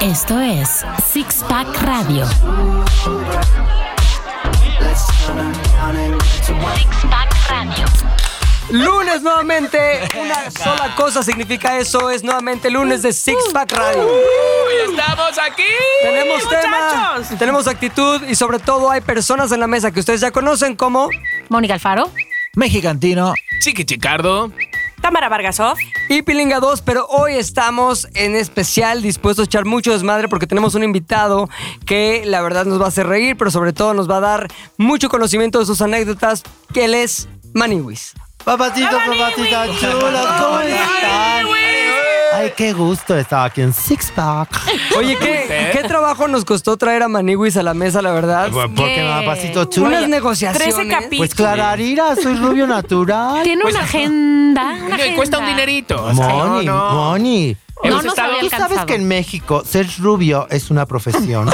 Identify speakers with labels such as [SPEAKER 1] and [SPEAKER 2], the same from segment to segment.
[SPEAKER 1] Esto es Six Pack Radio. Six Pack Radio.
[SPEAKER 2] Lunes nuevamente, una sola cosa significa eso, es nuevamente lunes de Six Pack Radio.
[SPEAKER 3] ¡Uy, estamos aquí!
[SPEAKER 2] Tenemos tema, tenemos actitud y sobre todo hay personas en la mesa que ustedes ya conocen como
[SPEAKER 1] Mónica Alfaro.
[SPEAKER 4] Mexicantino.
[SPEAKER 3] Chiqui Chicardo.
[SPEAKER 5] Tamara Vargasov.
[SPEAKER 2] y Pilinga 2, pero hoy estamos en especial dispuestos a echar mucho desmadre porque tenemos un invitado que la verdad nos va a hacer reír, pero sobre todo nos va a dar mucho conocimiento de sus anécdotas, que él es Maniwis.
[SPEAKER 4] Papacito, papacita chula, ¿cómo están? Ay, qué gusto estar aquí en Six Pack.
[SPEAKER 2] Oye, ¿qué, qué trabajo nos costó traer a Maniwis a la mesa, la verdad?
[SPEAKER 4] Porque papacito
[SPEAKER 2] Unas
[SPEAKER 4] chulo.
[SPEAKER 2] negociaciones.
[SPEAKER 4] Pues
[SPEAKER 5] 13 capítulos.
[SPEAKER 4] Clararira, soy rubio natural.
[SPEAKER 1] Tiene
[SPEAKER 3] Pues-
[SPEAKER 1] una agenda. una
[SPEAKER 3] Y cuesta un
[SPEAKER 1] agenda.
[SPEAKER 3] dinerito. O sea,
[SPEAKER 4] Moni,
[SPEAKER 3] no, no.
[SPEAKER 4] Moni.
[SPEAKER 1] No
[SPEAKER 3] Hemos
[SPEAKER 1] nos
[SPEAKER 3] estado-
[SPEAKER 1] había
[SPEAKER 4] Tú sabes
[SPEAKER 1] alcanzado.
[SPEAKER 4] que en México ser rubio es una profesión.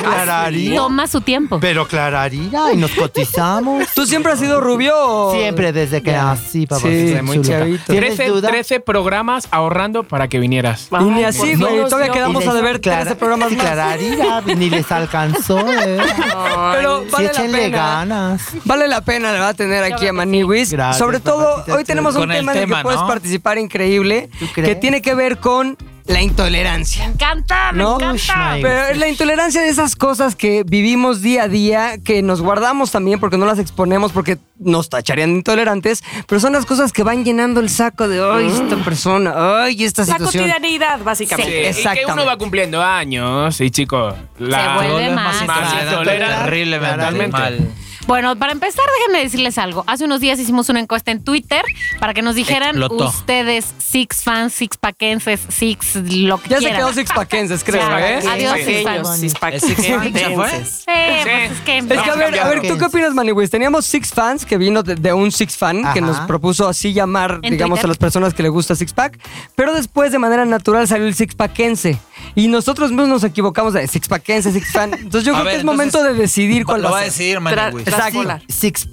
[SPEAKER 4] Clararira.
[SPEAKER 1] Toma su tiempo.
[SPEAKER 4] Pero clararira, y nos cotizamos.
[SPEAKER 2] ¿Tú siempre has sido rubio? o-
[SPEAKER 4] Siempre desde que
[SPEAKER 2] Ya.
[SPEAKER 4] nací, papá.
[SPEAKER 2] Sí, desde muy chavito.
[SPEAKER 4] ¿Tienes
[SPEAKER 3] 13,
[SPEAKER 4] duda?
[SPEAKER 3] 13 programas ahorrando para que vinieras.
[SPEAKER 2] Y ni así,
[SPEAKER 3] Pues no
[SPEAKER 2] güey.
[SPEAKER 3] los
[SPEAKER 2] todavía
[SPEAKER 3] veo.
[SPEAKER 2] quedamos
[SPEAKER 4] Y
[SPEAKER 2] a
[SPEAKER 4] les-
[SPEAKER 2] deber
[SPEAKER 4] Clara-
[SPEAKER 2] 13 programas
[SPEAKER 4] y
[SPEAKER 2] más.
[SPEAKER 4] Clararira ni les alcanzó, ¿eh?
[SPEAKER 2] Pero
[SPEAKER 4] Sí,
[SPEAKER 2] vale la
[SPEAKER 4] échenle
[SPEAKER 2] pena. ¿eh?
[SPEAKER 4] ganas.
[SPEAKER 2] Vale la pena, la va a tener aquí a Maniwis.
[SPEAKER 4] Gracias,
[SPEAKER 2] Sobre todo,
[SPEAKER 4] papacita
[SPEAKER 2] hoy tenemos un
[SPEAKER 6] Con el
[SPEAKER 2] tema en el que
[SPEAKER 6] tema,
[SPEAKER 2] puedes
[SPEAKER 6] ¿no?
[SPEAKER 2] participar increíble,
[SPEAKER 4] ¿Tú crees?
[SPEAKER 2] que tiene que ver con la intolerancia.
[SPEAKER 1] Me encanta, Ah, me
[SPEAKER 2] ¿No?
[SPEAKER 1] encanta.
[SPEAKER 4] Ush, my-
[SPEAKER 2] Pero es la intolerancia de esas cosas que vivimos día a día, que nos guardamos también porque no las exponemos, porque nos tacharían de intolerantes, pero son las cosas que van llenando el saco de, ay, esta persona, ay, esta
[SPEAKER 5] La
[SPEAKER 2] situación.
[SPEAKER 5] cotidianidad,
[SPEAKER 3] Sí,
[SPEAKER 5] básicamente.
[SPEAKER 3] y que uno
[SPEAKER 2] exactamente.
[SPEAKER 3] va cumpliendo años y chico, la
[SPEAKER 1] Se vuelve
[SPEAKER 3] la-
[SPEAKER 1] más.
[SPEAKER 3] más
[SPEAKER 6] Tolerante,
[SPEAKER 3] intolerante.
[SPEAKER 6] terriblemente
[SPEAKER 3] Totalmente.
[SPEAKER 6] mal.
[SPEAKER 1] Bueno, para empezar, déjenme decirles algo. Hace unos días hicimos una encuesta en Twitter para que nos dijeran
[SPEAKER 6] Explotó.
[SPEAKER 1] ustedes, Six fans, Six paquenses, Six lo que
[SPEAKER 2] Ya se
[SPEAKER 1] quieran.
[SPEAKER 2] quedó sixpaquenses, creo,
[SPEAKER 1] Ya,
[SPEAKER 2] ¿eh?
[SPEAKER 1] ya. Adiós,
[SPEAKER 3] Sí.
[SPEAKER 1] Six fans.
[SPEAKER 5] Pequeños,
[SPEAKER 1] Sí,
[SPEAKER 5] cis-
[SPEAKER 6] ¿El Six Flags ya fue?
[SPEAKER 5] paquetes.
[SPEAKER 1] pues es que...
[SPEAKER 2] Es que a
[SPEAKER 3] Vamos
[SPEAKER 2] ver, a ver, ¿tú
[SPEAKER 4] cambiando.
[SPEAKER 2] qué opinas, Maniwis? Teníamos Six Fans que vino de, de un Six Fan que
[SPEAKER 4] Ajá.
[SPEAKER 2] nos propuso así llamar,
[SPEAKER 1] ¿En
[SPEAKER 2] digamos,
[SPEAKER 1] Twitter?
[SPEAKER 2] a las personas que le gusta Six Pack, pero después de manera natural salió el Six Packense y nosotros mismos nos equivocamos de Six Packense, Six Fan. Entonces yo
[SPEAKER 6] A
[SPEAKER 2] creo
[SPEAKER 6] ver,
[SPEAKER 2] que es
[SPEAKER 6] entonces,
[SPEAKER 2] momento de decidir cuál
[SPEAKER 6] Lo
[SPEAKER 2] va
[SPEAKER 6] va
[SPEAKER 2] a
[SPEAKER 6] a
[SPEAKER 2] ser.
[SPEAKER 6] decir
[SPEAKER 5] Tra-
[SPEAKER 6] Maniwis.
[SPEAKER 5] tra-
[SPEAKER 4] Exacto.
[SPEAKER 5] Hola.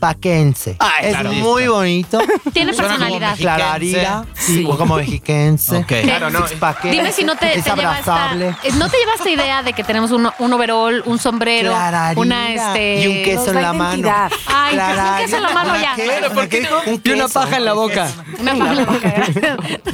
[SPEAKER 4] Sixpackense.
[SPEAKER 2] Ah,
[SPEAKER 4] es
[SPEAKER 2] claro.
[SPEAKER 4] muy bonito.
[SPEAKER 1] Tiene
[SPEAKER 6] Suena como
[SPEAKER 1] personalidad.
[SPEAKER 6] mexicano.
[SPEAKER 4] Clararira, sí. o como mexiquense.
[SPEAKER 6] Ok. Claro,
[SPEAKER 3] no.
[SPEAKER 4] Sixpackense,
[SPEAKER 1] Dime si no te,
[SPEAKER 4] Es
[SPEAKER 1] te lleva esta,
[SPEAKER 4] abrazable.
[SPEAKER 1] eh, no te lleva esta idea de que tenemos un, un overall, un sombrero,
[SPEAKER 4] Clararira.
[SPEAKER 1] una este
[SPEAKER 4] Y un queso
[SPEAKER 5] Nos
[SPEAKER 4] en
[SPEAKER 5] da
[SPEAKER 4] la mano.
[SPEAKER 5] identidad.
[SPEAKER 1] Ay, pues, un queso en la mano
[SPEAKER 4] ¿Una
[SPEAKER 1] ya.
[SPEAKER 4] qué?
[SPEAKER 1] Bueno,
[SPEAKER 4] ¿Una qué? Un
[SPEAKER 2] Y una
[SPEAKER 4] queso,
[SPEAKER 2] paja en la
[SPEAKER 4] un
[SPEAKER 2] boca.
[SPEAKER 4] queso.
[SPEAKER 1] una palabra.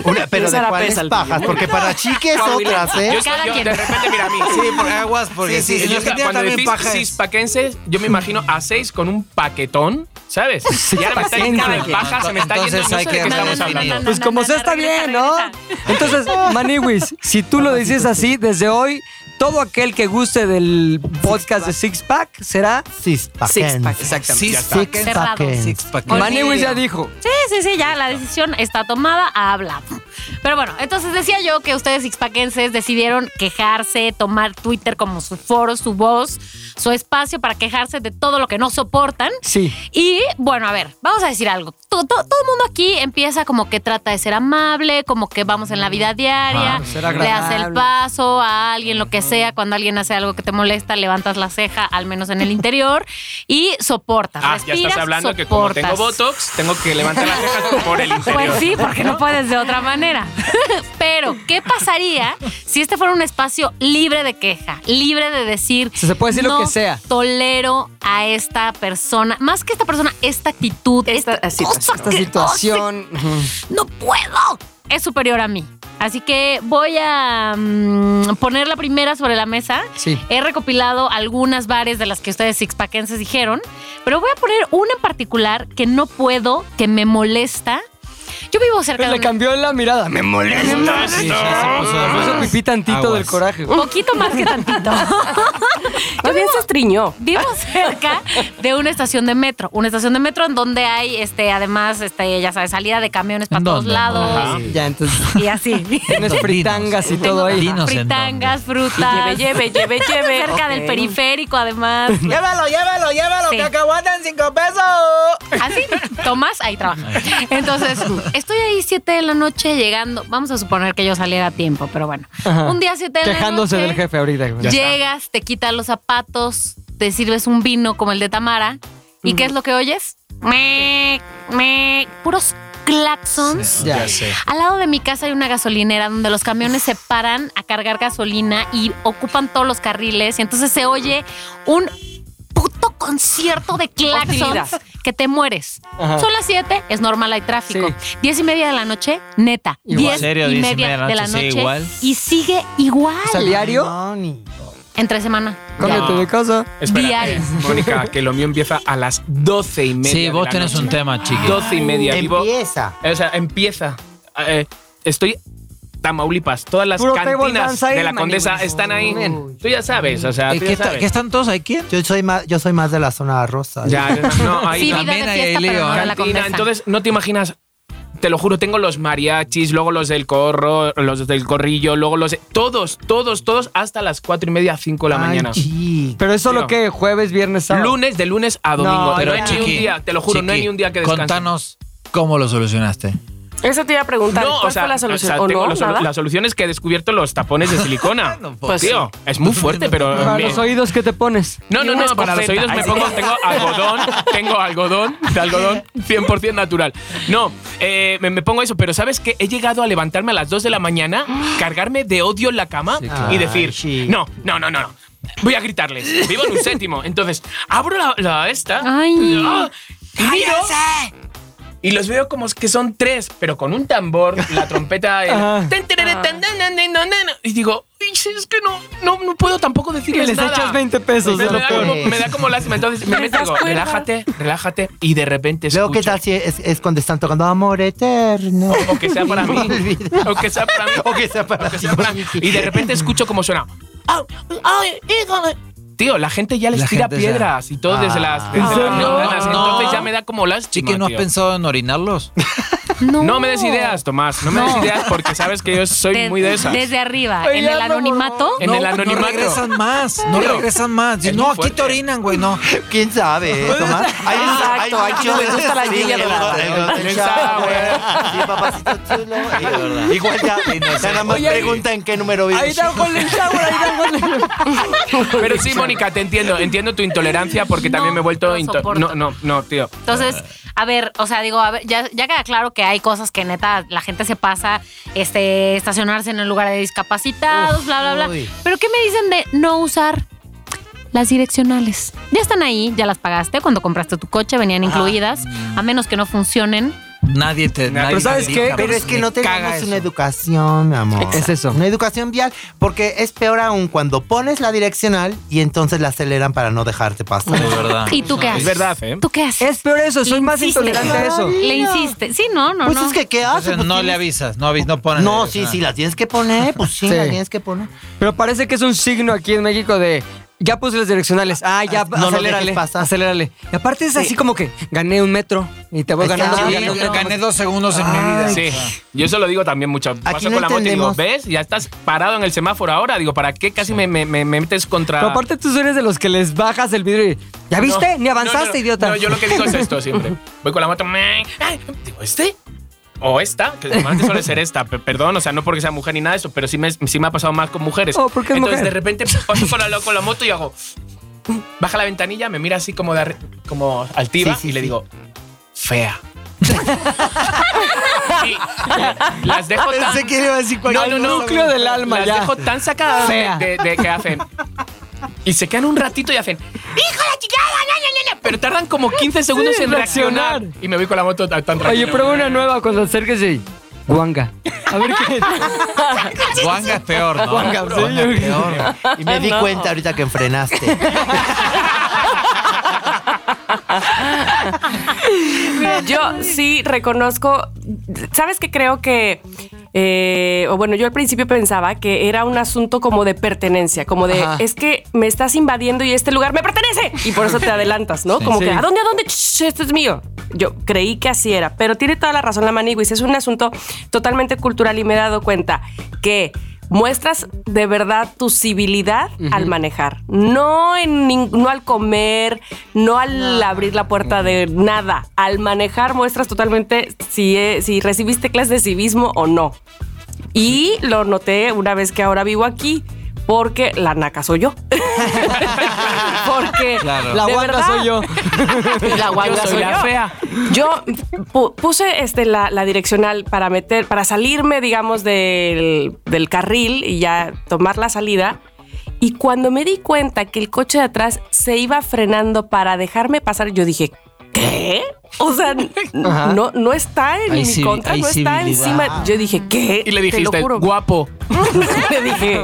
[SPEAKER 4] Una, pero
[SPEAKER 5] Esa
[SPEAKER 4] de
[SPEAKER 5] la
[SPEAKER 4] cuáles
[SPEAKER 5] pesa el
[SPEAKER 4] pajas,
[SPEAKER 5] tuyo.
[SPEAKER 4] porque para chiques otras, ¿eh?
[SPEAKER 3] Yo,
[SPEAKER 1] Cada
[SPEAKER 3] yo-
[SPEAKER 1] quien.
[SPEAKER 3] de repente, mira a mí.
[SPEAKER 6] Sí, por aguas, porque
[SPEAKER 4] Sí,
[SPEAKER 6] sí,
[SPEAKER 4] sí,
[SPEAKER 6] en
[SPEAKER 4] sí,
[SPEAKER 3] Yo,
[SPEAKER 6] Argentina
[SPEAKER 3] cuando
[SPEAKER 6] también
[SPEAKER 3] decís
[SPEAKER 6] paja es.
[SPEAKER 3] cispaquenses, yo me imagino a seis con un paquetón, ¿sabes? Y ahora me está yendo de
[SPEAKER 2] Cispaquense.
[SPEAKER 3] paja, se me está yendo,
[SPEAKER 6] Entonces
[SPEAKER 3] no
[SPEAKER 6] hay
[SPEAKER 3] sé de
[SPEAKER 6] que
[SPEAKER 3] qué
[SPEAKER 1] No, no,
[SPEAKER 3] estamos
[SPEAKER 1] no, no,
[SPEAKER 3] hablando.
[SPEAKER 1] no, no,
[SPEAKER 2] Pues
[SPEAKER 1] no,
[SPEAKER 2] como
[SPEAKER 1] no,
[SPEAKER 2] se
[SPEAKER 1] no,
[SPEAKER 2] está
[SPEAKER 1] regresa,
[SPEAKER 2] bien, ¿no?
[SPEAKER 1] regresa.
[SPEAKER 2] Entonces, Maniwis, si tú lo dices así, desde hoy, todo aquel que guste del podcast de Six Pack será
[SPEAKER 4] Sixpackense.
[SPEAKER 2] Exactamente.
[SPEAKER 6] Six
[SPEAKER 4] Six
[SPEAKER 6] pack.
[SPEAKER 1] Cerrado.
[SPEAKER 4] packets.
[SPEAKER 6] Six pack.
[SPEAKER 2] Maniwis ya dijo.
[SPEAKER 1] Sí, sí, sí, ya la decisión está tomada, hablamos. Pero bueno, entonces decía yo que ustedes sixpackenses decidieron quejarse, tomar Twitter como su foro, su voz, su espacio para quejarse de todo lo que no soportan.
[SPEAKER 2] Sí.
[SPEAKER 1] Y bueno, a ver, vamos a decir algo. Todo, todo- todo el mundo aquí empieza como que trata de ser amable, como que vamos en la vida diaria,
[SPEAKER 2] Ajá, ser
[SPEAKER 1] le hace el
[SPEAKER 2] agradable.
[SPEAKER 1] paso a alguien, lo que sea. Cuando alguien hace algo que te molesta, levantas la ceja, al menos en el interior, y soportas.
[SPEAKER 3] Ah, ya
[SPEAKER 1] respiras,
[SPEAKER 3] estás hablando que como
[SPEAKER 1] soportas.
[SPEAKER 3] tengo botox, tengo que levantar las cejas por el interior.
[SPEAKER 1] Pues sí, porque no puedes de otra manera. Pero, ¿qué pasaría si este fuera un espacio libre de queja? Libre de decir.
[SPEAKER 2] Se- se puede decir lo
[SPEAKER 1] "No
[SPEAKER 2] que sea".
[SPEAKER 1] Tolero a esta persona. Más que esta persona, esta actitud,
[SPEAKER 5] Esta
[SPEAKER 1] esta, cosa
[SPEAKER 5] situación.
[SPEAKER 2] Esta
[SPEAKER 6] Oh,
[SPEAKER 1] que no
[SPEAKER 2] situación. Ujú.
[SPEAKER 1] sé- No puedo. Es superior a mí. Así que voy a mm, poner la primera sobre la mesa.
[SPEAKER 2] Sí.
[SPEAKER 1] He recopilado algunas bares de las que ustedes sixpackenses dijeron, pero voy a poner una en particular que no puedo, que me molesta. Yo vivo cerca de
[SPEAKER 2] Le
[SPEAKER 1] una-
[SPEAKER 2] cambió la mirada. Me molesta.
[SPEAKER 6] Sí, sí, se puso-
[SPEAKER 2] Me puso pipí tantito
[SPEAKER 6] Aguas.
[SPEAKER 2] del coraje.
[SPEAKER 1] Poquito más que tantito.
[SPEAKER 5] Más bien se estriñó.
[SPEAKER 1] Vivo cerca de una estación de metro. Una estación de metro en donde hay, este, además, este, ya sabes, salida de camiones para
[SPEAKER 6] ¿En
[SPEAKER 1] todos
[SPEAKER 6] dónde,
[SPEAKER 1] lados.
[SPEAKER 6] amor?
[SPEAKER 2] Ya, entonces.
[SPEAKER 1] Y así.
[SPEAKER 2] Tienes
[SPEAKER 6] Dinos.
[SPEAKER 2] fritangas y todo ahí.
[SPEAKER 6] Dinos en
[SPEAKER 1] Fritangas, frutas.
[SPEAKER 5] Lleve, lleve, lleve, lleve.
[SPEAKER 1] Cerca del
[SPEAKER 5] Ok.
[SPEAKER 1] periférico, además.
[SPEAKER 6] Llévalo, llévalo, llévalo,
[SPEAKER 1] Sí.
[SPEAKER 6] cacahuatan cinco pesos.
[SPEAKER 1] Así, Tomás, ahí trabaja. Entonces, estoy ahí 7 de la noche llegando. Vamos a suponer que yo saliera a tiempo, pero bueno.
[SPEAKER 2] Ajá.
[SPEAKER 1] Un día 7 de la noche.
[SPEAKER 2] Quejándose del jefe ahorita. güey.
[SPEAKER 1] Llegas, te quitas los zapatos, te sirves un vino como el de Tamara. ¿Y qué es lo que oyes? Me, me, puros claxons.
[SPEAKER 2] Ya.
[SPEAKER 3] Ya sé.
[SPEAKER 1] Al lado de mi casa hay una gasolinera donde los camiones se paran a cargar gasolina y ocupan todos los carriles y entonces se oye un puto concierto de claxons
[SPEAKER 5] Hostilidad.
[SPEAKER 1] que te mueres.
[SPEAKER 2] Ajá.
[SPEAKER 1] Son las 7, es normal, hay tráfico. 10 y media de la noche, neta.
[SPEAKER 2] Igual.
[SPEAKER 1] 10
[SPEAKER 7] ¿En serio?
[SPEAKER 1] y
[SPEAKER 7] ¿Diez
[SPEAKER 1] media de la
[SPEAKER 7] sigue
[SPEAKER 1] noche.
[SPEAKER 7] igual?
[SPEAKER 1] Y sigue igual.
[SPEAKER 2] O sea, diario,
[SPEAKER 4] No, ni-
[SPEAKER 1] Entre semana.
[SPEAKER 2] cámbiate de casa.
[SPEAKER 3] Espérate,
[SPEAKER 1] Diario.
[SPEAKER 3] Mónica, que lo mío empieza a las doce y media.
[SPEAKER 7] Sí,
[SPEAKER 3] de
[SPEAKER 7] vos
[SPEAKER 3] la
[SPEAKER 7] tenés
[SPEAKER 3] noche.
[SPEAKER 7] un
[SPEAKER 6] Ah,
[SPEAKER 7] tema, chiqui.
[SPEAKER 3] Doce y media. vivo-
[SPEAKER 4] Empieza.
[SPEAKER 3] O sea, empieza. Eh, estoy Tamaulipas. Todas las
[SPEAKER 2] Puro table
[SPEAKER 3] cantinas
[SPEAKER 2] dance ahí,
[SPEAKER 3] de la
[SPEAKER 2] maní,
[SPEAKER 3] condesa
[SPEAKER 2] güey.
[SPEAKER 3] están ahí.
[SPEAKER 2] Bien.
[SPEAKER 3] Tú ya sabes, o sea,
[SPEAKER 7] Eh,
[SPEAKER 3] tú
[SPEAKER 7] ¿Qué,
[SPEAKER 3] ya
[SPEAKER 7] está-
[SPEAKER 3] sabes.
[SPEAKER 7] qué están todos ahí? ¿Quién?
[SPEAKER 4] Yo soy más, yo soy más de la zona rosa.
[SPEAKER 3] Ya, ya, no, ahí
[SPEAKER 1] Sí,
[SPEAKER 3] no.
[SPEAKER 1] vida de
[SPEAKER 7] También hay
[SPEAKER 1] fiesta, pero
[SPEAKER 7] lío,
[SPEAKER 1] no
[SPEAKER 7] ¿eh?
[SPEAKER 1] de la
[SPEAKER 3] Cantina,
[SPEAKER 1] condesa.
[SPEAKER 3] entonces no te imaginas. Te lo juro, tengo los mariachis, luego los del corro, los del corrillo, luego los. Todos, todos, todos, hasta las cuatro y media, cinco de la
[SPEAKER 4] Ay,
[SPEAKER 3] mañana.
[SPEAKER 4] chica.
[SPEAKER 2] Pero es solo
[SPEAKER 3] Tío.
[SPEAKER 2] que jueves, viernes, sábado.
[SPEAKER 3] Lunes, de lunes a domingo.
[SPEAKER 2] No,
[SPEAKER 3] pero
[SPEAKER 7] Pero
[SPEAKER 3] no hay ni
[SPEAKER 7] chiqui,
[SPEAKER 3] un día, te lo juro, no hay
[SPEAKER 7] Chiqui,
[SPEAKER 3] ni un día que descanse.
[SPEAKER 7] Contanos cómo lo solucionaste.
[SPEAKER 5] Eso te iba a preguntar.
[SPEAKER 3] No,
[SPEAKER 5] ¿Cuál
[SPEAKER 3] o sea,
[SPEAKER 5] fue la
[SPEAKER 3] o
[SPEAKER 5] solución?
[SPEAKER 3] sea,
[SPEAKER 5] ¿O
[SPEAKER 3] tengo
[SPEAKER 5] no?
[SPEAKER 3] la, solu-
[SPEAKER 5] ¿Nada?
[SPEAKER 3] la solución es que he descubierto los tapones de silicona.
[SPEAKER 5] Pues
[SPEAKER 3] Tío, es muy fuerte, pero.
[SPEAKER 2] Para
[SPEAKER 3] me-
[SPEAKER 2] los oídos, ¿qué te pones?
[SPEAKER 3] no, no, no,
[SPEAKER 7] Una
[SPEAKER 3] para los
[SPEAKER 7] escopeta.
[SPEAKER 3] oídos me
[SPEAKER 7] Ay,
[SPEAKER 3] pongo,
[SPEAKER 7] sí.
[SPEAKER 3] tengo algodón, tengo algodón, de algodón 100% natural. No, eh, me, me pongo eso, pero ¿sabes qué? He llegado a levantarme a las 2 de la mañana, cargarme de odio en la cama
[SPEAKER 4] claro.
[SPEAKER 3] y decir,
[SPEAKER 4] Ay, sí.
[SPEAKER 3] no, no, no, no, no, voy a gritarles, vivo en un séptimo. Entonces, abro la, la esta,
[SPEAKER 1] Ay.
[SPEAKER 3] ¡ah! y miro, y los veo como que son tres, pero con un tambor, la trompeta. el
[SPEAKER 2] Ajá.
[SPEAKER 3] ten, terere, tan, nan, nan, nan, nan, nan. Y digo, "Ay, sí, es que no, no, no puedo tampoco
[SPEAKER 2] Y
[SPEAKER 3] decirles
[SPEAKER 2] les
[SPEAKER 3] nada.
[SPEAKER 2] echas 20 pesos.
[SPEAKER 3] me,
[SPEAKER 2] es
[SPEAKER 3] me
[SPEAKER 2] lo
[SPEAKER 3] da
[SPEAKER 2] peor.
[SPEAKER 3] como, me da como lástima. Entonces me
[SPEAKER 5] ¿Te
[SPEAKER 3] meto y
[SPEAKER 5] das
[SPEAKER 3] digo,
[SPEAKER 5] cuenta?
[SPEAKER 3] relájate, relájate. Y de repente
[SPEAKER 4] Luego, ¿qué
[SPEAKER 3] escucho.
[SPEAKER 4] tal si es, es cuando están tocando amor eterno?
[SPEAKER 3] O que sea para
[SPEAKER 4] No
[SPEAKER 3] mí.
[SPEAKER 4] olvides.
[SPEAKER 3] O que sea para mí.
[SPEAKER 4] O que sea para
[SPEAKER 3] que sea para mí. Y de repente escucho como suena. "Au, ay, híjole". Tío, la gente ya les
[SPEAKER 7] La
[SPEAKER 3] tira
[SPEAKER 7] gente ya-
[SPEAKER 3] piedras y todo desde las, desde
[SPEAKER 4] ¿En
[SPEAKER 3] las
[SPEAKER 4] serio?
[SPEAKER 3] ventanas.
[SPEAKER 7] No.
[SPEAKER 3] Entonces ya me da como lástima.
[SPEAKER 7] Chiqui, ¿no has
[SPEAKER 3] tío.
[SPEAKER 7] pensado en orinarlos?
[SPEAKER 1] No.
[SPEAKER 3] No me des ideas, Tomás. No me des ideas porque sabes que yo soy
[SPEAKER 1] De-
[SPEAKER 3] muy de esas.
[SPEAKER 1] Desde arriba, en el
[SPEAKER 2] Oigan, no,
[SPEAKER 1] anonimato.
[SPEAKER 3] En el anonimato.
[SPEAKER 7] No regresan más. No
[SPEAKER 3] Pero-
[SPEAKER 7] regresan más.
[SPEAKER 3] Es
[SPEAKER 7] No,
[SPEAKER 3] muy
[SPEAKER 7] aquí
[SPEAKER 3] fuerte.
[SPEAKER 7] te orinan, güey. No.
[SPEAKER 4] ¿Quién sabe? eh, Tomás? Hay-
[SPEAKER 5] Exacto,
[SPEAKER 4] hay-
[SPEAKER 5] aquí no le gusta la guilla
[SPEAKER 4] Sí,
[SPEAKER 5] dorada.
[SPEAKER 4] el hotel
[SPEAKER 3] El
[SPEAKER 4] shower.
[SPEAKER 3] shower.
[SPEAKER 4] Sí, papacito chulo. Y- Igual ya, ya nada más
[SPEAKER 2] Oye,
[SPEAKER 4] preguntan qué número vive.
[SPEAKER 2] Ahí está Golden Shower, ahí está Golden
[SPEAKER 3] Pero sí, Mónica, te entiendo. Entiendo tu intolerancia porque también
[SPEAKER 1] No,
[SPEAKER 3] me he vuelto.
[SPEAKER 1] no
[SPEAKER 3] into-
[SPEAKER 1] soporto.
[SPEAKER 3] no, no, no, tío.
[SPEAKER 1] Entonces, a ver, o sea, digo, a ver, ya, ya queda claro que hay cosas que neta la gente se pasa, este, estacionarse en el lugar de discapacitados, bla, bla, bla.
[SPEAKER 4] uy.
[SPEAKER 1] Pero ¿qué me dicen de no usar las direccionales? Ya están ahí, ya las pagaste cuando compraste tu coche, venían incluidas, a menos que no funcionen.
[SPEAKER 7] Nadie te.
[SPEAKER 3] Nah,
[SPEAKER 7] nadie
[SPEAKER 2] pero
[SPEAKER 7] te
[SPEAKER 2] ¿sabes
[SPEAKER 7] grita,
[SPEAKER 2] qué?
[SPEAKER 7] bro.
[SPEAKER 4] Pero es que
[SPEAKER 7] Me
[SPEAKER 4] no
[SPEAKER 7] caga
[SPEAKER 4] tenemos
[SPEAKER 7] eso.
[SPEAKER 4] una educación, mi amor.
[SPEAKER 2] Es eso.
[SPEAKER 4] Una educación vial. Porque es peor aún cuando pones la direccional y entonces la aceleran para no dejarte pasar.
[SPEAKER 7] De verdad.
[SPEAKER 1] ¿Y tú qué haces?
[SPEAKER 3] Ah, Es verdad, ¿eh?
[SPEAKER 1] ¿Tú qué haces?
[SPEAKER 2] Es peor eso, soy más
[SPEAKER 1] Insiste.
[SPEAKER 2] intolerante a eso.
[SPEAKER 1] Le insiste. Sí, no, no,
[SPEAKER 4] pues
[SPEAKER 1] no.
[SPEAKER 4] es que, ¿qué haces?
[SPEAKER 7] Entonces, no le avisas, no, avis- no pones.
[SPEAKER 4] No,
[SPEAKER 7] la
[SPEAKER 4] sí,
[SPEAKER 7] dirección.
[SPEAKER 4] sí, la tienes que poner. Pues sí,
[SPEAKER 2] Sí.
[SPEAKER 4] la tienes que poner.
[SPEAKER 2] Pero parece que es un signo aquí en México de. Ya puse las direccionales. Ah, ya,
[SPEAKER 4] No lo
[SPEAKER 2] acelérale.
[SPEAKER 4] dejes pasar.
[SPEAKER 2] Acelérale. Y aparte es así como que gané un metro y te voy
[SPEAKER 4] Es que
[SPEAKER 2] ganando.
[SPEAKER 4] no,
[SPEAKER 2] y
[SPEAKER 7] Sí,
[SPEAKER 2] ganando.
[SPEAKER 7] yo gané dos segundos en mi vida.
[SPEAKER 3] Ah, Sí, yo eso lo digo también mucho. Paso
[SPEAKER 4] no
[SPEAKER 3] con la moto y digo,
[SPEAKER 4] entendemos.
[SPEAKER 3] ¿ves? Ya estás parado en el semáforo ahora. Digo, ¿para qué casi me, me- me- me metes contra.?
[SPEAKER 2] Pero aparte tú eres de los que les bajas el vidrio y. ¿Ya
[SPEAKER 3] No,
[SPEAKER 2] viste? Ni
[SPEAKER 3] no,
[SPEAKER 2] avanzaste,
[SPEAKER 3] no, no.
[SPEAKER 2] idiota.
[SPEAKER 3] No, yo lo que digo es esto siempre. Voy con la moto. me- ay, Digo, ¿este? O esta, que normalmente suele ser esta, pe- perdón, o sea, no porque sea mujer ni nada de eso, pero sí me, sí me ha pasado más con mujeres.
[SPEAKER 2] Oh, ¿por qué es
[SPEAKER 3] Entonces
[SPEAKER 2] mujer?
[SPEAKER 3] de repente paso con la, con la moto y hago. Baja la ventanilla, me mira así como, de arri- como altiva
[SPEAKER 4] Sí, sí,
[SPEAKER 3] y le
[SPEAKER 4] sí.
[SPEAKER 3] digo, fea. Y las dejo tan,
[SPEAKER 4] quiere decir
[SPEAKER 2] Al núcleo del alma,
[SPEAKER 3] las
[SPEAKER 2] ya.
[SPEAKER 3] dejo tan sacadas
[SPEAKER 2] Fea.
[SPEAKER 3] de, de- de que hacen. Y se quedan un ratito y hacen. ¡Hijo de la chingada! ña, ña, ña, ña", Pero tardan como 15 segundos
[SPEAKER 2] Sí,
[SPEAKER 3] en reaccionar.
[SPEAKER 2] reaccionar.
[SPEAKER 3] Y me voy con la moto tan tan
[SPEAKER 2] Oye,
[SPEAKER 3] tranquilo.
[SPEAKER 2] prueba una nueva cuando acerques y. Guanga. A ver qué.
[SPEAKER 7] Guanga es peor, ¿no?
[SPEAKER 2] Guanga, sí,
[SPEAKER 7] Guanga
[SPEAKER 2] yo-
[SPEAKER 7] es peor.
[SPEAKER 4] Y me di cuenta ahorita que frenaste.
[SPEAKER 5] Mira, yo sí reconozco, ¿sabes qué creo que... eh, o bueno, yo al principio pensaba que era un asunto como de pertenencia, como de
[SPEAKER 2] Ajá.
[SPEAKER 5] es que me estás invadiendo y este lugar me pertenece y por eso te adelantas, ¿no? como
[SPEAKER 2] Sí.
[SPEAKER 5] que a dónde, a dónde, Shh, esto es mío. Yo creí que así era, pero tiene toda la razón la maniguis. Es un asunto totalmente cultural y me he dado cuenta que muestras de verdad tu civilidad al manejar, no en nin- no al comer, no al abrir la puerta de nada, al manejar muestras totalmente si eh, si recibiste clases de civismo o no. Y lo noté una vez que ahora vivo aquí. porque la naca soy yo. porque
[SPEAKER 7] Claro.
[SPEAKER 2] La
[SPEAKER 5] de
[SPEAKER 2] guanga
[SPEAKER 5] verdad,
[SPEAKER 2] soy yo.
[SPEAKER 5] la guanga
[SPEAKER 3] Yo soy
[SPEAKER 5] soy
[SPEAKER 3] la
[SPEAKER 5] yo.
[SPEAKER 3] fea.
[SPEAKER 5] Yo pu- puse este, la, la direccional para meter, para salirme, digamos, del, del carril y ya tomar la salida. Y cuando me di cuenta que el coche de atrás se iba frenando para dejarme pasar, yo dije, ¿qué? O sea, n-
[SPEAKER 2] Ajá.
[SPEAKER 5] no, no está en
[SPEAKER 7] Hay
[SPEAKER 5] mi
[SPEAKER 7] civi-
[SPEAKER 5] contra,
[SPEAKER 7] hay
[SPEAKER 5] no está
[SPEAKER 7] civilidad.
[SPEAKER 5] encima. Yo dije, ¿qué?
[SPEAKER 3] Y le
[SPEAKER 5] Te lo
[SPEAKER 3] dijiste,
[SPEAKER 5] juro.
[SPEAKER 3] guapo.
[SPEAKER 5] le dije,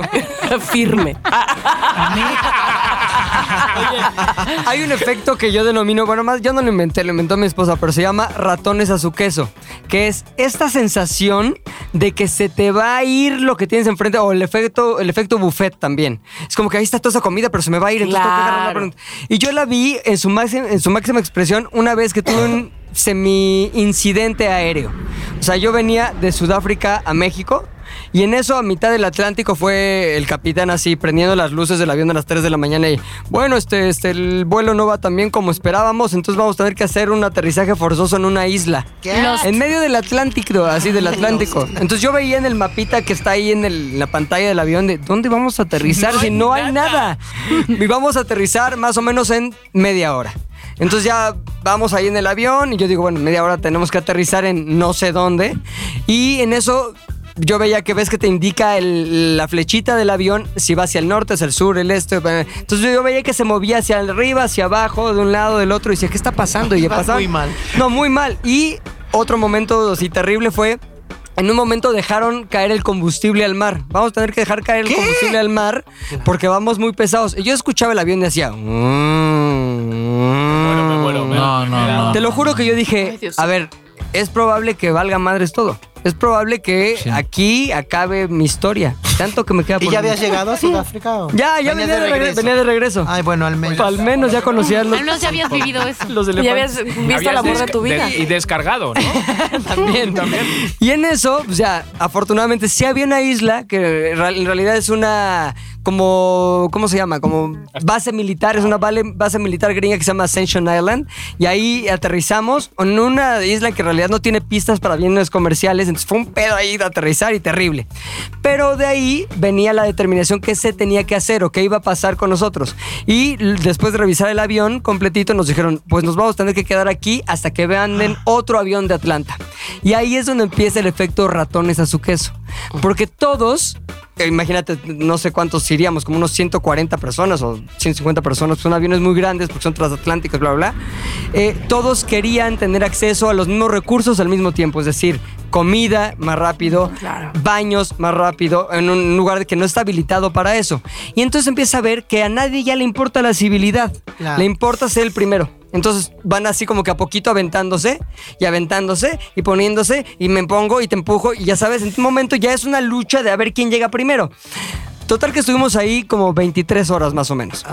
[SPEAKER 5] firme.
[SPEAKER 3] Ah,
[SPEAKER 2] Hay un efecto que yo denomino, bueno, más yo no lo inventé, lo inventó mi esposa, pero se llama ratones a su queso, que es esta sensación de que se te va a ir lo que tienes enfrente, o el efecto, el efecto buffet también. Es como que ahí está toda esa comida, pero se me va a ir, entonces tengo que agarrar la
[SPEAKER 5] Claro.
[SPEAKER 2] pronto. Y yo la vi en su, máxima, en su máxima expresión una vez que tuve un semi-incidente aéreo. O sea, yo venía de Sudáfrica a México. Y en eso, a mitad del Atlántico, fue el capitán así, prendiendo las luces del avión a las 3 de la mañana y, bueno, este, este, el vuelo no va tan bien como esperábamos, entonces vamos a tener que hacer un aterrizaje forzoso en una isla.
[SPEAKER 1] Los-
[SPEAKER 2] En medio del Atlántico, así del Atlántico. Entonces yo veía en el mapita que está ahí en, el- la pantalla del avión de dónde vamos a aterrizar si no hay nada. Y vamos a aterrizar más o menos en media hora. Entonces ya vamos ahí en el avión y yo digo, bueno, media hora tenemos que aterrizar en no sé dónde. Y en eso yo veía que ves que te indica el- la flechita del avión si va hacia el norte, hacia el sur, el este. eh. Entonces yo veía que se movía hacia arriba, hacia abajo, de un lado, del otro. Y decía, ¿qué está pasando? Y
[SPEAKER 4] Vas
[SPEAKER 2] pasaba-
[SPEAKER 4] muy mal.
[SPEAKER 2] No, muy mal. Y otro momento así terrible fue... En un momento dejaron caer el combustible al mar. Vamos a tener que dejar caer el combustible al mar porque vamos muy pesados. Y yo escuchaba el avión y decía... "Mm,
[SPEAKER 3] Bueno, me muero, me-
[SPEAKER 7] No, no, no.
[SPEAKER 2] Te lo juro que yo dije, a ver, es probable que valga madres todo. Es probable que
[SPEAKER 7] Sí.
[SPEAKER 2] aquí acabe mi historia. Tanto que me queda por
[SPEAKER 4] ¿Y ya
[SPEAKER 2] vivir.
[SPEAKER 4] habías llegado a Sudáfrica? o?
[SPEAKER 2] Ya, ya
[SPEAKER 4] Venías
[SPEAKER 2] venía de, regreso. venía de regreso.
[SPEAKER 4] Ay, bueno, al menos.
[SPEAKER 2] Al menos ya conocías los,
[SPEAKER 1] Al menos ya habías vivido eso.
[SPEAKER 2] los
[SPEAKER 5] ya
[SPEAKER 2] elefantes.
[SPEAKER 5] habías visto
[SPEAKER 3] Habías
[SPEAKER 5] el amor de
[SPEAKER 3] desca-
[SPEAKER 5] tu vida.
[SPEAKER 3] de- y descargado, ¿no?
[SPEAKER 2] también. Y en eso, o sea, afortunadamente sí había una isla que en real- en realidad es una como ¿cómo se llama? Como base militar, es una vale- base militar gringa que se llama Ascension Island y ahí aterrizamos en una isla que en realidad no tiene pistas para aviones comerciales, entonces fue un pedo ahí de aterrizar y terrible. Pero de ahí venía la determinación que se tenía que hacer o qué iba a pasar con nosotros. Y l- después de revisar el avión completito nos dijeron, pues nos vamos a tener que quedar aquí hasta que vean en otro avión de Atlanta. Y ahí es donde empieza el efecto ratones a su queso. Porque todos, eh, imagínate, no sé cuántos iríamos, como unos 140 personas o 150 personas, pues son aviones muy grandes porque son transatlánticos, bla, bla. bla. Eh, todos querían tener acceso a los mismos recursos al mismo tiempo, es decir, comida más rápido,
[SPEAKER 5] Claro.
[SPEAKER 2] baños más rápido, en un lugar que no está habilitado para eso. Y entonces empieza a ver que a nadie ya le importa la civilidad,
[SPEAKER 4] Claro.
[SPEAKER 2] le importa ser el primero. Entonces van así como que a poquito aventándose y aventándose y poniéndose y me pongo y te empujo y ya sabes, en un momento ya es una lucha de a ver quién llega primero. Total que estuvimos ahí como 23 horas más o menos.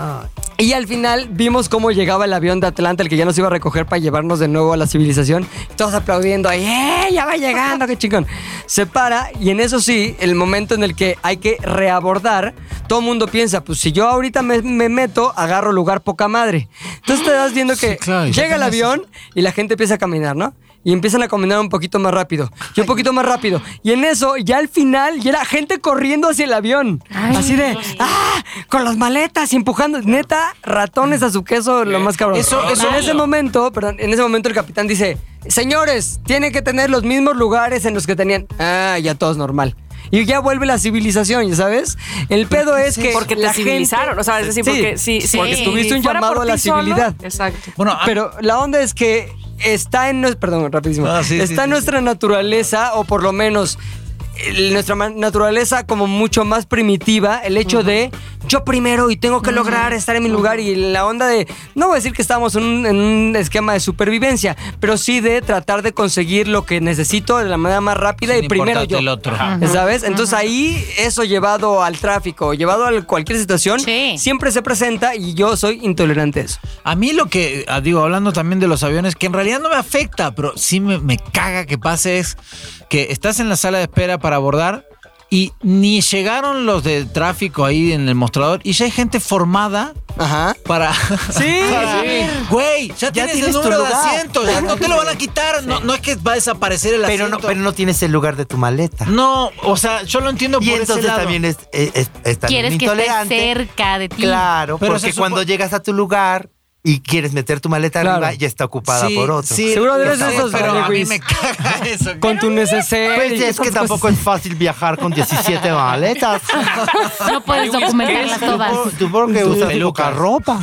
[SPEAKER 2] Y al final vimos cómo llegaba el avión de Atlanta, el que ya nos iba a recoger para llevarnos de nuevo a la civilización. Todos aplaudiendo ahí, ¡eh! Ya va llegando, qué chingón. Se para y en eso sí, el momento en el que hay que reabordar, todo el mundo piensa, pues si yo ahorita me, me meto, agarro lugar poca madre. Entonces te das viendo que
[SPEAKER 7] claro, y ya
[SPEAKER 2] llega el
[SPEAKER 7] tenías-
[SPEAKER 2] avión y la gente empieza a caminar, ¿no? Y empiezan a caminar un poquito más rápido. Y un poquito más rápido. Y en eso, ya al final, ya era gente corriendo hacia el avión. así de, ¡ah! Con las maletas y empujando. Neta, ratones a su queso, lo más cabrón.
[SPEAKER 7] Eso-
[SPEAKER 2] Y en ese momento, perdón, en ese momento el capitán dice, señores, tienen que tener los mismos lugares en los que tenían. Ah, ya todo es normal. Y ya vuelve la civilización, ¿ya sabes? El pedo es que.
[SPEAKER 5] Porque te
[SPEAKER 2] la gente-
[SPEAKER 5] civilizaron, o sea, es decir,
[SPEAKER 2] Sí,
[SPEAKER 5] porque si, si-
[SPEAKER 2] porque
[SPEAKER 5] si
[SPEAKER 2] tuviste un
[SPEAKER 5] fuera
[SPEAKER 2] llamado
[SPEAKER 5] por
[SPEAKER 2] a la
[SPEAKER 5] ti solo,
[SPEAKER 2] civilidad.
[SPEAKER 5] Exacto.
[SPEAKER 7] Bueno, a-
[SPEAKER 2] Pero la onda es que está en nuestra. Perdón, rapidísimo.
[SPEAKER 7] Ah, sí,
[SPEAKER 2] está
[SPEAKER 7] sí,
[SPEAKER 2] en
[SPEAKER 7] sí.
[SPEAKER 2] nuestra naturaleza, o por lo menos el- nuestra ma- naturaleza como mucho más primitiva, el hecho de yo primero y tengo que lograr estar en mi lugar. Y la onda de. No voy a decir que estamos en un, en un esquema de supervivencia, pero sí de tratar de conseguir lo que necesito de la manera más rápida
[SPEAKER 7] sin
[SPEAKER 2] y primero
[SPEAKER 7] importarte
[SPEAKER 2] yo.
[SPEAKER 7] el otro.
[SPEAKER 2] ¿Sabes? Entonces ahí eso llevado al tráfico, llevado a cualquier situación,
[SPEAKER 1] Sí.
[SPEAKER 2] siempre se presenta y yo soy intolerante a eso.
[SPEAKER 7] A mí lo que, ah, digo, hablando también de los aviones, que en realidad no me afecta, pero sí me, me caga que pase es que estás en la sala de espera para abordar Y ni llegaron los de tráfico ahí en el mostrador y ya hay gente formada
[SPEAKER 2] Ajá.
[SPEAKER 7] para...
[SPEAKER 2] Sí.
[SPEAKER 3] Ah,
[SPEAKER 7] Güey, ya, tienes,
[SPEAKER 4] tienes
[SPEAKER 7] el
[SPEAKER 4] tu
[SPEAKER 7] número de
[SPEAKER 4] lugar.
[SPEAKER 7] asiento, ya no te lo van a quitar, no, no es que va a desaparecer el
[SPEAKER 4] Pero no,
[SPEAKER 7] asiento.
[SPEAKER 4] pero no tienes el lugar de tu maleta.
[SPEAKER 7] No, o sea, yo lo entiendo
[SPEAKER 4] Y
[SPEAKER 7] por ese
[SPEAKER 4] entonces
[SPEAKER 7] lado.
[SPEAKER 4] también es, es, es- es también
[SPEAKER 1] Quieres que esté
[SPEAKER 4] intolerante.
[SPEAKER 1] cerca de ti.
[SPEAKER 4] Claro,
[SPEAKER 7] Pero se
[SPEAKER 4] porque
[SPEAKER 7] supo-
[SPEAKER 4] cuando llegas a tu lugar y quieres meter tu maleta
[SPEAKER 2] Claro.
[SPEAKER 4] arriba, ya está ocupada
[SPEAKER 7] Sí,
[SPEAKER 4] por otro.
[SPEAKER 7] sí,
[SPEAKER 2] Seguro
[SPEAKER 7] lo
[SPEAKER 2] eres de
[SPEAKER 7] sé,
[SPEAKER 2] esos
[SPEAKER 7] pero a mí
[SPEAKER 2] maniquís.
[SPEAKER 7] me caga eso.
[SPEAKER 2] Con tu necesidad.
[SPEAKER 4] Pues es que tampoco es fácil viajar con 17 maletas.
[SPEAKER 1] No puedes documentarlas
[SPEAKER 4] Tú
[SPEAKER 1] todas.
[SPEAKER 4] por- Tú porque usas tu
[SPEAKER 3] pelucas.
[SPEAKER 4] poca ropa.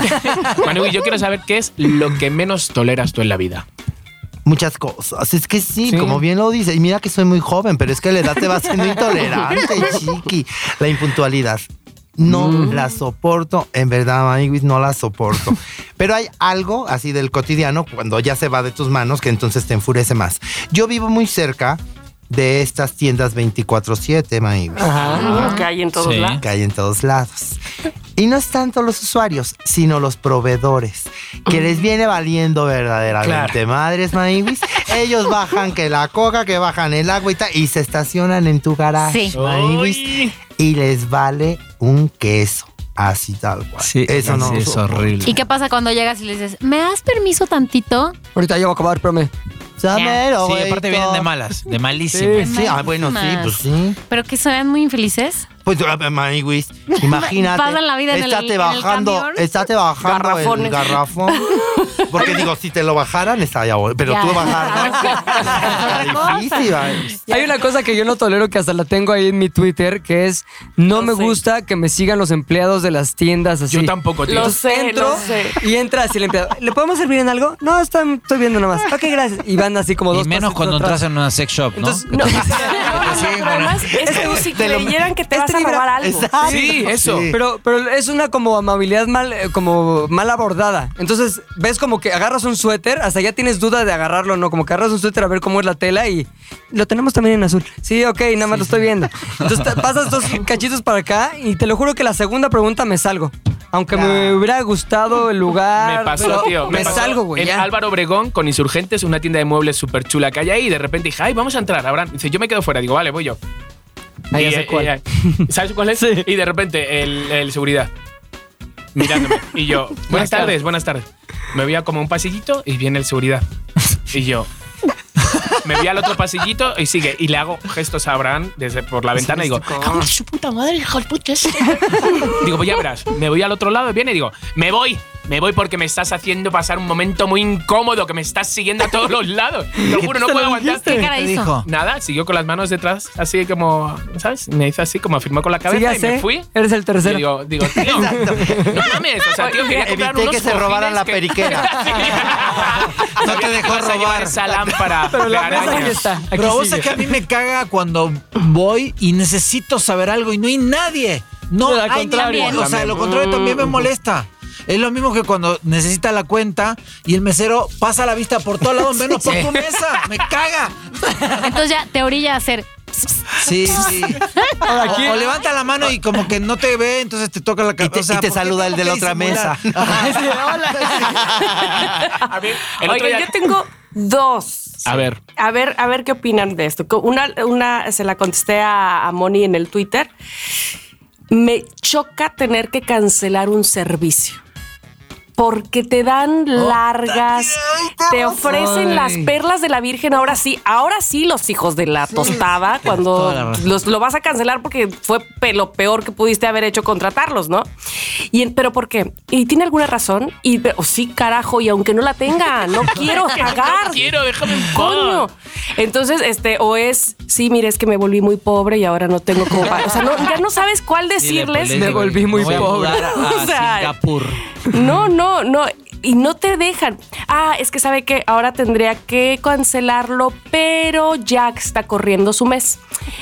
[SPEAKER 3] Manu, y yo quiero saber qué es lo que menos toleras tú en la vida.
[SPEAKER 4] Muchas cosas. Es que sí,
[SPEAKER 3] Sí.
[SPEAKER 4] como bien lo dice. Y mira que soy muy joven, pero es que la edad te va haciendo intolerante, chiqui. La impuntualidad. No la soporto, en verdad, amiguis, no la soporto. Pero hay algo así del cotidiano, cuando ya se va de tus manos, que entonces te enfurece más. Yo vivo muy cerca de estas tiendas 24-7, amiguis.
[SPEAKER 5] Lo que hay en todos
[SPEAKER 3] Ah. Sí.
[SPEAKER 5] lados.
[SPEAKER 4] que hay en todos lados. Y no es tanto los usuarios, sino los proveedores, que les viene valiendo verdaderamente madres, Maywis. Ellos bajan que la coca, que bajan el agua y tal, y se estacionan en tu garaje,
[SPEAKER 1] Sí.
[SPEAKER 4] maíbis,
[SPEAKER 3] Ay.
[SPEAKER 4] y les vale un queso, así tal cual. Eso no
[SPEAKER 7] es
[SPEAKER 4] soporto.
[SPEAKER 7] horrible.
[SPEAKER 1] ¿Y qué pasa cuando llegas y le dices, ¿me das permiso tantito?
[SPEAKER 2] Ahorita ya voy a acabar, prome.
[SPEAKER 4] Samero,
[SPEAKER 7] Sí,
[SPEAKER 4] güey,
[SPEAKER 7] aparte vienen de
[SPEAKER 4] to-
[SPEAKER 7] malas, de malísimas.
[SPEAKER 4] Sí, ah, bueno, sí, pues sí.
[SPEAKER 1] Pero que sean muy infelices.
[SPEAKER 4] Pues, ah, Maywis, imagínate.
[SPEAKER 1] Pasan la vida en el- en
[SPEAKER 4] estate
[SPEAKER 1] el
[SPEAKER 4] bajando,
[SPEAKER 1] camión.
[SPEAKER 4] estate bajando
[SPEAKER 5] Garrafones.
[SPEAKER 4] el garrafón. Porque digo, si te lo bajaran, está ya, bueno, pero
[SPEAKER 1] Ya.
[SPEAKER 4] tú bajar.
[SPEAKER 1] Otra cosa.
[SPEAKER 4] ¿no? difícil, ¿eh? Maywis.
[SPEAKER 2] Hay una cosa que yo no tolero que hasta la tengo ahí en mi Twitter, que es no
[SPEAKER 5] Lo
[SPEAKER 2] me
[SPEAKER 5] sé.
[SPEAKER 2] gusta que me sigan los empleados de las tiendas así.
[SPEAKER 3] Yo tampoco, tío.
[SPEAKER 5] Lo sé,
[SPEAKER 2] Entro
[SPEAKER 5] lo sé.
[SPEAKER 2] y entra así el empleado. ¿Le podemos servir en algo? No, está- estoy viendo nomás. Ok, gracias. Y van así como dos.
[SPEAKER 7] Y menos
[SPEAKER 2] pasitos
[SPEAKER 7] cuando
[SPEAKER 2] atrás.
[SPEAKER 7] entras en una sex shop, ¿no?
[SPEAKER 2] Entonces,
[SPEAKER 7] Que te- que te siguen con la-
[SPEAKER 5] Además, es como si
[SPEAKER 4] te lo-
[SPEAKER 5] creyeran que te
[SPEAKER 2] este
[SPEAKER 5] vas a
[SPEAKER 2] libro-
[SPEAKER 5] robar algo.
[SPEAKER 4] Exacto.
[SPEAKER 3] Sí, eso.
[SPEAKER 4] Sí.
[SPEAKER 2] Pero, pero es una como amabilidad mal, eh, como mal abordada. Entonces, ves como que agarras un suéter, hasta ya tienes duda de agarrarlo o no. Como que agarras un suéter a ver cómo es la tela y lo tenemos también en azul. Sí, ok, nada más lo estoy viendo. Entonces, te- pasas dos cachitos para acá y te lo juro que la segunda pregunta me salgo. Aunque me hubiera gustado el lugar.
[SPEAKER 3] Me pasó,
[SPEAKER 2] pero
[SPEAKER 3] tío.
[SPEAKER 2] Me,
[SPEAKER 3] pasó
[SPEAKER 2] salgo, güey.
[SPEAKER 3] En
[SPEAKER 2] ya.
[SPEAKER 3] Álvaro Obregón, con Insurgentes, una tienda de muebles súper chula que hay ahí. Y de repente dije, ay, vamos a entrar, Abraham. Dice, yo me quedo fuera. Digo, vale, voy yo.
[SPEAKER 2] Ah,
[SPEAKER 3] Y-
[SPEAKER 2] ya sé
[SPEAKER 3] y-
[SPEAKER 2] cuál.
[SPEAKER 3] y- ¿Sabes cuál es? Y de repente, el, el seguridad. Mirándome. Y yo, buenas tardes, buenas tardes. Me voy a como un pasillito y viene el seguridad. Y yo... Me voy al otro pasillito y sigue. Y le hago gestos a Abraham desde por la ventana y digo, "Cago en su puta madre, hijo de puta ese". Digo, pues ya verás. Me voy al otro lado y viene y digo, me voy. Me voy porque me estás haciendo pasar un momento muy incómodo, que me estás siguiendo a todos los lados. Te lo juro, no puedo aguantar.
[SPEAKER 1] ¿Qué cara
[SPEAKER 7] Te
[SPEAKER 1] hizo?
[SPEAKER 7] dijo.
[SPEAKER 3] Nada, siguió con las manos detrás, así como, ¿sabes? Me hizo así, como afirmó con la
[SPEAKER 2] Sí,
[SPEAKER 3] cabeza
[SPEAKER 2] ya
[SPEAKER 3] y
[SPEAKER 2] sé.
[SPEAKER 3] me fui.
[SPEAKER 2] Eres el
[SPEAKER 3] Y
[SPEAKER 2] tercero.
[SPEAKER 3] digo, digo, tío, no mames, o sea, tío, quería comprar
[SPEAKER 4] Evité
[SPEAKER 3] unos
[SPEAKER 4] que se
[SPEAKER 3] cojines
[SPEAKER 4] robaran la
[SPEAKER 3] que-
[SPEAKER 4] periquera.
[SPEAKER 3] Sí.
[SPEAKER 7] No te
[SPEAKER 3] Sabía que
[SPEAKER 7] dejó
[SPEAKER 3] ibas a llevar
[SPEAKER 7] robar.
[SPEAKER 3] esa lámpara
[SPEAKER 2] Pero
[SPEAKER 3] de
[SPEAKER 2] la mesa
[SPEAKER 3] araña.
[SPEAKER 2] aquí está. Aquí
[SPEAKER 7] Pero vos
[SPEAKER 2] sigue.
[SPEAKER 7] sabés que a mí me caga cuando voy y necesito saber algo y no hay nadie. No,
[SPEAKER 2] No, al
[SPEAKER 7] hay
[SPEAKER 2] contrario.
[SPEAKER 7] nadie. O sea, lo contrario también me molesta. Es lo mismo que cuando necesita la cuenta y el mesero pasa la vista por todos lados menos por tu mesa. Me caga.
[SPEAKER 1] Entonces ya te orilla a hacer.
[SPEAKER 7] Sí, sí.
[SPEAKER 2] Ahora, ¿quién-
[SPEAKER 7] O, o levanta la mano y como que no te ve, entonces te toca la
[SPEAKER 4] Y te,
[SPEAKER 7] cabeza.
[SPEAKER 4] y te saluda el de la otra mesa.
[SPEAKER 3] Este, A ver, el otro
[SPEAKER 5] Oigan,
[SPEAKER 3] día-
[SPEAKER 5] yo tengo dos.
[SPEAKER 3] A ver.
[SPEAKER 5] A ver, a ver qué opinan de esto. Una, una se la contesté a, a Moni en el Twitter. Me choca tener que cancelar un servicio. Porque te
[SPEAKER 3] Oh,
[SPEAKER 5] dan largas, te ofrecen las perlas de la Virgen. Ahora sí, ahora sí, los hijos de la tostada,
[SPEAKER 7] toda la
[SPEAKER 5] cuando
[SPEAKER 7] razón.
[SPEAKER 5] los, lo vas a cancelar porque fue pe- lo peor que pudiste haber hecho contratarlos, ¿no? Y en- pero ¿por qué? Y tiene alguna razón. Y pero, sí, carajo, y aunque no la tenga, no quiero pagar.
[SPEAKER 3] No quiero, déjame en paz.
[SPEAKER 5] Coño. Entonces, este, o es, sí, mire, es que me volví muy pobre y ahora no tengo como para. O sea, no, ya no sabes cuál decirles.
[SPEAKER 2] Me volví muy pobre.
[SPEAKER 5] O sea,
[SPEAKER 7] Singapur.
[SPEAKER 5] No, no, no. Y no te dejan. Ah, es que sabe que ahora tendría que cancelarlo, pero ya está corriendo su mes.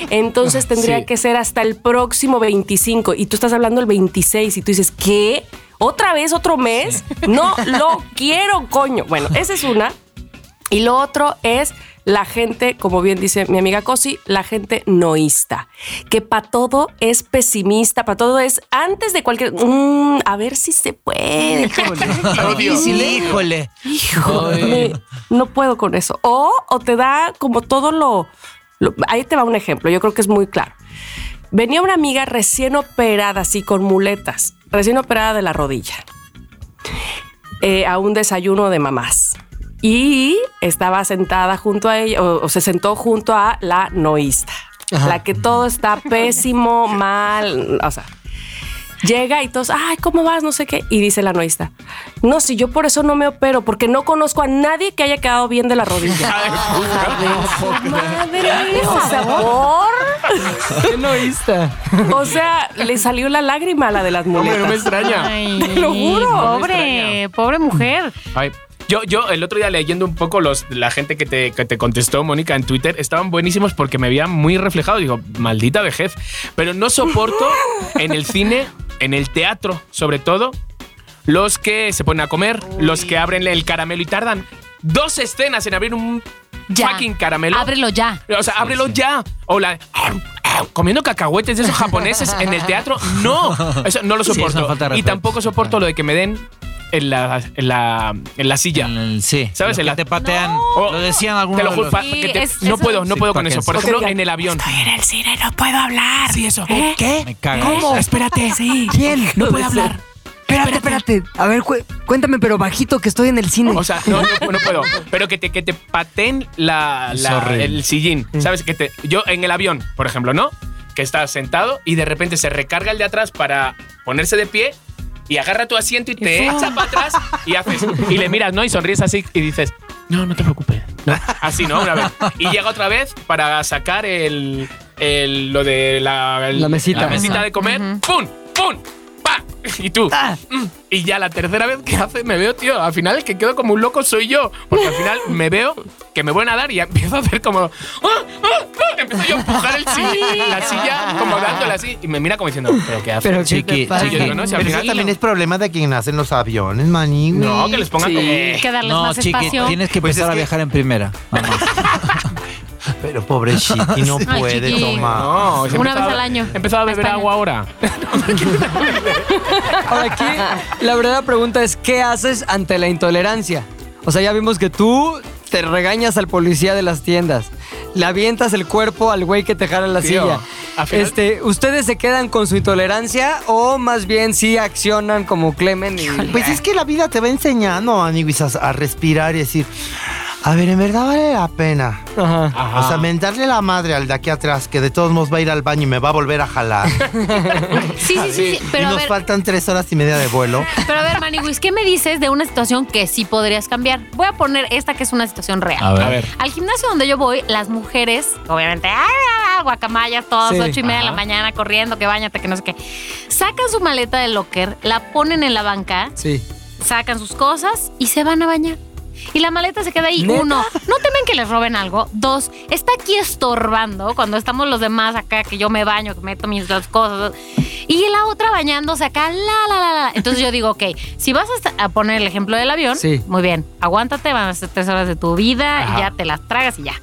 [SPEAKER 5] Entonces tendría
[SPEAKER 2] sí.
[SPEAKER 5] que ser hasta el próximo 25. Y tú estás hablando el 26 y tú dices, ¿qué? ¿Otra vez otro mes? No lo quiero, coño. Bueno, esa es una. Y lo otro es la gente, como bien dice mi amiga Cosi, la gente noísta, que para todo es pesimista, para todo es antes de cualquier... "Mm, a ver si se puede.
[SPEAKER 7] Difícil, ¿eh? híjole.
[SPEAKER 5] Hijo, me- no puedo con eso. O, o te da como todo lo, lo- Ahí te va un ejemplo, yo creo que es muy claro. Venía una amiga recién operada, así con muletas, recién operada de la rodilla, eh, a un desayuno de mamás. Y estaba sentada junto a ella, o, o se sentó junto a la noísta, la que todo está pésimo, mal, o sea, Llega y todos, ay, ¿cómo vas? No sé qué. Y dice la noísta, no, si yo por eso no me opero, porque no conozco a nadie que haya quedado bien de la rodilla. Madre, o sea, ¿por?
[SPEAKER 2] ¿Qué noísta?
[SPEAKER 5] O sea, le salió la lágrima a la de las
[SPEAKER 3] Hombre, no me
[SPEAKER 5] muletas.
[SPEAKER 3] extraña.
[SPEAKER 1] Ay,
[SPEAKER 5] Te lo juro.
[SPEAKER 1] Pobre, pobre mujer.
[SPEAKER 3] Ay, Yo, yo el otro día leyendo un poco los, la gente que te, que te contestó, Mónica, en Twitter, estaban buenísimos porque me veían muy reflejado. Digo, maldita vejez. Pero no soporto en el cine, en el teatro, sobre todo, los que se ponen a comer, los que abren el caramelo y tardan dos escenas en abrir un
[SPEAKER 1] Ya.
[SPEAKER 3] fucking caramelo.
[SPEAKER 1] Ábrelo ya.
[SPEAKER 3] O sea, ábrelo ya. O la. au, au, Comiendo cacahuetes de esos japoneses en el teatro, no. Eso no lo
[SPEAKER 6] Sí, es una
[SPEAKER 3] soporto.
[SPEAKER 6] falta de
[SPEAKER 3] y
[SPEAKER 6] respeto.
[SPEAKER 3] tampoco soporto lo de que me den en la, en la, en la silla.
[SPEAKER 6] En el- sí.
[SPEAKER 3] ¿Sabes?
[SPEAKER 6] Los
[SPEAKER 3] El
[SPEAKER 6] que
[SPEAKER 3] la-
[SPEAKER 6] te patean.
[SPEAKER 3] Oh,
[SPEAKER 6] lo decían algunos.
[SPEAKER 3] Te lo
[SPEAKER 6] de
[SPEAKER 3] juro,
[SPEAKER 6] los-
[SPEAKER 3] pa-
[SPEAKER 1] Sí,
[SPEAKER 3] que te-
[SPEAKER 1] es-
[SPEAKER 3] no
[SPEAKER 1] eso-
[SPEAKER 3] puedo, no puedo con eso. Por
[SPEAKER 5] Ok,
[SPEAKER 3] ejemplo,
[SPEAKER 5] digan,
[SPEAKER 3] en el avión.
[SPEAKER 5] Estoy en el cine, no puedo hablar. ¿Eh?
[SPEAKER 3] Sí, eso.
[SPEAKER 2] ¿Qué?
[SPEAKER 6] Me caga. ¿Cómo?
[SPEAKER 2] Espérate. ¿Quién? No puede hablar. Espérate, espérate. A ver, cu- cuéntame, pero bajito, que estoy en el cine.
[SPEAKER 3] O sea, no, no, no puedo. Pero que te, que te pateen la,
[SPEAKER 6] Es
[SPEAKER 3] la-
[SPEAKER 6] horrible.
[SPEAKER 3] el sillín. ¿Sabes? Que te, yo en el avión, por ejemplo, ¿no? Que estás sentado y de repente se recarga el de atrás para ponerse de pie y agarra tu asiento y te echa para atrás y haces. Y le miras, ¿no? Y sonríes así y dices, no, no te preocupes. ¿no? Así, ¿no? Una vez. Y llega otra vez para sacar el. el- lo de la, el-
[SPEAKER 2] La mesita.
[SPEAKER 3] la mesita
[SPEAKER 2] Ajá.
[SPEAKER 3] de comer. ¡Pum! ¡Pum! ¡Pa! Y tú. Mm. Y ya la tercera vez que hace, me veo, tío. Al final, el que quedo como un loco soy yo. Porque al final me veo que me voy a nadar y ya empiezo a hacer como. ¡Ah, ah, ah! Empiezo yo a empujar el sillín, la silla, como dándole así. Y me mira como diciendo, ¿pero qué haces?
[SPEAKER 2] pero ¿qué
[SPEAKER 6] Chiqui,
[SPEAKER 2] te pasa?
[SPEAKER 3] chiqui, yo no sé. al
[SPEAKER 4] Pero eso
[SPEAKER 3] final-
[SPEAKER 4] también es problema de quien hacen los aviones, maní.
[SPEAKER 3] No, que les pongan como.
[SPEAKER 1] Hay que darles
[SPEAKER 6] No,
[SPEAKER 1] más
[SPEAKER 6] chiqui,
[SPEAKER 1] espacio.
[SPEAKER 6] tienes que
[SPEAKER 4] Pues es
[SPEAKER 6] empezar a
[SPEAKER 4] que-
[SPEAKER 6] viajar en primera. Vamos.
[SPEAKER 4] Pero pobre Chiqui no
[SPEAKER 1] Ay,
[SPEAKER 4] puede
[SPEAKER 1] Chiqui.
[SPEAKER 4] tomar.
[SPEAKER 3] No, se
[SPEAKER 1] Una
[SPEAKER 3] empezaba-
[SPEAKER 1] vez al año.
[SPEAKER 3] Empezaba a
[SPEAKER 1] A
[SPEAKER 3] beber
[SPEAKER 1] España.
[SPEAKER 3] agua ahora.
[SPEAKER 2] Ahora aquí, la verdadera pregunta es, ¿qué haces ante la intolerancia? O sea, ya vimos que tú te regañas al policía de las tiendas. Le avientas el cuerpo al güey que te jala la
[SPEAKER 3] Tío,
[SPEAKER 2] silla.
[SPEAKER 3] al final-
[SPEAKER 2] Este, ¿Ustedes se quedan con su intolerancia o más bien sí accionan como Clemen? Y...
[SPEAKER 4] Pues es que la vida te va enseñando, amiguis, a, a respirar y decir, a ver, en verdad vale la pena.
[SPEAKER 2] Ajá.
[SPEAKER 4] O sea, mentarle la madre al de aquí atrás, que de todos modos va a ir al baño y me va a volver a jalar.
[SPEAKER 1] sí, sí, sí, sí.
[SPEAKER 4] y
[SPEAKER 1] Pero a
[SPEAKER 4] nos
[SPEAKER 1] ver,
[SPEAKER 4] faltan tres horas y media de vuelo.
[SPEAKER 1] pero a ver, Maniwis, ¿qué me dices de una situación que sí podrías cambiar? Voy a poner esta que es una situación real.
[SPEAKER 6] A ver.
[SPEAKER 3] A ver.
[SPEAKER 1] Al gimnasio donde yo voy, las mujeres, obviamente, ¡ay, ay, ay! guacamayas, todas
[SPEAKER 2] Sí.
[SPEAKER 1] ocho y media de la
[SPEAKER 3] Ajá.
[SPEAKER 1] mañana corriendo, que bañate, que no sé qué. Sacan su maleta del locker, la ponen en la banca,
[SPEAKER 2] Sí.
[SPEAKER 1] sacan sus cosas y se van a bañar. Y la maleta se queda ahí.
[SPEAKER 2] ¿Neta?
[SPEAKER 1] Uno, no temen que les roben algo. Dos, está aquí estorbando cuando estamos los demás acá, que yo me baño, que meto mis dos cosas. Y la otra bañándose acá, la, la, la, la. Entonces yo digo, ok, si vas a esta- a poner el ejemplo del avión,
[SPEAKER 2] Sí.
[SPEAKER 1] muy bien, aguántate, van a ser tres horas de tu vida
[SPEAKER 3] Ajá.
[SPEAKER 1] y ya te las tragas y ya.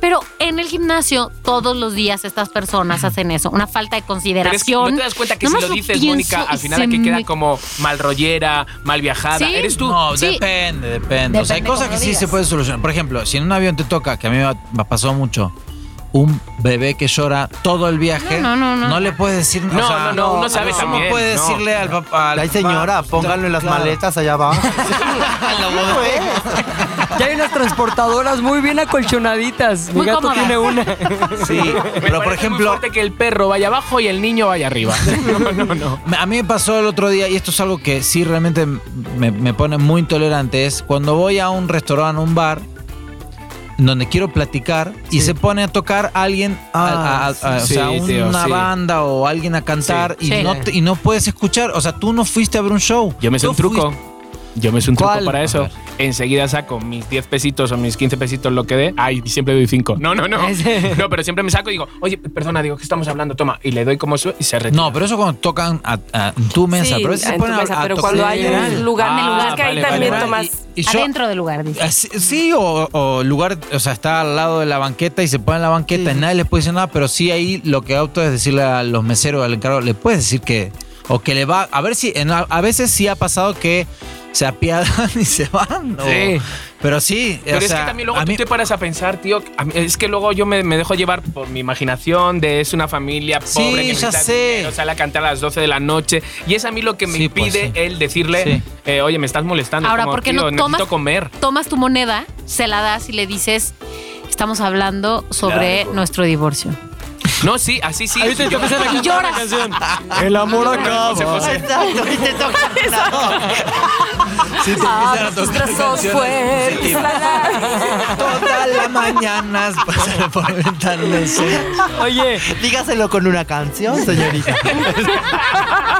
[SPEAKER 1] Pero en el gimnasio, todos los días estas personas hacen eso. Una falta de
[SPEAKER 3] Pero
[SPEAKER 1] consideración.
[SPEAKER 3] es que no te das cuenta que si
[SPEAKER 1] Nomás
[SPEAKER 3] lo dices,
[SPEAKER 1] pienso
[SPEAKER 3] Mónica,
[SPEAKER 1] y
[SPEAKER 3] al final
[SPEAKER 1] se
[SPEAKER 3] aquí queda
[SPEAKER 1] me-
[SPEAKER 3] como mal rollera, mal viajada.
[SPEAKER 1] Sí.
[SPEAKER 3] Eres tú.
[SPEAKER 7] No,
[SPEAKER 1] Sí.
[SPEAKER 7] depende, depende. O sea, hay
[SPEAKER 1] Depende
[SPEAKER 7] cosas
[SPEAKER 1] cómo
[SPEAKER 7] que sí
[SPEAKER 1] digas.
[SPEAKER 7] se pueden solucionar. Por ejemplo, si en un avión te toca, que a mí me me pasó mucho, un bebé que llora todo el viaje,
[SPEAKER 1] No, no, no, no.
[SPEAKER 7] le puedes decir
[SPEAKER 3] No, no, no, uno sabe
[SPEAKER 7] ¿cómo
[SPEAKER 3] también,
[SPEAKER 7] puedes
[SPEAKER 3] no.
[SPEAKER 7] decirle al papá? al
[SPEAKER 4] Ay,
[SPEAKER 7] papá,
[SPEAKER 4] señora, pónganlo en las
[SPEAKER 7] claro.
[SPEAKER 4] maletas allá abajo.
[SPEAKER 2] Ya hay unas transportadoras muy bien acolchonaditas. Mi
[SPEAKER 1] Muy
[SPEAKER 2] gato
[SPEAKER 1] cómodas.
[SPEAKER 2] tiene una.
[SPEAKER 7] Sí,
[SPEAKER 3] Me
[SPEAKER 7] pero por
[SPEAKER 3] parece muy
[SPEAKER 7] ejemplo,
[SPEAKER 3] fuerte que el perro vaya abajo y el niño vaya arriba. No, no, no.
[SPEAKER 7] Me- A mí me pasó el otro día, y esto es algo que sí realmente me, me pone muy intolerante, es cuando voy a un restaurante, a un bar, donde quiero platicar, y
[SPEAKER 2] Sí.
[SPEAKER 7] se pone a tocar alguien, a- a- a-
[SPEAKER 3] sí.
[SPEAKER 7] o sea,
[SPEAKER 3] Sí,
[SPEAKER 7] un-
[SPEAKER 3] tío,
[SPEAKER 7] una
[SPEAKER 3] sí.
[SPEAKER 7] banda o alguien a cantar,
[SPEAKER 1] Sí.
[SPEAKER 7] Y, no te- y no puedes escuchar, o sea, tú no fuiste a ver un show.
[SPEAKER 3] Yo me sé
[SPEAKER 7] Tú
[SPEAKER 3] un truco.
[SPEAKER 7] fuiste-
[SPEAKER 3] Yo me sé un
[SPEAKER 2] ¿Cuál?
[SPEAKER 3] truco para
[SPEAKER 7] A
[SPEAKER 3] eso.
[SPEAKER 7] ver.
[SPEAKER 3] Enseguida saco mis 10 pesitos o mis 15 pesitos, lo que dé. Ay, siempre doy 5. No, no, no.
[SPEAKER 2] Ese.
[SPEAKER 3] No, pero siempre me saco y digo, oye, perdona, digo, que estamos hablando? Toma. Y le doy como eso y se retira.
[SPEAKER 7] No, pero eso cuando tocan a, a- en tu mesa,
[SPEAKER 5] Sí,
[SPEAKER 7] pero a veces se
[SPEAKER 5] en tu
[SPEAKER 7] ponen a-
[SPEAKER 5] mesa,
[SPEAKER 7] a
[SPEAKER 5] pero
[SPEAKER 7] tocar
[SPEAKER 5] cuando
[SPEAKER 7] en
[SPEAKER 5] hay
[SPEAKER 7] general.
[SPEAKER 5] un lugar, en el
[SPEAKER 3] Ah,
[SPEAKER 5] lugar que hay
[SPEAKER 3] vale,
[SPEAKER 5] también
[SPEAKER 3] vale,
[SPEAKER 5] tomas...
[SPEAKER 7] Y- y yo-
[SPEAKER 1] Adentro del lugar, dice.
[SPEAKER 7] Ah, Sí, sí, o, o lugar, o sea, está al lado de la banqueta y se pone en la banqueta y nadie les puede decir nada, pero sí ahí lo que opto es decirle a los meseros, al encargado, le puedes decir que, o que le va, a ver si, en- a veces sí ha pasado que se apiadan y se van. o-
[SPEAKER 2] Sí.
[SPEAKER 7] Pero sí,
[SPEAKER 3] Pero
[SPEAKER 7] Eh, o
[SPEAKER 3] es
[SPEAKER 7] sea,
[SPEAKER 3] que también luego
[SPEAKER 7] a
[SPEAKER 3] tú
[SPEAKER 7] mí-
[SPEAKER 3] te paras a pensar, tío. a mí- es que luego yo me, me dejo llevar por mi imaginación de es una familia pobre
[SPEAKER 7] Sí,
[SPEAKER 3] que
[SPEAKER 7] ya
[SPEAKER 3] necesita
[SPEAKER 7] sé.
[SPEAKER 3] dinero, sale a cantar a las 12 de la noche. Y es a mí lo que me
[SPEAKER 7] Sí, pues,
[SPEAKER 3] impide
[SPEAKER 7] sí.
[SPEAKER 3] el decirle,
[SPEAKER 7] Sí.
[SPEAKER 3] eh, oye, me estás molestando.
[SPEAKER 1] Ahora,
[SPEAKER 3] como,
[SPEAKER 1] ¿por qué
[SPEAKER 3] "Tío,
[SPEAKER 1] no tomas,
[SPEAKER 3] Necesito comer.
[SPEAKER 1] tomas tu moneda, se la das y le dices, estamos hablando sobre nuestro divorcio?
[SPEAKER 3] No, sí, así sí.
[SPEAKER 8] Ahí te
[SPEAKER 3] Yo-
[SPEAKER 8] toca hacer
[SPEAKER 1] Y lloras.
[SPEAKER 8] canción. El amor acaba.
[SPEAKER 3] José, José.
[SPEAKER 5] Ah, nuestras dos fuertes.
[SPEAKER 7] Toda la mañana pásale por la ventana, sí.
[SPEAKER 8] Oye,
[SPEAKER 4] Dígaselo con una canción, señorita.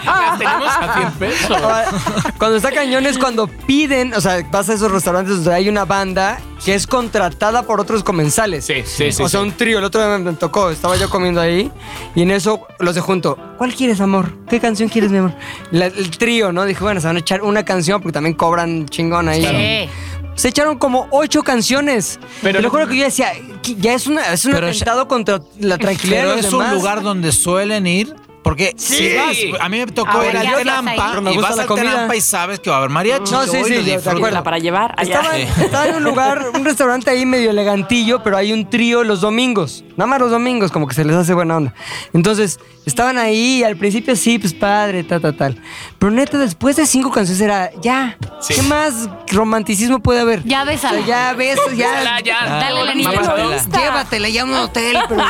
[SPEAKER 3] Las tenemos a 100 pesos.
[SPEAKER 2] Ahora, Cuando está cañón es cuando piden, o sea, vas a esos restaurantes donde hay una banda que es contratada por otros comensales.
[SPEAKER 3] Sí, sí, sí,
[SPEAKER 2] O sea,
[SPEAKER 3] sí.
[SPEAKER 2] un trío. El otro día me me tocó, estaba yo comiendo ahí y en eso los de junto. ¿Cuál quieres, amor? ¿Qué canción quieres, mi amor? La- el trío, ¿no? Dije, bueno, se van a echar una canción porque también cobran chingón ahí.
[SPEAKER 1] Sí.
[SPEAKER 2] Se echaron como ocho canciones. Pero
[SPEAKER 3] Pero-
[SPEAKER 2] lo juro que yo decía, "¿Qué- ya es, una, es un
[SPEAKER 7] Pero ya-
[SPEAKER 2] atentado contra la tranquilidad
[SPEAKER 7] Pero
[SPEAKER 2] de los
[SPEAKER 7] es
[SPEAKER 2] demás".
[SPEAKER 7] un lugar donde suelen ir. Porque si vas, a mí me tocó
[SPEAKER 1] Ahora,
[SPEAKER 7] ir
[SPEAKER 1] ¿qué
[SPEAKER 7] al
[SPEAKER 1] haces ahí?
[SPEAKER 7] Tenampa
[SPEAKER 2] Pero me
[SPEAKER 7] y
[SPEAKER 2] gusta
[SPEAKER 7] vas
[SPEAKER 2] la
[SPEAKER 7] al
[SPEAKER 2] comida.
[SPEAKER 7] Tenampa y sabes que va a haber mariachi.
[SPEAKER 2] No, sí, sí,
[SPEAKER 7] y lo
[SPEAKER 2] yo- de
[SPEAKER 7] disfrutas.
[SPEAKER 2] acuerdo.
[SPEAKER 5] Para llevar allá.
[SPEAKER 2] Estaba, estaba en un lugar, un restaurante ahí medio elegantillo, pero hay un trío los domingos. Nada más los domingos, como que se les hace buena onda. Entonces, estaban ahí y al principio sí, pues padre, tal, tal, tal. Pero neta, después de cinco canciones era ya. ¿Qué más romanticismo puede haber?
[SPEAKER 1] Ya
[SPEAKER 2] O sea,
[SPEAKER 1] bésala.
[SPEAKER 2] ya ves, ya.
[SPEAKER 3] Dale, ya.
[SPEAKER 1] Dale la
[SPEAKER 3] Me ha pasado-
[SPEAKER 1] lista.
[SPEAKER 2] Llévatela ya a un hotel. pero-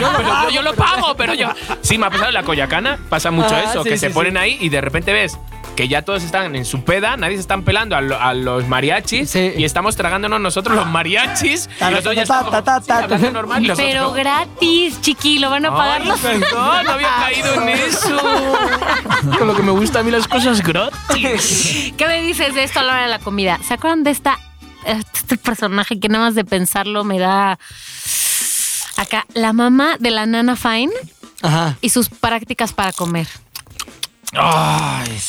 [SPEAKER 3] Yo, pero yo- yo lo pago, pero yo. Sí, me ha pasado en la Coyacana, pasa mucho
[SPEAKER 2] Ah,
[SPEAKER 3] eso,
[SPEAKER 2] sí,
[SPEAKER 3] que
[SPEAKER 2] sí,
[SPEAKER 3] se
[SPEAKER 2] sí.
[SPEAKER 3] ponen ahí y de repente ves que ya todos están en su peda, nadie se están pelando a, lo- a los mariachis
[SPEAKER 2] Sí.
[SPEAKER 3] y estamos tragándonos nosotros los mariachis.
[SPEAKER 2] Ta,
[SPEAKER 3] y los
[SPEAKER 2] ta,
[SPEAKER 3] otros ya
[SPEAKER 2] ta,
[SPEAKER 3] están como,
[SPEAKER 2] ta, ta,
[SPEAKER 3] sí,
[SPEAKER 2] ta,
[SPEAKER 3] hablando
[SPEAKER 2] ta.
[SPEAKER 3] normal. y los
[SPEAKER 1] Pero
[SPEAKER 3] otros,
[SPEAKER 1] gratis, chiqui, lo van a pagar
[SPEAKER 3] "Ay,
[SPEAKER 1] los
[SPEAKER 3] perdón, no había caído en eso. Con lo que me gusta a mí las cosas gratis.
[SPEAKER 1] ¿Qué me dices de esto a la hora de la comida? ¿Se acuerdan de esta, este personaje que nada más de pensarlo me da acá? La mamá de la nana Fine
[SPEAKER 2] Ajá.
[SPEAKER 1] y sus prácticas para comer.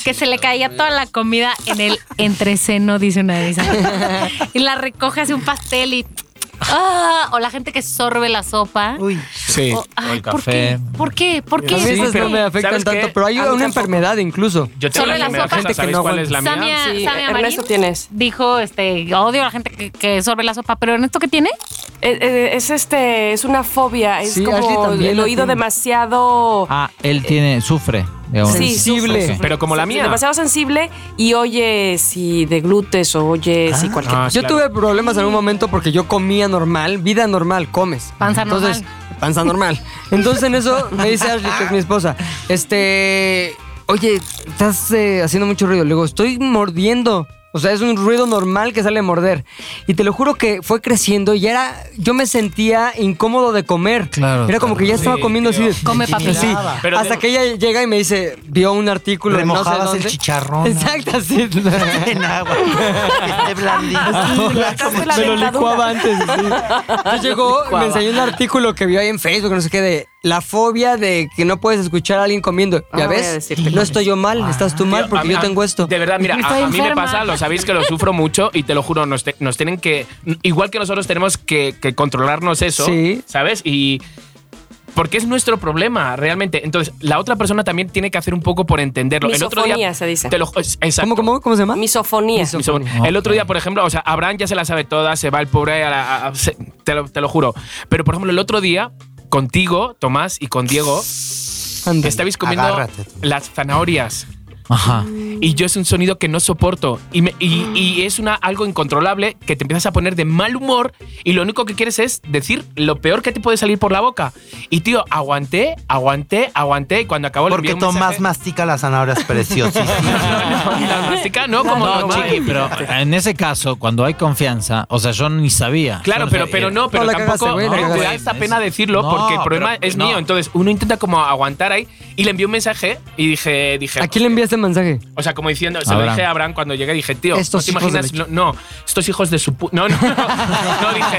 [SPEAKER 1] que se le caía toda la comida en el entreceno, dice una de esas. y la recoge hace un pastel y... ah, o la gente que sorbe la sopa.
[SPEAKER 4] Uy.
[SPEAKER 7] Sí,
[SPEAKER 1] O, ay,
[SPEAKER 7] el
[SPEAKER 1] ¿Por
[SPEAKER 7] café.
[SPEAKER 1] qué? ¿Por qué? ¿Por
[SPEAKER 2] A
[SPEAKER 1] qué?
[SPEAKER 2] mí
[SPEAKER 1] ¿Por
[SPEAKER 2] esas
[SPEAKER 1] qué?
[SPEAKER 2] no me afectan
[SPEAKER 3] ¿Sabes qué?
[SPEAKER 2] tanto, pero hay
[SPEAKER 5] A mí
[SPEAKER 2] una
[SPEAKER 5] tampoco.
[SPEAKER 2] enfermedad incluso.
[SPEAKER 3] Yo tengo
[SPEAKER 1] Sobre
[SPEAKER 3] la
[SPEAKER 1] la
[SPEAKER 3] enfermedad,
[SPEAKER 1] sopa.
[SPEAKER 3] ¿sabéis
[SPEAKER 2] Gente que
[SPEAKER 3] cuál
[SPEAKER 2] no
[SPEAKER 3] es la
[SPEAKER 1] Samia,
[SPEAKER 3] mía?
[SPEAKER 5] Sí,
[SPEAKER 1] Samia Marín
[SPEAKER 5] Ernesto, ¿tienes?
[SPEAKER 1] Dijo, este, odio a la gente que, que sorbe la sopa, pero ¿Ernesto qué tiene?
[SPEAKER 5] Eh, eh, Es este, es una fobia, es
[SPEAKER 2] Sí, Ashley
[SPEAKER 5] como
[SPEAKER 2] también
[SPEAKER 5] el
[SPEAKER 2] la
[SPEAKER 5] oído
[SPEAKER 2] tiene.
[SPEAKER 5] demasiado
[SPEAKER 7] Ah, él tiene, sufre. digamos.
[SPEAKER 5] Sí,
[SPEAKER 2] sensible.
[SPEAKER 5] sufre, sufre.
[SPEAKER 3] Pero como la mía.
[SPEAKER 5] Demasiado sensible y oye si de glutes o oye si cualquier
[SPEAKER 3] Ah,
[SPEAKER 2] Yo
[SPEAKER 3] claro.
[SPEAKER 2] tuve problemas en algún momento porque yo comía normal, vida normal, comes.
[SPEAKER 1] Panza
[SPEAKER 2] Entonces, Panza normal. Entonces en eso me dice Ashley, que es mi esposa, este, oye, estás eh, haciendo mucho ruido. Le digo, estoy mordiendo. O sea, es un ruido normal que sale a morder. Y te lo juro que fue creciendo y era, yo me sentía incómodo de comer.
[SPEAKER 7] Claro,
[SPEAKER 2] Era como que ya estaba
[SPEAKER 3] Sí,
[SPEAKER 2] comiendo así.
[SPEAKER 3] tío.
[SPEAKER 2] de-
[SPEAKER 1] Come papi.
[SPEAKER 2] Sí,
[SPEAKER 3] Pero
[SPEAKER 2] hasta
[SPEAKER 3] de-
[SPEAKER 2] que ella llega y me dice, vio un artículo. en no
[SPEAKER 4] Remojabas
[SPEAKER 2] sé
[SPEAKER 4] el
[SPEAKER 2] dónde.
[SPEAKER 4] chicharrón.
[SPEAKER 2] Exacto, sí.
[SPEAKER 4] En agua. Que esté
[SPEAKER 5] Ah,
[SPEAKER 4] blandito.
[SPEAKER 5] Sacaste la
[SPEAKER 8] me lo
[SPEAKER 5] dentadura.
[SPEAKER 8] licuaba antes. sí.
[SPEAKER 2] Entonces llegó, me enseñó un artículo que vio ahí en Facebook, no sé qué, de la fobia de que no puedes escuchar a alguien comiendo.
[SPEAKER 5] Ah,
[SPEAKER 2] ¿Ya
[SPEAKER 5] voy a
[SPEAKER 2] ves?
[SPEAKER 5] decirte
[SPEAKER 2] No estoy yo mal, estás tú mal
[SPEAKER 3] Tío,
[SPEAKER 2] porque
[SPEAKER 3] a mí-
[SPEAKER 2] yo tengo esto.
[SPEAKER 3] De verdad, mira,
[SPEAKER 1] Estoy
[SPEAKER 3] a, a mí me
[SPEAKER 1] enferma.
[SPEAKER 3] pasa, lo sabéis que lo sufro mucho y te lo juro, nos, te- nos tienen que. Igual que nosotros tenemos que, que controlarnos eso,
[SPEAKER 2] Sí.
[SPEAKER 3] ¿sabes? Y. Porque es nuestro problema, realmente. Entonces, la otra persona también tiene que hacer un poco por entenderlo. el otro día.
[SPEAKER 5] Misofonía, se dice.
[SPEAKER 3] Te lo, es- exacto.
[SPEAKER 2] ¿Cómo, cómo, cómo se llama?
[SPEAKER 5] Misofonía.
[SPEAKER 3] Misofonía. El otro día, por ejemplo, o sea, Abraham ya se la sabe toda, se va el pobre a la- a- a- se- te, lo, te lo juro. Pero, por ejemplo, el otro día, contigo, Tomás, y con Diego,
[SPEAKER 2] Anda.
[SPEAKER 3] estabais comiendo
[SPEAKER 4] Agárrate.
[SPEAKER 3] las zanahorias
[SPEAKER 7] Ajá.
[SPEAKER 3] y yo es un sonido que no soporto y, me- y- y es una, algo incontrolable que te empiezas a poner de mal humor y lo único que quieres es decir lo peor que te puede salir por la boca. Y tío, aguanté, aguanté, aguanté y cuando acabó le envié
[SPEAKER 4] Porque
[SPEAKER 3] un
[SPEAKER 4] Tomás
[SPEAKER 3] mensaje-
[SPEAKER 4] mastica las zanahorias preciosas.
[SPEAKER 3] La mastica, no, como
[SPEAKER 7] No,
[SPEAKER 3] normal.
[SPEAKER 7] chiqui, pero en ese caso, cuando hay confianza, o sea, yo ni sabía.
[SPEAKER 3] Claro,
[SPEAKER 7] Yo
[SPEAKER 3] pero,
[SPEAKER 7] sabía.
[SPEAKER 3] pero no, pero
[SPEAKER 2] eh, No, la
[SPEAKER 3] tampoco
[SPEAKER 2] cagaste, güey, la
[SPEAKER 3] eh, te da
[SPEAKER 7] cagaste.
[SPEAKER 3] esta pena decirlo
[SPEAKER 7] No,
[SPEAKER 3] porque el problema
[SPEAKER 7] pero-
[SPEAKER 3] es
[SPEAKER 7] no.
[SPEAKER 3] mío. Entonces uno intenta como aguantar ahí y le envié un mensaje y dije, dije
[SPEAKER 2] ¿A quién le enviaste el mensaje?
[SPEAKER 3] O sea, como diciendo, se lo
[SPEAKER 7] Abraham.
[SPEAKER 3] dije a Abraham cuando llegué, dije, tío,
[SPEAKER 2] Estos
[SPEAKER 3] ¿no te
[SPEAKER 2] hijos de
[SPEAKER 3] imaginas? No, no, estos hijos de su pu No, no, no, no, dije,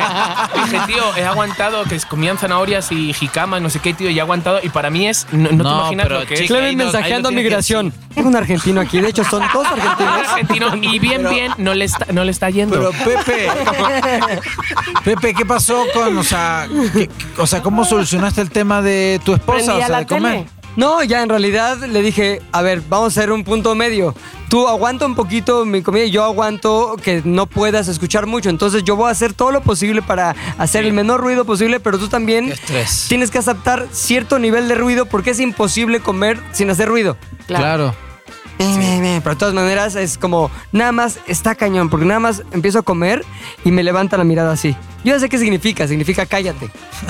[SPEAKER 3] dije, tío, he aguantado que comían zanahorias y jicamas, no sé qué, tío, y he aguantado, y para mí es, no, no te
[SPEAKER 7] No,
[SPEAKER 3] imaginas
[SPEAKER 7] pero,
[SPEAKER 3] lo que
[SPEAKER 7] chica,
[SPEAKER 3] es.
[SPEAKER 7] ahí
[SPEAKER 2] Clemen
[SPEAKER 7] lo- ahí lo
[SPEAKER 2] mensajeando a
[SPEAKER 7] tienes que
[SPEAKER 2] migración. Tengo un argentino aquí, de hecho son dos
[SPEAKER 3] Un
[SPEAKER 2] argentinos.
[SPEAKER 3] argentino, y bien, bien, no le está, no le está yendo.
[SPEAKER 7] Pero Pepe, Pepe, ¿qué pasó con, o sea, qué- o sea, cómo solucionaste el tema de tu esposa,
[SPEAKER 5] Prendía
[SPEAKER 7] o sea,
[SPEAKER 5] la
[SPEAKER 4] eh,
[SPEAKER 7] de comer?
[SPEAKER 5] tele.
[SPEAKER 2] No, ya en realidad le dije, a ver, vamos a hacer un punto medio. Tú aguanta un poquito mi comida y yo aguanto que no puedas escuchar mucho. Entonces yo voy a hacer todo lo posible para hacer el menor ruido posible, pero tú también
[SPEAKER 7] Qué
[SPEAKER 3] Este.
[SPEAKER 7] estrés.
[SPEAKER 2] tienes que aceptar cierto nivel de ruido porque es imposible comer sin hacer ruido.
[SPEAKER 7] Claro.
[SPEAKER 2] Eh, eh, eh, Pero de todas maneras es como, nada más está cañón, porque nada más empiezo a comer y me levanta la mirada así. Yo ya sé qué significa, significa cállate,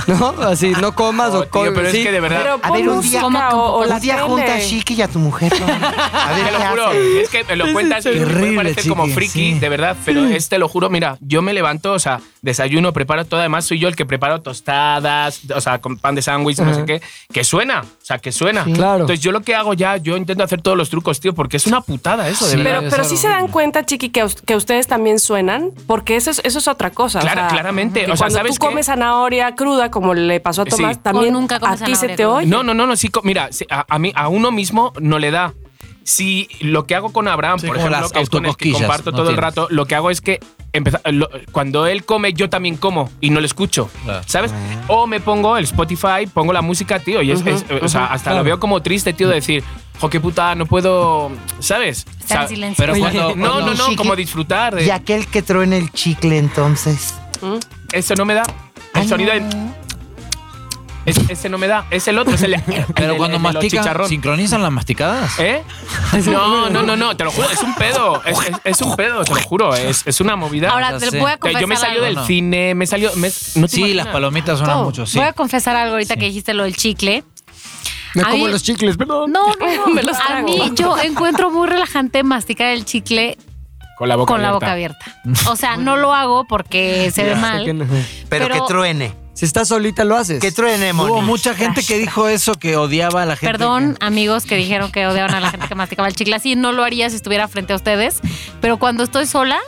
[SPEAKER 2] ¿no? Así, no comas
[SPEAKER 3] Oh,
[SPEAKER 2] o comes.
[SPEAKER 3] tío, pero
[SPEAKER 2] sí.
[SPEAKER 3] es que de verdad.
[SPEAKER 5] Pero
[SPEAKER 4] A
[SPEAKER 5] pon
[SPEAKER 4] ver, un
[SPEAKER 5] música
[SPEAKER 4] día,
[SPEAKER 5] o, o la
[SPEAKER 4] un día
[SPEAKER 5] tele.
[SPEAKER 4] junta a Chiqui y a tu mujer. ¿no? A ver,
[SPEAKER 3] Te lo
[SPEAKER 4] ¿qué
[SPEAKER 3] juro,
[SPEAKER 4] hacen?
[SPEAKER 3] es que me lo cuentas y me
[SPEAKER 7] Terrible,
[SPEAKER 3] parece como
[SPEAKER 7] chiqui,
[SPEAKER 3] friki,
[SPEAKER 7] sí.
[SPEAKER 3] de verdad, pero es, te lo juro, mira, yo me levanto, o sea, desayuno, preparo todo, además soy yo el que preparo tostadas, o sea, con pan de sándwich, no sé qué, que suena, o sea, que suena.
[SPEAKER 2] Claro.
[SPEAKER 3] Entonces yo lo que hago ya, yo intento hacer todos los trucos, tío, porque es una putada eso, de
[SPEAKER 7] Sí,
[SPEAKER 3] verdad.
[SPEAKER 5] Pero,
[SPEAKER 7] es
[SPEAKER 5] pero sí
[SPEAKER 7] algo
[SPEAKER 5] se dan
[SPEAKER 7] horrible.
[SPEAKER 5] cuenta, Chiqui, que, us- que ustedes también suenan, porque eso es, eso es otra cosa. o
[SPEAKER 3] Clara-
[SPEAKER 5] sea,
[SPEAKER 3] claramente,
[SPEAKER 5] que
[SPEAKER 3] o sea,
[SPEAKER 5] cuando
[SPEAKER 3] ¿sabes
[SPEAKER 5] tú comes
[SPEAKER 3] qué?
[SPEAKER 5] zanahoria cruda, como le pasó a
[SPEAKER 3] Sí.
[SPEAKER 5] Tomás,
[SPEAKER 3] O
[SPEAKER 5] también
[SPEAKER 1] nunca
[SPEAKER 5] a
[SPEAKER 1] comes
[SPEAKER 5] ti se
[SPEAKER 1] zanahoria
[SPEAKER 5] te
[SPEAKER 1] cruda.
[SPEAKER 5] oye.
[SPEAKER 3] No, no, no, no, sí, co- mira, sí, a, a mí, a uno mismo no le da. Si lo que hago con Abraham,
[SPEAKER 7] Sí,
[SPEAKER 3] por
[SPEAKER 7] como
[SPEAKER 3] ejemplo,
[SPEAKER 7] las
[SPEAKER 3] que es con el que
[SPEAKER 7] autocosquillas,
[SPEAKER 3] comparto
[SPEAKER 7] no
[SPEAKER 3] todo el
[SPEAKER 7] tienes.
[SPEAKER 3] rato, lo que hago es que empeza- lo- cuando él come, yo también como y no le escucho,
[SPEAKER 7] Claro.
[SPEAKER 3] ¿sabes? O me pongo el Spotify, pongo la música, tío, y es, es- o sea, hasta lo veo como triste, tío, de decir, jo, qué puta, no puedo, ¿sabes? O
[SPEAKER 1] Estar
[SPEAKER 3] sea,
[SPEAKER 1] en silencio.
[SPEAKER 7] Pero
[SPEAKER 2] Oye,
[SPEAKER 7] cuando.
[SPEAKER 3] No, no,
[SPEAKER 4] Y
[SPEAKER 3] no,
[SPEAKER 4] Chiqui-
[SPEAKER 3] como disfrutar. eh, de-
[SPEAKER 4] Y aquel que truena el chicle, entonces.
[SPEAKER 3] Eso no me da. El
[SPEAKER 4] Ay,
[SPEAKER 3] sonido de- Es- ese no me da. Es el otro, es el. el-
[SPEAKER 7] Pero
[SPEAKER 3] el-
[SPEAKER 7] cuando
[SPEAKER 3] el de los
[SPEAKER 7] mastican,
[SPEAKER 3] chicharrón.
[SPEAKER 7] ¿sincronizan las masticadas?
[SPEAKER 3] ¿Eh? No, no, no, no, te lo juro, es un pedo, es, es- es un pedo, te lo juro, es, es una movida.
[SPEAKER 7] ya
[SPEAKER 1] Ahora, te
[SPEAKER 7] sé.
[SPEAKER 1] voy a
[SPEAKER 3] Que
[SPEAKER 1] confesar
[SPEAKER 3] yo me salió
[SPEAKER 1] algo.
[SPEAKER 3] del
[SPEAKER 7] no.
[SPEAKER 3] cine, me salió... me- no te
[SPEAKER 7] Sí, las
[SPEAKER 3] imaginas.
[SPEAKER 7] palomitas suenan mucho, sí.
[SPEAKER 1] Voy a confesar algo ahorita
[SPEAKER 7] Sí.
[SPEAKER 1] que dijiste lo del chicle.
[SPEAKER 2] Me
[SPEAKER 1] A
[SPEAKER 2] como
[SPEAKER 1] mí-
[SPEAKER 2] los chicles, perdón.
[SPEAKER 1] No, no,
[SPEAKER 5] Me
[SPEAKER 1] no.
[SPEAKER 5] los
[SPEAKER 1] A
[SPEAKER 5] trago.
[SPEAKER 1] mí yo encuentro muy relajante masticar el chicle
[SPEAKER 3] Con la boca
[SPEAKER 1] con la boca
[SPEAKER 3] abierta.
[SPEAKER 1] abierta. O sea, no lo hago porque se ve
[SPEAKER 2] Ya sé
[SPEAKER 1] mal.
[SPEAKER 2] que no.
[SPEAKER 4] Pero,
[SPEAKER 1] Pero-
[SPEAKER 4] que truene.
[SPEAKER 2] Si estás solita, lo haces.
[SPEAKER 4] Que truene,
[SPEAKER 7] Hubo
[SPEAKER 4] Moni.
[SPEAKER 7] mucha gente que dijo eso, que odiaba a la gente.
[SPEAKER 1] Perdón, amigos que dijeron que odiaban a la gente que masticaba el chicle. Así no lo haría si estuviera frente a ustedes. Pero cuando estoy sola,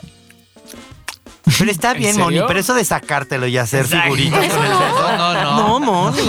[SPEAKER 4] Pero está bien,
[SPEAKER 3] serio?
[SPEAKER 4] Moni. Pero eso de sacártelo y hacer figuritas
[SPEAKER 1] Eso
[SPEAKER 4] con el
[SPEAKER 1] no.
[SPEAKER 4] dedo.
[SPEAKER 7] No, no, no.
[SPEAKER 4] No, Moni.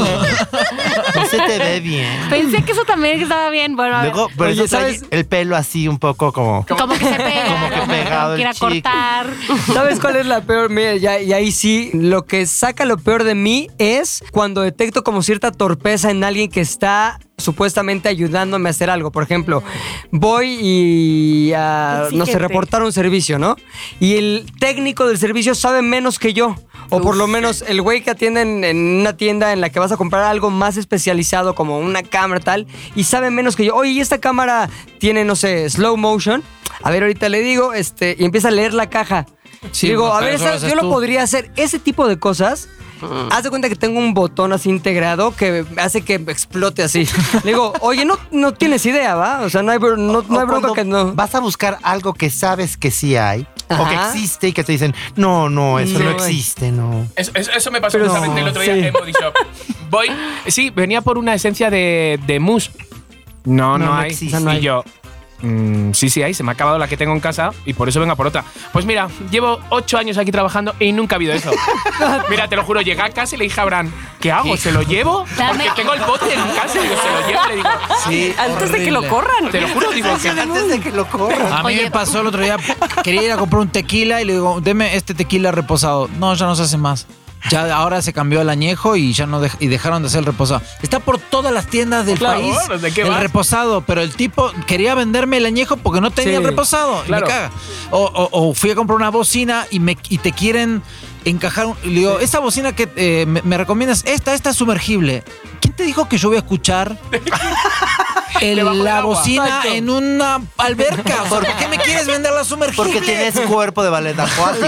[SPEAKER 4] No se te ve bien.
[SPEAKER 1] pensé que eso también estaba bien. Bueno, a ver,
[SPEAKER 4] Luego, pero
[SPEAKER 2] Oye,
[SPEAKER 4] eso trae
[SPEAKER 2] ¿sabes?
[SPEAKER 4] el pelo así un poco como.
[SPEAKER 1] como que se pega,
[SPEAKER 4] Como que pegado el
[SPEAKER 1] quiera
[SPEAKER 4] chicle.
[SPEAKER 1] cortar.
[SPEAKER 2] ¿Sabes cuál es la peor? Mira, ya- y ahí sí, lo que saca lo peor de mí es cuando detecto como cierta torpeza en alguien que está supuestamente ayudándome a hacer algo. Por ejemplo, voy y a, no sé,
[SPEAKER 5] Exigente.
[SPEAKER 2] reportar un servicio, ¿no? Y el técnico del servicio sabe menos que yo. O por lo menos el güey que atiende en, en una tienda en la que vas a comprar algo más especializado, como una cámara tal, y sabe menos que yo. Oye, ¿y esta cámara tiene, no sé, slow motion? A ver, ahorita le digo, este, y empieza a leer la caja.
[SPEAKER 7] Sí,
[SPEAKER 2] Digo,
[SPEAKER 7] pues,
[SPEAKER 2] a
[SPEAKER 7] pero
[SPEAKER 2] ver,
[SPEAKER 7] eso
[SPEAKER 2] esa-
[SPEAKER 7] lo haces
[SPEAKER 2] yo lo Mm.
[SPEAKER 7] tú.
[SPEAKER 2] podría hacer. Ese tipo de cosas. Haz de cuenta que tengo un botón así integrado que hace que explote así. Le digo, oye, no, no tienes idea, ¿va? O sea, no hay, bro- no, no
[SPEAKER 4] O
[SPEAKER 2] hay bronca
[SPEAKER 4] cuando
[SPEAKER 2] que no.
[SPEAKER 4] Vas a buscar algo que sabes que sí hay o que
[SPEAKER 2] Ajá.
[SPEAKER 4] existe y que te dicen, no, no, eso no,
[SPEAKER 2] No. eh.
[SPEAKER 4] existe, no.
[SPEAKER 3] Eso, eso- eso me pasó
[SPEAKER 2] Pero
[SPEAKER 3] justamente
[SPEAKER 2] no,
[SPEAKER 3] el otro día
[SPEAKER 2] sí.
[SPEAKER 3] en Body Shop. Voy... Sí, venía por una esencia de, de mousse. No,
[SPEAKER 4] No,
[SPEAKER 3] no,
[SPEAKER 4] no
[SPEAKER 3] hay.
[SPEAKER 4] existe. O sea, no
[SPEAKER 3] Y
[SPEAKER 4] hay.
[SPEAKER 3] yo... mm, sí, sí, hay. Se me ha acabado la que tengo en casa y por eso venga por otra. Pues mira, llevo ocho años aquí trabajando y nunca ha habido eso. mira, te lo juro, llegué a casa y le dije a Abraham, ¿qué hago? ¿Se lo llevo?
[SPEAKER 1] Dame-
[SPEAKER 3] Porque tengo el bote en casa y digo, se lo llevo. Le digo,
[SPEAKER 7] Sí,
[SPEAKER 5] Antes de que lo
[SPEAKER 7] horrible.
[SPEAKER 5] corran.
[SPEAKER 3] te lo juro, digo, que
[SPEAKER 4] Antes de que lo corran.
[SPEAKER 7] A mí
[SPEAKER 1] Oye.
[SPEAKER 7] me pasó el otro día, quería ir a comprar un tequila y le digo, deme este tequila reposado. No, ya no se hace más. Ya ahora se cambió el añejo y ya no dej- y dejaron de hacer el reposado. Está por todas las tiendas del
[SPEAKER 3] Claro,
[SPEAKER 7] país
[SPEAKER 3] ¿de qué
[SPEAKER 7] el
[SPEAKER 3] vas?
[SPEAKER 7] reposado, pero el tipo quería venderme el añejo porque no tenía
[SPEAKER 2] Sí,
[SPEAKER 7] el reposado. Y me
[SPEAKER 3] claro.
[SPEAKER 7] caga. O, o- o fui a comprar una bocina y, me, y te quieren encajar. un- y le digo, esta bocina que eh, me, me recomiendas, esta, esta es sumergible. ¿Quién te dijo que yo voy a escuchar el-
[SPEAKER 3] Debajo del
[SPEAKER 7] la
[SPEAKER 3] agua.
[SPEAKER 7] bocina en una alberca. ¿Por qué me quieres vender la sumergible?
[SPEAKER 4] Porque tienes cuerpo de ballet acuático.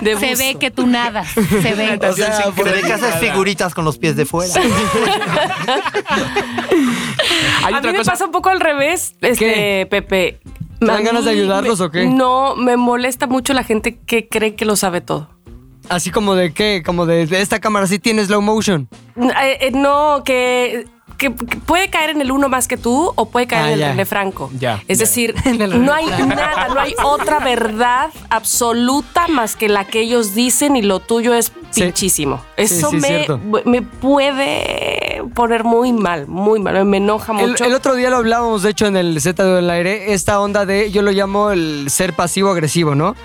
[SPEAKER 5] De
[SPEAKER 1] Se
[SPEAKER 5] buzo.
[SPEAKER 1] ve que tú nadas. Se ve.
[SPEAKER 7] O sea,
[SPEAKER 4] Te dedicas a hacer figuritas con los pies de fuera.
[SPEAKER 3] Hay
[SPEAKER 5] a
[SPEAKER 3] otra
[SPEAKER 5] mí me
[SPEAKER 3] cosa.
[SPEAKER 5] pasa un poco al revés, este,
[SPEAKER 2] ¿Qué?
[SPEAKER 5] Pepe.
[SPEAKER 2] ¿Te dan
[SPEAKER 5] A mí
[SPEAKER 2] ganas de ayudarlos
[SPEAKER 5] me-
[SPEAKER 2] o qué?
[SPEAKER 5] No, me molesta mucho la gente que cree que lo sabe todo.
[SPEAKER 2] Así como de qué, como de, de esta cámara sí tiene slow motion.
[SPEAKER 5] N- eh, eh, No, que, que- que puede caer en el uno más que tú o puede caer
[SPEAKER 2] Ah,
[SPEAKER 5] en el
[SPEAKER 2] ya.
[SPEAKER 5] René Franco.
[SPEAKER 3] Ya,
[SPEAKER 5] Es
[SPEAKER 3] ya.
[SPEAKER 5] decir,
[SPEAKER 2] En el René
[SPEAKER 5] no hay nada, no hay otra verdad absoluta más que la que ellos dicen y lo tuyo es
[SPEAKER 2] Sí.
[SPEAKER 5] pinchísimo. Eso
[SPEAKER 2] sí,
[SPEAKER 5] me,
[SPEAKER 2] cierto.
[SPEAKER 5] me puede poner muy mal, muy mal. Me enoja
[SPEAKER 2] El,
[SPEAKER 5] mucho.
[SPEAKER 2] el otro día lo hablábamos, de hecho, en el Z del aire, esta onda de, yo lo llamo el ser pasivo-agresivo, ¿no?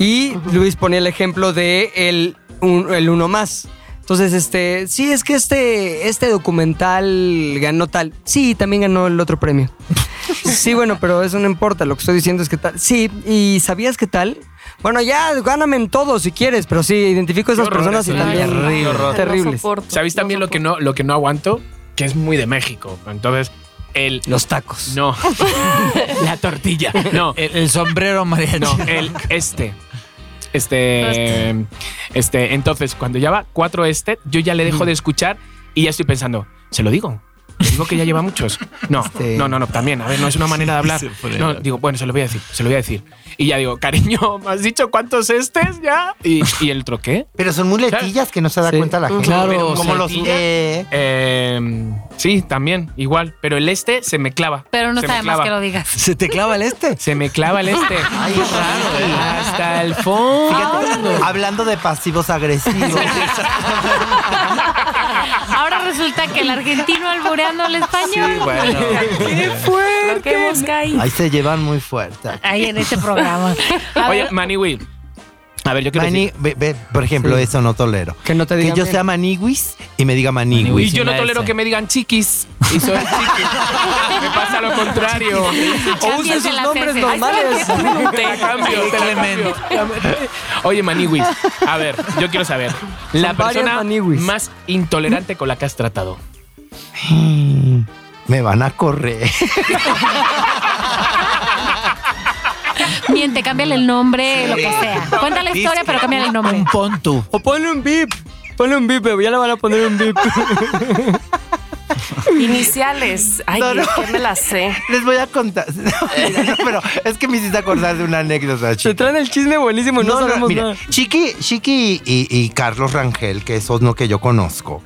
[SPEAKER 2] Y Luis ponía el ejemplo de el, un- el uno más. Entonces, este, sí, es que este, este documental ganó tal. Sí, también ganó el otro premio. Sí, bueno, pero eso no importa. Lo que estoy diciendo es que tal. Sí, ¿y sabías que tal? Bueno, ya gáname en todo si quieres, pero sí, identifico a esas
[SPEAKER 3] Qué horror
[SPEAKER 2] personas y
[SPEAKER 3] eso,
[SPEAKER 2] también
[SPEAKER 3] qué horror.
[SPEAKER 2] terribles.
[SPEAKER 3] ¿Sabéis también lo que no, lo que no aguanto? Que es muy de México. Entonces, el.
[SPEAKER 2] Los tacos.
[SPEAKER 3] No. La tortilla. No.
[SPEAKER 7] El, el sombrero mariachi.
[SPEAKER 3] No, el este. Este. Este. Entonces, cuando ya va cuatro este, yo ya le dejo de escuchar y ya estoy pensando, se lo digo. Le digo que ya lleva muchos. No, no, no, no, también. A ver, no es una manera de hablar. No, digo, bueno, se lo voy a decir, se lo voy a decir. Y ya digo, cariño, ¿me has dicho cuántos estés ya? Y, y el otro, ¿qué?
[SPEAKER 4] Pero son muy letillas que no se da cuenta la gente.
[SPEAKER 7] Claro,
[SPEAKER 4] Pero como los
[SPEAKER 3] letillas.
[SPEAKER 4] eh,
[SPEAKER 3] Eh, sí, también, igual. Pero el este se me clava.
[SPEAKER 1] Pero no
[SPEAKER 3] se
[SPEAKER 1] está
[SPEAKER 3] me
[SPEAKER 1] de más
[SPEAKER 3] clava.
[SPEAKER 1] que lo digas.
[SPEAKER 7] ¿Se te clava el este?
[SPEAKER 3] Se me clava el este. Hasta el
[SPEAKER 4] fíjate,
[SPEAKER 3] fondo.
[SPEAKER 4] hablando de pasivos agresivos.
[SPEAKER 1] Ahora resulta que el argentino albureando al español.
[SPEAKER 3] Bueno,
[SPEAKER 5] Lo que busca ahí.
[SPEAKER 4] Ahí se llevan muy fuerte.
[SPEAKER 1] Ahí en este programa. A
[SPEAKER 3] Oye,
[SPEAKER 1] ver,
[SPEAKER 3] Maniwi. A ver, yo quiero
[SPEAKER 4] Mani-
[SPEAKER 3] decir.
[SPEAKER 4] ve- ve, por ejemplo, eso no tolero.
[SPEAKER 2] Que no te
[SPEAKER 4] Que
[SPEAKER 2] digan
[SPEAKER 4] yo
[SPEAKER 2] bien.
[SPEAKER 4] sea maniguis y me diga
[SPEAKER 3] Y
[SPEAKER 4] maniguis.
[SPEAKER 3] yo no
[SPEAKER 7] una
[SPEAKER 3] tolero
[SPEAKER 7] S.
[SPEAKER 3] que me digan chiquis. Y soy chiquis. me pasa lo contrario.
[SPEAKER 2] O
[SPEAKER 3] Oh,
[SPEAKER 2] usen sus
[SPEAKER 1] las
[SPEAKER 2] nombres
[SPEAKER 1] heces.
[SPEAKER 2] normales.
[SPEAKER 3] Te la cambio, te la cambio. Oye, Maniwis, a ver, yo quiero saber. La
[SPEAKER 2] Son varias
[SPEAKER 3] persona
[SPEAKER 2] maniwis.
[SPEAKER 3] más intolerante con la que has tratado.
[SPEAKER 4] Mm, Me van a correr.
[SPEAKER 1] miente, cámbiale el nombre, lo que sea. Cuenta la historia, pero cámbiale el nombre.
[SPEAKER 7] Un pontu.
[SPEAKER 2] O ponle un bip. Ponle un bip, ya le van a poner un bip.
[SPEAKER 5] Iniciales. Ay,
[SPEAKER 4] No, no.
[SPEAKER 5] que me la sé.
[SPEAKER 4] Les voy a contar. No, mira, no, pero es que me hiciste acordar de una anécdota,
[SPEAKER 2] Se
[SPEAKER 4] chica.
[SPEAKER 2] traen el chisme buenísimo, no, sabemos
[SPEAKER 4] mira,
[SPEAKER 2] nada.
[SPEAKER 4] Chiqui, Chiqui y, y Carlos Rangel, que esos no que yo conozco,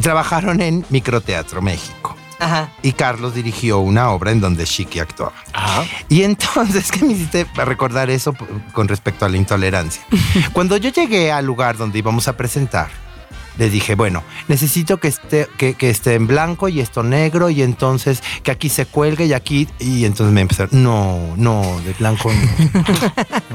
[SPEAKER 4] trabajaron en Microteatro México.
[SPEAKER 2] Ajá.
[SPEAKER 4] Y Carlos dirigió una obra en donde Chiqui actuaba.
[SPEAKER 3] Ajá.
[SPEAKER 4] Y entonces, que me hiciste recordar eso p- con respecto a la intolerancia? Cuando yo llegué al lugar donde íbamos a presentar, le dije, bueno, necesito que esté, que, que esté en blanco y esto negro y entonces que aquí se cuelgue y aquí... Y entonces me empezaron, no, no, de blanco no.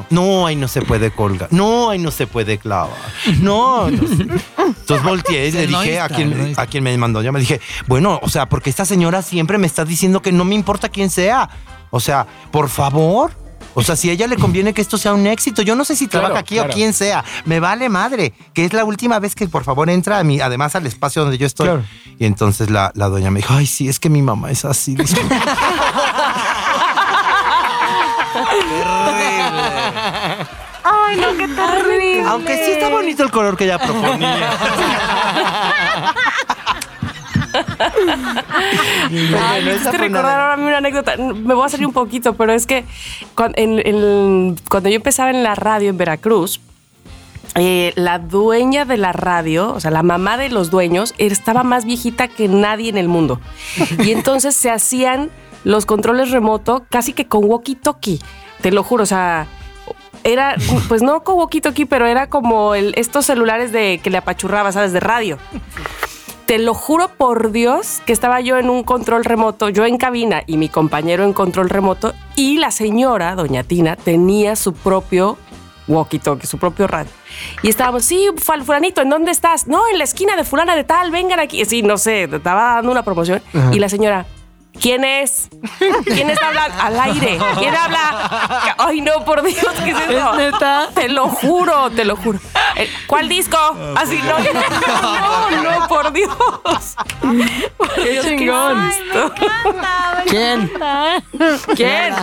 [SPEAKER 4] No, ahí no se puede colgar. No, ahí no se puede clavar. No, no sé". Entonces volteé y le
[SPEAKER 7] No
[SPEAKER 4] dije
[SPEAKER 7] está,
[SPEAKER 4] a
[SPEAKER 7] no
[SPEAKER 4] quien,
[SPEAKER 7] está.
[SPEAKER 4] a quien me mandó. Yo me dije, bueno, o sea, porque esta señora siempre me está diciendo que no me importa quién sea. O sea, por favor. O sea, si a ella le conviene que esto sea un éxito, yo no sé si
[SPEAKER 3] Claro,
[SPEAKER 4] trabaja aquí
[SPEAKER 3] claro.
[SPEAKER 4] o quién sea. Me vale madre, que es la última vez que por favor entra a mí, además al espacio donde yo estoy.
[SPEAKER 2] Claro.
[SPEAKER 4] Y entonces la, la doña me dijo, ay, sí, es que mi mamá es así. disculpe".
[SPEAKER 5] Ay, no, qué terrible.
[SPEAKER 4] Aunque sí está bonito el color que ella proponía.
[SPEAKER 5] Ay, me
[SPEAKER 4] Bueno, esa
[SPEAKER 5] hiciste
[SPEAKER 4] fue una
[SPEAKER 5] recordar ahora a mí una anécdota. Me voy a salir un poquito, pero es que cuan- en- en- cuando yo empezaba en la radio en Veracruz, eh, la dueña de la radio, o sea, la mamá de los dueños, estaba más viejita que nadie en el mundo. Y entonces se hacían los controles remoto casi que con walkie-talkie, te lo juro, o sea... Era, pues no con walkie-talkie, pero era como el- estos celulares de que le apachurraba, ¿sabes? De radio. Te lo juro por Dios que estaba yo en un control remoto, yo en cabina y mi compañero en control remoto y la señora, doña Tina, tenía su propio walkie-talkie, su propio radio. Y estábamos, sí, fal- fulanito, ¿en dónde estás? No, en la esquina de fulana de tal, vengan aquí. Sí, no sé, te estaba dando una promoción. Y la señora, ¿quién es? ¿Quién está hablando? Al aire. ¿Quién habla? Ay, no, por Dios, ¿qué es eso? Te lo juro, te lo juro. Eh, ¿Cuál disco?
[SPEAKER 3] Ah,
[SPEAKER 5] Así no, no, no, no, por Dios. Qué chingón.
[SPEAKER 2] ¿Quién?
[SPEAKER 5] ¿Quién?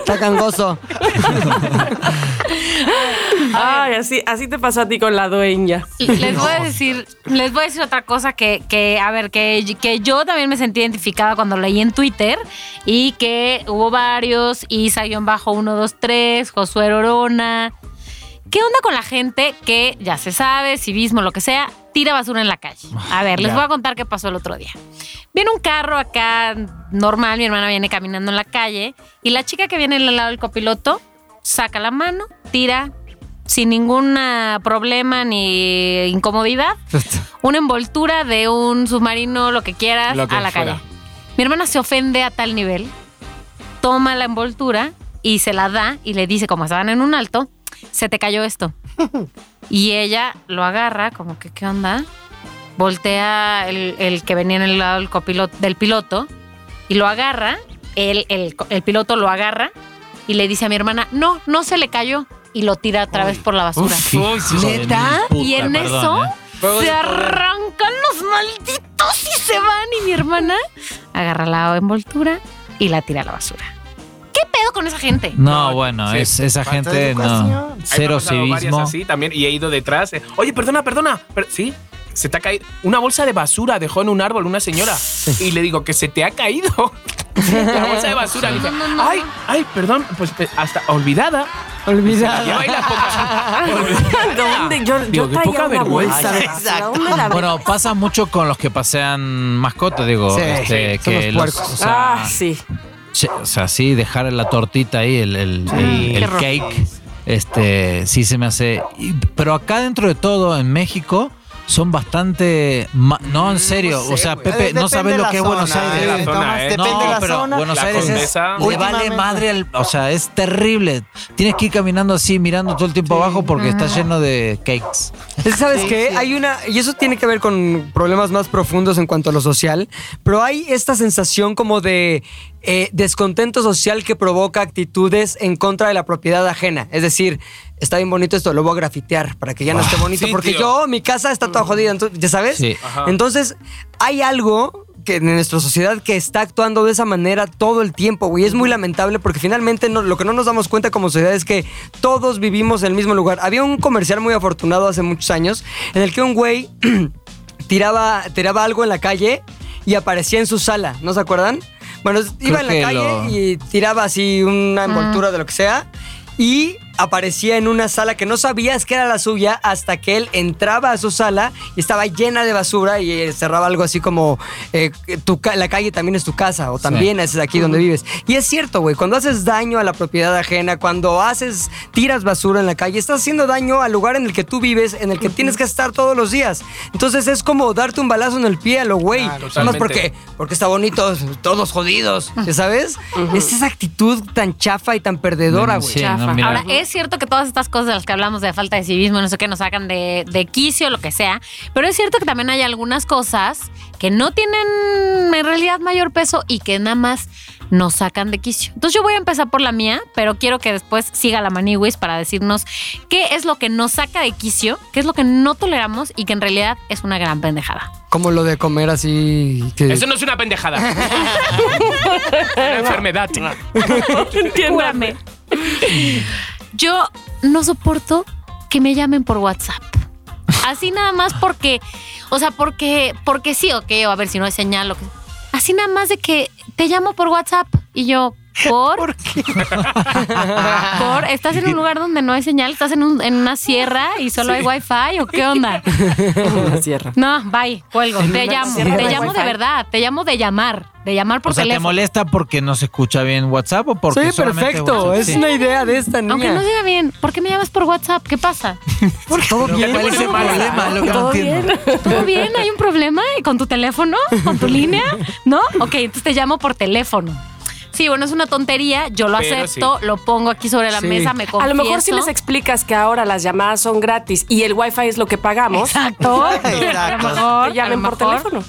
[SPEAKER 2] Está cangoso.
[SPEAKER 5] Ay, así, así te pasó a ti con la dueña.
[SPEAKER 1] Les voy a decir, les voy a decir otra cosa que, que, a ver, que, que yo también me sentí identificada cuando leí en Twitter y que hubo varios, Isa-123, Josué Orona. ¿Qué onda con la gente que, ya se sabe, civismo, lo que sea, tira basura en la calle? A ver, les
[SPEAKER 7] Ya.
[SPEAKER 1] voy a contar qué pasó el otro día. Viene un carro acá normal, mi hermana viene caminando en la calle y la chica que viene al lado del copiloto saca la mano, tira sin ningún ah, problema ni incomodidad una envoltura de un submarino, lo que quieras,
[SPEAKER 3] Lo que
[SPEAKER 1] a la
[SPEAKER 3] fuera.
[SPEAKER 1] calle. Mi hermana se ofende a tal nivel, toma la envoltura y se la da y le dice, como estaban en un alto, se te cayó esto. Y ella lo agarra, como que, ¿qué onda? Voltea el, el que venía en el lado del, copiloto, del piloto y lo agarra. Él, el, co- el piloto lo agarra y le dice a mi hermana, no, no se le cayó. Y lo tira otra vez por la basura.
[SPEAKER 7] Uf, hijo de
[SPEAKER 1] ¿Neta?
[SPEAKER 7] mil puta,
[SPEAKER 1] y en
[SPEAKER 7] perdón,
[SPEAKER 1] eso
[SPEAKER 7] ¿eh?
[SPEAKER 1] se arrancan los malditos y se van. Y mi hermana agarra la envoltura y la tira a la basura. ¿Qué pedo con esa gente?
[SPEAKER 7] No, bueno,
[SPEAKER 3] sí.
[SPEAKER 7] es, esa
[SPEAKER 4] Falta de
[SPEAKER 7] gente no.
[SPEAKER 4] educación.
[SPEAKER 3] Ahí me ha
[SPEAKER 7] Cero
[SPEAKER 3] pasado varias
[SPEAKER 7] civismo.
[SPEAKER 3] así también y he ido detrás. eh, Oye, perdona, perdona. per- sí, se te ha caído. Una bolsa de basura dejó en un árbol una señora y le digo que se te ha caído. La bolsa de basura. Le dije,
[SPEAKER 1] No, no, no,
[SPEAKER 3] ay,
[SPEAKER 1] no.
[SPEAKER 3] ay, perdón. Pues eh, hasta olvidada. Lleva ahí la poca- olvidada.
[SPEAKER 5] ¿Dónde? Yo,
[SPEAKER 3] Digo,
[SPEAKER 5] yo
[SPEAKER 3] qué poca
[SPEAKER 5] traía una
[SPEAKER 3] vergüenza.
[SPEAKER 5] bolsa de basura. ¿Dónde la abrí?
[SPEAKER 7] Bueno, pasa mucho con los que pasean mascotas, digo,
[SPEAKER 4] Sí,
[SPEAKER 7] este,
[SPEAKER 4] sí, son
[SPEAKER 7] que
[SPEAKER 4] los
[SPEAKER 7] los,
[SPEAKER 4] puercos.
[SPEAKER 7] o sea,
[SPEAKER 5] Ah, sí.
[SPEAKER 7] che, o sea, sí, dejar la tortita ahí, el, el- el-
[SPEAKER 1] Qué
[SPEAKER 7] el
[SPEAKER 1] horror.
[SPEAKER 7] cake, este, sí se me hace. y- pero acá dentro de todo, en México, son bastante, ma- no, en serio, o sea,
[SPEAKER 4] Mm, pues güey.
[SPEAKER 7] Pepe,
[SPEAKER 4] Depende
[SPEAKER 7] no sabes
[SPEAKER 4] de
[SPEAKER 7] lo
[SPEAKER 4] la
[SPEAKER 7] que es Buenos
[SPEAKER 4] zona,
[SPEAKER 7] Aires.
[SPEAKER 3] de la
[SPEAKER 4] eh.
[SPEAKER 3] zona, eh.
[SPEAKER 4] Depende de
[SPEAKER 7] No,
[SPEAKER 4] la
[SPEAKER 7] pero
[SPEAKER 4] zona.
[SPEAKER 7] Buenos
[SPEAKER 3] La
[SPEAKER 7] Aires es,
[SPEAKER 3] Condesa.
[SPEAKER 7] le vale
[SPEAKER 4] Últimamente.
[SPEAKER 7] madre al, o sea, es terrible. Tienes que ir caminando así, mirando todo el tiempo abajo porque está lleno de cakes.
[SPEAKER 2] Es que, ¿Sabes qué? Hay una, y eso tiene que ver con problemas más profundos en cuanto a lo social, pero hay esta sensación como de eh, descontento social que provoca actitudes en contra de la propiedad ajena. Es decir, está bien bonito esto, lo voy a grafitear para que ya no esté bonito,
[SPEAKER 3] Ah, sí,
[SPEAKER 2] porque
[SPEAKER 3] tío.
[SPEAKER 2] yo, mi casa está toda jodida, entonces, ¿ya sabes?
[SPEAKER 7] Sí.
[SPEAKER 3] Ajá.
[SPEAKER 2] Entonces, hay algo que en nuestra sociedad que está actuando de esa manera todo el tiempo, güey. Es muy lamentable porque finalmente no- lo que no nos damos cuenta como sociedad es que todos vivimos en el mismo lugar. Había un comercial muy afortunado hace muchos años en el que un güey tiraba, tiraba algo en la calle y aparecía en su sala, ¿no se acuerdan? Bueno, es- iba en la
[SPEAKER 7] que
[SPEAKER 2] calle
[SPEAKER 7] lo-
[SPEAKER 2] y tiraba así una envoltura de lo que sea y aparecía en una sala que no sabías que era la suya hasta que él entraba a su sala y estaba llena de basura y eh, cerraba algo así como eh, tu ca- la calle también es tu casa o también es aquí donde vives. Y es cierto, güey, cuando haces daño a la propiedad ajena, cuando haces tiras basura en la calle, estás haciendo daño al lugar en el que tú vives, en el que tienes que estar todos los días. Entonces es como darte un balazo en el pie a lo güey, nada más
[SPEAKER 3] totalmente.
[SPEAKER 2] porque porque está bonito, todos jodidos, ¿ya ¿sabes? Es esa actitud tan chafa y tan perdedora, güey.
[SPEAKER 7] Sí, no,
[SPEAKER 5] Chafa.
[SPEAKER 7] mira.
[SPEAKER 1] Ahora, eh, es cierto que todas estas cosas de las que hablamos de falta de civismo, no sé qué, nos sacan de, de quicio, lo que sea, pero es cierto que también hay algunas cosas que no tienen en realidad mayor peso y que nada más nos sacan de quicio. Entonces yo voy a empezar por la mía, pero quiero que después siga la Maniwis para decirnos qué es lo que nos saca de quicio, qué es lo que no toleramos y que en realidad es una gran pendejada.
[SPEAKER 2] Como lo de comer así. que-
[SPEAKER 3] Eso no es una pendejada. una enfermedad.
[SPEAKER 1] Entiéndame. Yo no soporto que me llamen por WhatsApp. Así nada más porque, o sea, porque, porque sí, ok, o a ver si no hay señal. o que- así nada más de que te llamo por WhatsApp y yo, ¿por? ¿Por ah, ¿Estás en un lugar donde no hay señal? ¿Estás en, un- en una sierra y solo hay wifi o qué onda?
[SPEAKER 5] La sierra.
[SPEAKER 1] No, bye, cuelgo. Te
[SPEAKER 5] una
[SPEAKER 1] llamo,
[SPEAKER 5] sierra
[SPEAKER 1] te
[SPEAKER 5] hay
[SPEAKER 1] llamo de
[SPEAKER 5] wifi.
[SPEAKER 1] verdad, te llamo de llamar, de llamar por
[SPEAKER 7] o sea, ¿te
[SPEAKER 1] teléfono.
[SPEAKER 7] molesta porque no se escucha bien WhatsApp o porque
[SPEAKER 2] Sí,
[SPEAKER 7] solamente
[SPEAKER 2] perfecto.
[SPEAKER 7] WhatsApp?
[SPEAKER 2] Es
[SPEAKER 7] Sí.
[SPEAKER 2] una idea de esta niña.
[SPEAKER 1] Aunque no diga bien, ¿por qué me llamas por WhatsApp? ¿Qué pasa?
[SPEAKER 2] Todo bien.
[SPEAKER 7] ¿Cuál es el
[SPEAKER 1] ¿Cómo?
[SPEAKER 7] problema? Es lo que no
[SPEAKER 5] ¿Todo
[SPEAKER 7] entiendo.
[SPEAKER 1] ¿Todo bien? ¿Hay un problema? ¿Y ¿Con tu teléfono? ¿Con tu línea? ¿No? Ok, entonces te llamo por teléfono. Sí, bueno, es una tontería. Yo lo
[SPEAKER 3] Pero
[SPEAKER 1] acepto, lo pongo aquí sobre la
[SPEAKER 2] Sí.
[SPEAKER 1] mesa, me confieso.
[SPEAKER 5] A lo mejor si les explicas que ahora las llamadas son gratis y el wifi es lo que pagamos,
[SPEAKER 1] Exacto. A lo
[SPEAKER 4] Exacto.
[SPEAKER 1] mejor.
[SPEAKER 5] te llamen
[SPEAKER 1] a lo
[SPEAKER 5] por
[SPEAKER 1] mejor.
[SPEAKER 5] teléfono.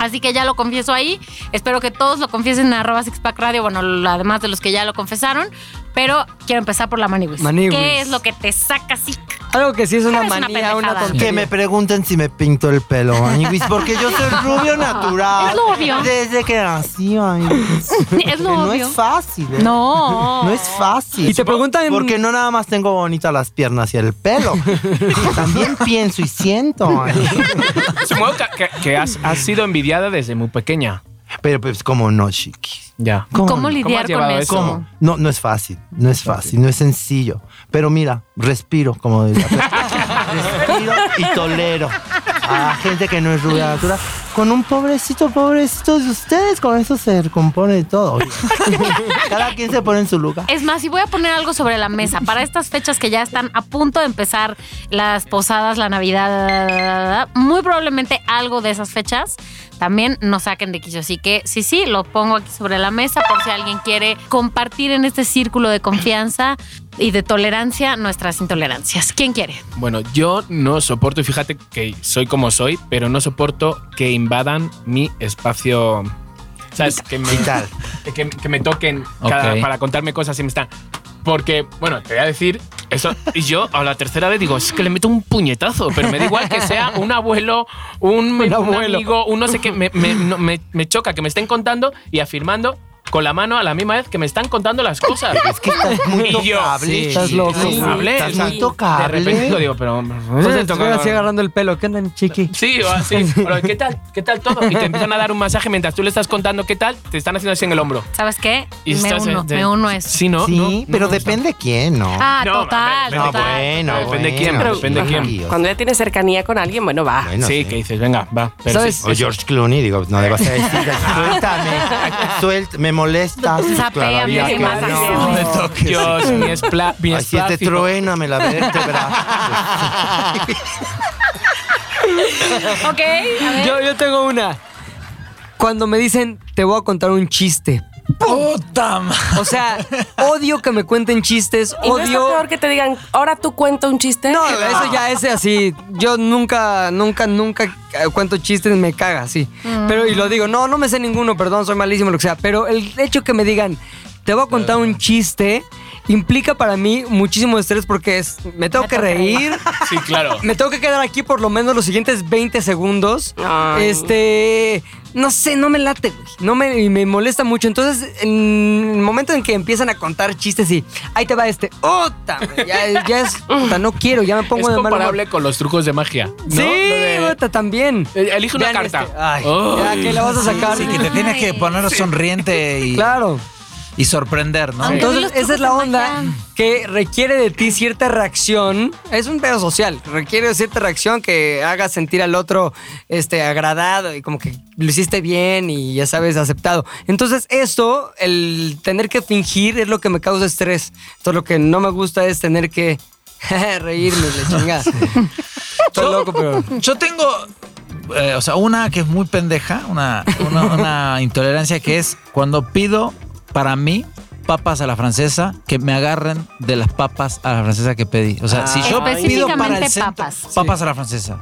[SPEAKER 1] Así que ya lo confieso ahí. Espero que todos lo confiesen en arroba Sixpack Radio. Bueno, lo- además de los que ya lo confesaron. Pero quiero empezar por la maniwis.
[SPEAKER 2] Maniwis.
[SPEAKER 1] ¿Qué es lo que te saca así?
[SPEAKER 2] Algo que sí es una
[SPEAKER 1] Es una
[SPEAKER 2] manía, una,
[SPEAKER 1] pendejada.
[SPEAKER 2] tontería.
[SPEAKER 4] Que me pregunten si me pinto el pelo, amiguis, porque yo soy rubio natural.
[SPEAKER 1] Es lo obvio.
[SPEAKER 4] Desde que nací, amiguis.
[SPEAKER 1] Es lo
[SPEAKER 4] Que No
[SPEAKER 1] obvio.
[SPEAKER 4] es fácil, ¿eh?
[SPEAKER 1] No.
[SPEAKER 4] No es fácil.
[SPEAKER 2] Y te preguntan-
[SPEAKER 4] Porque no nada más tengo bonitas las piernas y el pelo. También pienso y siento. amiguis.
[SPEAKER 3] Supongo que, que- que has, has sido envidiada desde muy pequeña.
[SPEAKER 4] Pero pues como no, chiquis.
[SPEAKER 3] Ya.
[SPEAKER 1] ¿Cómo,
[SPEAKER 4] no?
[SPEAKER 1] lidiar
[SPEAKER 3] ¿Cómo has
[SPEAKER 1] con
[SPEAKER 3] llevado
[SPEAKER 1] eso?
[SPEAKER 3] eso? ¿Cómo?
[SPEAKER 4] No, no es fácil, no es fácil, no es sencillo. Pero mira, respiro, como diría. respiro y tolero a gente que no es rubia natural. Con un pobrecito, pobrecito de ustedes, con eso se compone todo. Cada quien se pone en su lugar.
[SPEAKER 1] Es más, y voy a poner algo sobre la mesa. Para estas fechas que ya están a punto de empezar las posadas, la Navidad, muy probablemente algo de esas fechas también no saquen de quicio. Así que sí, sí, lo pongo aquí sobre la mesa por si alguien quiere compartir en este círculo de confianza y de tolerancia nuestras intolerancias. ¿Quién quiere?
[SPEAKER 3] Bueno, yo no soporto, y fíjate que soy como soy, pero no soporto que invadan mi espacio. ¿Sabes? Que me,
[SPEAKER 4] Vital.
[SPEAKER 3] que, que me toquen cada-
[SPEAKER 7] Ok.
[SPEAKER 3] para contarme cosas y me están. Porque, bueno, te voy a decir eso. Y yo a la tercera vez digo, es que le meto un puñetazo, pero me da igual que sea un abuelo, un, un
[SPEAKER 2] abuelo.
[SPEAKER 3] amigo, un no sé qué. Me, me- no- me- me choca que me estén contando y afirmando con la mano a la misma vez que me están contando las cosas.
[SPEAKER 4] Es que estás muy
[SPEAKER 3] Y yo,
[SPEAKER 4] tocable.
[SPEAKER 3] sí,
[SPEAKER 4] chiqui.
[SPEAKER 2] estás loco.
[SPEAKER 4] Sí,
[SPEAKER 3] Tocable,
[SPEAKER 4] Estás
[SPEAKER 3] sí.
[SPEAKER 4] muy
[SPEAKER 3] De
[SPEAKER 4] tocable.
[SPEAKER 3] repente yo digo, pero.
[SPEAKER 2] Pues
[SPEAKER 3] te
[SPEAKER 2] te
[SPEAKER 3] toca-
[SPEAKER 2] tocan así agarrando el pelo. ¿Qué andan, chiqui?
[SPEAKER 3] Sí, o así. Pero, ¿Qué tal? ¿Qué tal todo? Y te empiezan a dar un masaje mientras tú le estás contando qué tal, te están haciendo así en el hombro.
[SPEAKER 1] ¿Sabes qué?
[SPEAKER 3] Y
[SPEAKER 1] me
[SPEAKER 3] estás-
[SPEAKER 1] uno,
[SPEAKER 3] de-
[SPEAKER 1] me uno a eso.
[SPEAKER 3] Sí, ¿no?
[SPEAKER 4] sí,
[SPEAKER 3] no, no
[SPEAKER 4] pero
[SPEAKER 3] me gusta.
[SPEAKER 4] depende quién, ¿no?
[SPEAKER 1] Ah,
[SPEAKER 3] No,
[SPEAKER 1] total,
[SPEAKER 3] hombre,
[SPEAKER 4] no,
[SPEAKER 1] total.
[SPEAKER 4] bueno,
[SPEAKER 3] Depende quién,
[SPEAKER 4] bueno,
[SPEAKER 3] depende
[SPEAKER 4] sí,
[SPEAKER 3] quién.
[SPEAKER 4] sí, o
[SPEAKER 5] Cuando ya tienes cercanía con alguien, bueno, va.
[SPEAKER 4] Bueno,
[SPEAKER 3] sí,
[SPEAKER 4] sí.
[SPEAKER 3] que dices, venga, va. pero
[SPEAKER 2] ¿Sabes?
[SPEAKER 3] sí.
[SPEAKER 4] O George Clooney, digo, no debas decir, suéltame, suéltame, me molestas.
[SPEAKER 1] Zapéame,
[SPEAKER 4] Claro,
[SPEAKER 1] ¿qué
[SPEAKER 4] claro.
[SPEAKER 1] más haces?
[SPEAKER 4] No, me toques.
[SPEAKER 3] Dios, mi espla, mi
[SPEAKER 4] Así es, te
[SPEAKER 3] esplácido.
[SPEAKER 4] truena, me la vértebra.
[SPEAKER 1] Ok, a ver.
[SPEAKER 2] Yo, yo tengo una. Cuando me dicen, te voy a contar un chiste.
[SPEAKER 7] ¡Puta madre!
[SPEAKER 2] O sea, odio que me cuenten chistes,
[SPEAKER 5] ¿Y no está
[SPEAKER 2] odio.
[SPEAKER 5] peor que te digan, ahora tú cuenta un chiste?
[SPEAKER 2] No, eso ya es así. Yo nunca, nunca, nunca eh, cuento chistes, me caga, sí. Pero, y lo digo, no, no me sé ninguno, perdón, soy malísimo, lo que sea. Pero el hecho que me digan, te voy a contar un chiste, implica para mí muchísimo estrés porque es, me tengo que reír.
[SPEAKER 3] Sí, claro.
[SPEAKER 2] Me tengo que quedar aquí por lo menos los siguientes 20 segundos.
[SPEAKER 5] Ay.
[SPEAKER 2] Este. No sé, no me late, güey. No me, y me molesta mucho. Entonces, en el momento en que empiezan a contar chistes y ahí te va este. ¡Ota! güey! Ya, ya es. puta, no quiero, ya me
[SPEAKER 3] Es
[SPEAKER 2] pongo de mal humor.
[SPEAKER 3] comparable con los trucos de magia. ¿no?
[SPEAKER 2] Sí,
[SPEAKER 3] Lo de-
[SPEAKER 2] puta, también.
[SPEAKER 3] Eh, Elige una
[SPEAKER 2] Vean
[SPEAKER 3] carta. Oh,
[SPEAKER 2] este. Ay,
[SPEAKER 3] Ay.
[SPEAKER 2] ya que la vas a sacar.
[SPEAKER 7] Sí, que te tienes que poner sonriente y,
[SPEAKER 2] Claro.
[SPEAKER 7] y sorprender, ¿no?
[SPEAKER 1] Aunque
[SPEAKER 2] Entonces,
[SPEAKER 1] vi los
[SPEAKER 2] esa es la
[SPEAKER 1] trucos de
[SPEAKER 2] onda
[SPEAKER 1] magia.
[SPEAKER 2] que requiere de ti cierta reacción. Es un pedo social. Requiere cierta reacción que haga sentir al otro este, agradado y como que lo hiciste bien y ya sabes, aceptado. Entonces, esto, el tener que fingir es lo que me causa estrés. Entonces, lo que no me gusta es tener que reírme, la chingada. Estoy loco, pero.
[SPEAKER 7] Yo tengo, eh, o sea, una que es muy pendeja, una, una, una intolerancia que es cuando pido para mí papas a la francesa, que me agarren de las papas a la francesa que pedí. O sea, si yo pido para el
[SPEAKER 1] Específicamente
[SPEAKER 7] centro,
[SPEAKER 1] papas.
[SPEAKER 7] papas a la francesa.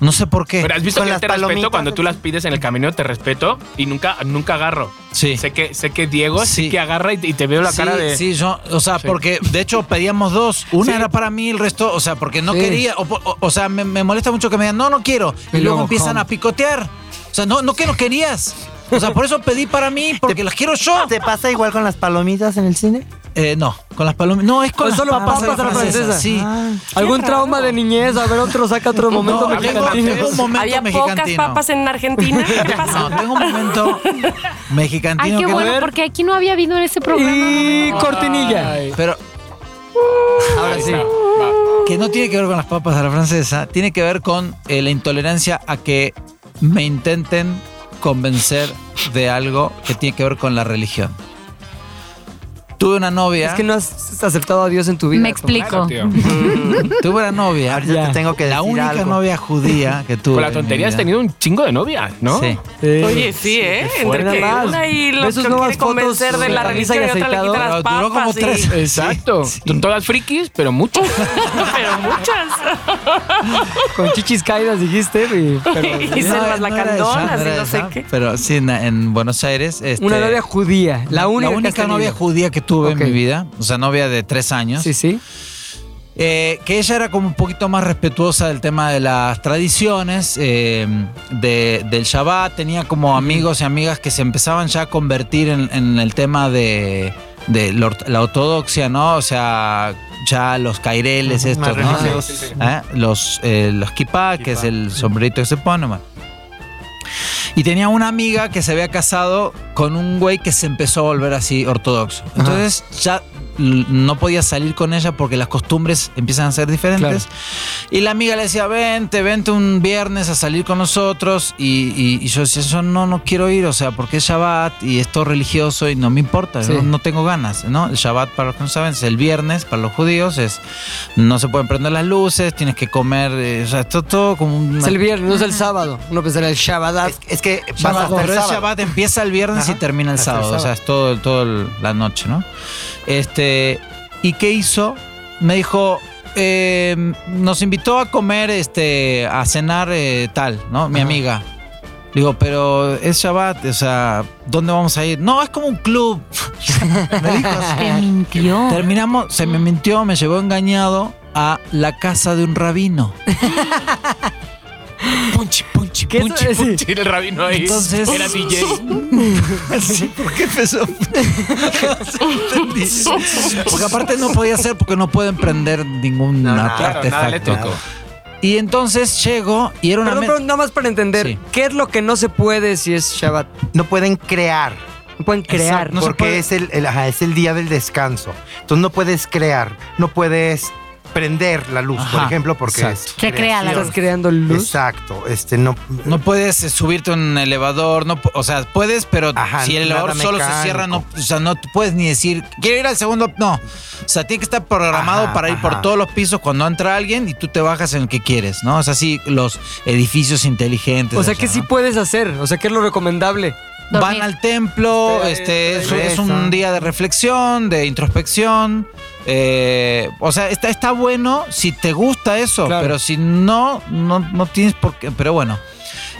[SPEAKER 7] No sé por qué.
[SPEAKER 3] Pero has visto
[SPEAKER 4] Con
[SPEAKER 3] que yo
[SPEAKER 4] las
[SPEAKER 3] te respeto
[SPEAKER 4] palomitas.
[SPEAKER 3] cuando tú las pides en el camino, te respeto y nunca, nunca agarro.
[SPEAKER 7] Sí.
[SPEAKER 3] Sé que, sé que Diego sí,
[SPEAKER 7] Sí.
[SPEAKER 3] que agarra y, y te veo la
[SPEAKER 7] Sí,
[SPEAKER 3] cara de.
[SPEAKER 7] sí, yo, o sea,
[SPEAKER 3] Sí.
[SPEAKER 7] porque de hecho pedíamos dos.
[SPEAKER 3] Sí.
[SPEAKER 7] Una era para mí, el resto, o sea, porque no
[SPEAKER 2] Sí.
[SPEAKER 7] quería, o, po- o- o sea, me, me molesta mucho que me digan, no, no quiero. Y,
[SPEAKER 2] Y
[SPEAKER 7] luego
[SPEAKER 2] luego,
[SPEAKER 7] empiezan
[SPEAKER 2] ¿cómo?
[SPEAKER 7] a picotear. O sea, no, no que no querías. O sea, por eso pedí para mí, porque las quiero yo.
[SPEAKER 4] ¿Te pasa igual con las palomitas en el cine?
[SPEAKER 7] Eh, no, con las palomitas. No, es con
[SPEAKER 2] Pues
[SPEAKER 7] las
[SPEAKER 2] solo
[SPEAKER 7] papas, a la
[SPEAKER 2] papas
[SPEAKER 7] francesa. Sí.
[SPEAKER 4] Ah.
[SPEAKER 2] ¿Algún trauma de niñez? A ver, otro saca otro momento
[SPEAKER 7] No, tengo,
[SPEAKER 2] mexicantino.
[SPEAKER 7] tengo un momento
[SPEAKER 5] Había pocas
[SPEAKER 7] mexicantino.
[SPEAKER 5] papas en Argentina. ¿Qué pasa?
[SPEAKER 7] No, tengo un momento mexicantino.
[SPEAKER 1] Ay, qué
[SPEAKER 7] que-
[SPEAKER 1] bueno, porque aquí no había habido en ese programa.
[SPEAKER 2] Y cortinilla.
[SPEAKER 7] Pero
[SPEAKER 3] Ahora sí.
[SPEAKER 7] que no tiene que ver con las papas a la francesa, tiene que ver con eh, la intolerancia a que me intenten convencer de algo que tiene que ver con la religión. Tuve una novia,
[SPEAKER 2] Es que no has aceptado a Dios en tu vida.
[SPEAKER 1] Me
[SPEAKER 2] Tomás.
[SPEAKER 1] explico.
[SPEAKER 7] tuve una novia,
[SPEAKER 4] Ahorita te tengo que decir
[SPEAKER 7] la única
[SPEAKER 4] algo.
[SPEAKER 7] novia judía que tuve.
[SPEAKER 3] Por la
[SPEAKER 7] en mi
[SPEAKER 3] tontería has
[SPEAKER 7] vida.
[SPEAKER 3] tenido un chingo de novias, ¿no?
[SPEAKER 7] Sí.
[SPEAKER 5] Oye, sí, ¿eh? Entre
[SPEAKER 2] fuerte.
[SPEAKER 5] que
[SPEAKER 2] Nada más.
[SPEAKER 5] una y
[SPEAKER 2] Ve
[SPEAKER 5] lo
[SPEAKER 2] sus
[SPEAKER 5] que
[SPEAKER 2] nuevas
[SPEAKER 5] quiere convencer
[SPEAKER 2] fotos
[SPEAKER 5] de la
[SPEAKER 2] de camisa
[SPEAKER 5] religión y
[SPEAKER 2] y
[SPEAKER 5] otra le quita
[SPEAKER 2] aceitado.
[SPEAKER 5] las papas.
[SPEAKER 7] Duró como
[SPEAKER 5] y-
[SPEAKER 7] tres.
[SPEAKER 3] Exacto. Son Todas frikis, pero muchas.
[SPEAKER 5] Pero muchas.
[SPEAKER 2] Con chichis caídas dijiste, y- pero
[SPEAKER 5] Y se
[SPEAKER 7] No,
[SPEAKER 5] las
[SPEAKER 7] no era esa,
[SPEAKER 5] lacandonas
[SPEAKER 7] era
[SPEAKER 5] y no sé
[SPEAKER 7] esa,
[SPEAKER 5] qué.
[SPEAKER 7] Pero sí, en, en Buenos Aires. este,
[SPEAKER 2] una novia judía, la única, que has tenido.
[SPEAKER 7] novia judía que tuve
[SPEAKER 2] Ok.
[SPEAKER 7] en mi vida, o sea, novia de tres años.
[SPEAKER 2] Sí, sí.
[SPEAKER 7] Eh, que ella era como un poquito más respetuosa del tema de las tradiciones, eh, de- del Shabbat. Tenía como amigos y amigas que se empezaban ya a convertir en, en el tema de, de la ort- la ortodoxia, ¿no? O sea, ya los caireles
[SPEAKER 4] Ujú,
[SPEAKER 7] estos,
[SPEAKER 4] más
[SPEAKER 7] ¿no?
[SPEAKER 4] religiosos.
[SPEAKER 3] Sí, sí, sí.
[SPEAKER 7] ¿Eh? Los, eh, los kipá, que es el sombrerito que se pone, bueno. Y tenía una amiga que se había casado con un güey que se empezó a volver así ortodoxo. Entonces ya l- no podía salir con ella porque las costumbres empiezan a ser diferentes. Y la amiga le decía, vente, vente un viernes a salir con nosotros. Y, y- y yo decía, yo no, no quiero ir, o sea, porque es Shabbat y es todo religioso y no me importa,
[SPEAKER 2] Sí.
[SPEAKER 7] yo no tengo ganas, ¿no? El Shabbat, para los que no saben, es el viernes, para los judíos es, no se pueden prender las luces, tienes que comer, eh, o sea, esto todo como un...
[SPEAKER 2] Es el viernes, no es el sábado. Uno pensaría el Shabbat.
[SPEAKER 4] Es, es que vas
[SPEAKER 7] Shabbat,
[SPEAKER 4] hasta el
[SPEAKER 7] pero es
[SPEAKER 4] sábado.
[SPEAKER 7] Shabbat empieza el viernes
[SPEAKER 4] Ajá,
[SPEAKER 7] y termina el
[SPEAKER 4] hasta el
[SPEAKER 7] sábado, o sea,
[SPEAKER 4] sábado.
[SPEAKER 7] es todo, todo el- la noche, ¿no? Este, ¿y qué hizo? Me dijo, eh, nos invitó a comer, este, a cenar eh, tal, ¿no? Mi amiga. Le Digo, pero es Shabbat, o sea, ¿dónde vamos a ir? No, es como un club. me dijo así.
[SPEAKER 1] Te mintió.
[SPEAKER 7] Terminamos, se me mintió, me llevó engañado a la casa de un rabino. punchi, punchi,
[SPEAKER 2] ¿Qué es-
[SPEAKER 7] punchi,
[SPEAKER 2] sí.
[SPEAKER 7] punchi.
[SPEAKER 3] Sí, el rabino ahí.
[SPEAKER 7] Entonces-
[SPEAKER 3] Era DJ.
[SPEAKER 7] Sí, ¿por qué empezó? porque aparte no podía ser porque no pueden prender ningún
[SPEAKER 4] No, nada,
[SPEAKER 3] Claro,
[SPEAKER 7] artefacto.
[SPEAKER 3] nada eléctrico.
[SPEAKER 7] Y entonces llego y era una
[SPEAKER 2] Perdón,
[SPEAKER 7] me-
[SPEAKER 2] pero nada más para entender,
[SPEAKER 7] Sí.
[SPEAKER 2] ¿qué es lo que no se puede si es Shabbat?
[SPEAKER 4] No pueden crear.
[SPEAKER 2] No pueden crear.
[SPEAKER 7] Exacto. No se puede.
[SPEAKER 4] porque es el, el- ajá, es el día del descanso. Entonces no puedes crear, no puedes prender la luz, por
[SPEAKER 7] Ajá,
[SPEAKER 4] ejemplo, porque
[SPEAKER 7] exacto.
[SPEAKER 4] es
[SPEAKER 1] Se crea la
[SPEAKER 2] Estás
[SPEAKER 1] luz.
[SPEAKER 2] creando luz.
[SPEAKER 4] Exacto, este no,
[SPEAKER 7] No puedes eh, subirte a un elevador, no, pu- o sea, puedes, pero
[SPEAKER 4] Ajá,
[SPEAKER 7] si el
[SPEAKER 4] nada
[SPEAKER 7] elevador solo se
[SPEAKER 4] mecánico.
[SPEAKER 7] cierra, no, o sea, no te puedes ni decir, quiero ir al segundo, no. O sea, tiene que estar programado
[SPEAKER 4] Ajá,
[SPEAKER 7] para ir por
[SPEAKER 4] ajá.
[SPEAKER 7] todos los pisos cuando entra alguien y tú te bajas en el que quieres, ¿no? O sea, sí, los edificios inteligentes.
[SPEAKER 2] O sea,
[SPEAKER 7] allá,
[SPEAKER 2] ¿qué sí
[SPEAKER 7] ¿no?
[SPEAKER 2] puedes hacer? O sea, ¿qué es lo recomendable?
[SPEAKER 1] Dormir.
[SPEAKER 7] Van al templo,
[SPEAKER 2] eh,
[SPEAKER 7] este, es, es un
[SPEAKER 4] rezo.
[SPEAKER 7] día de reflexión, de introspección. eh, o sea, está, está bueno si te gusta eso,
[SPEAKER 2] Claro.
[SPEAKER 7] pero si no, no, no tienes por qué. Pero bueno,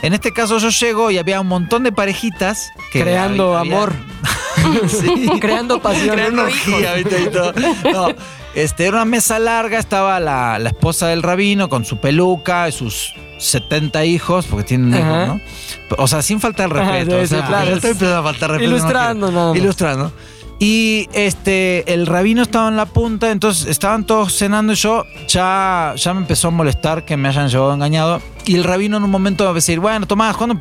[SPEAKER 7] en este caso yo llego y había un montón de parejitas que
[SPEAKER 2] creando
[SPEAKER 7] hab- habían-
[SPEAKER 2] amor. Creando pasión.
[SPEAKER 7] Creando orgía, ¿viste? Y todo. No, este, era una mesa larga, estaba la, la esposa del rabino con su peluca y sus 70 hijos, porque tienen
[SPEAKER 2] Ajá.
[SPEAKER 7] hijos, ¿no? O sea, sin faltar el
[SPEAKER 2] Ajá,
[SPEAKER 7] respeto.
[SPEAKER 2] sí,
[SPEAKER 7] o sea,
[SPEAKER 2] sí, claro.
[SPEAKER 7] ya está empezando a faltar respeto, no
[SPEAKER 2] Ilustrando,
[SPEAKER 7] quiero.
[SPEAKER 2] nada más.
[SPEAKER 7] Ilustrando. Y este, el rabino estaba en la punta, entonces estaban todos cenando y yo ya, ya me empezó a molestar que me hayan llevado engañado. Y el rabino en un momento me a decir, bueno, Tomás, ¿cuándo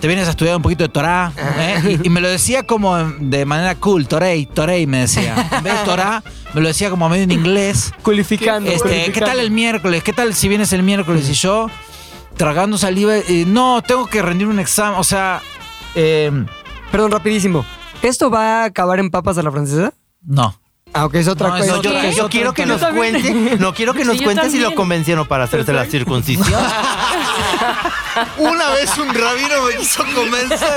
[SPEAKER 7] te vienes a estudiar un poquito de Torah?
[SPEAKER 2] Ah.
[SPEAKER 7] ¿Eh? Y, y me lo decía como de manera cool, Torei, Torei me decía. En vez de Torah, me lo decía como medio en inglés.
[SPEAKER 2] Culificando.
[SPEAKER 7] Este, ¿Qué
[SPEAKER 2] culificando.
[SPEAKER 7] tal el miércoles? ¿Qué tal si vienes el miércoles? Y yo, tragando saliva, eh, no, tengo que rendir un examen, o sea... em,
[SPEAKER 2] Perdón, rapidísimo. ¿Esto va a acabar en papas a la francesa?
[SPEAKER 7] no.
[SPEAKER 2] Ah, ok, es otra
[SPEAKER 7] No, es
[SPEAKER 2] cosa.
[SPEAKER 4] No, yo,
[SPEAKER 7] otra- es
[SPEAKER 4] yo
[SPEAKER 7] otra
[SPEAKER 4] quiero que nos
[SPEAKER 7] historia.
[SPEAKER 4] cuente, no quiero que nos
[SPEAKER 5] yo
[SPEAKER 4] cuente si lo
[SPEAKER 5] también.
[SPEAKER 4] convencieron para hacerse la circuncisión. Una vez un rabino me hizo convencer.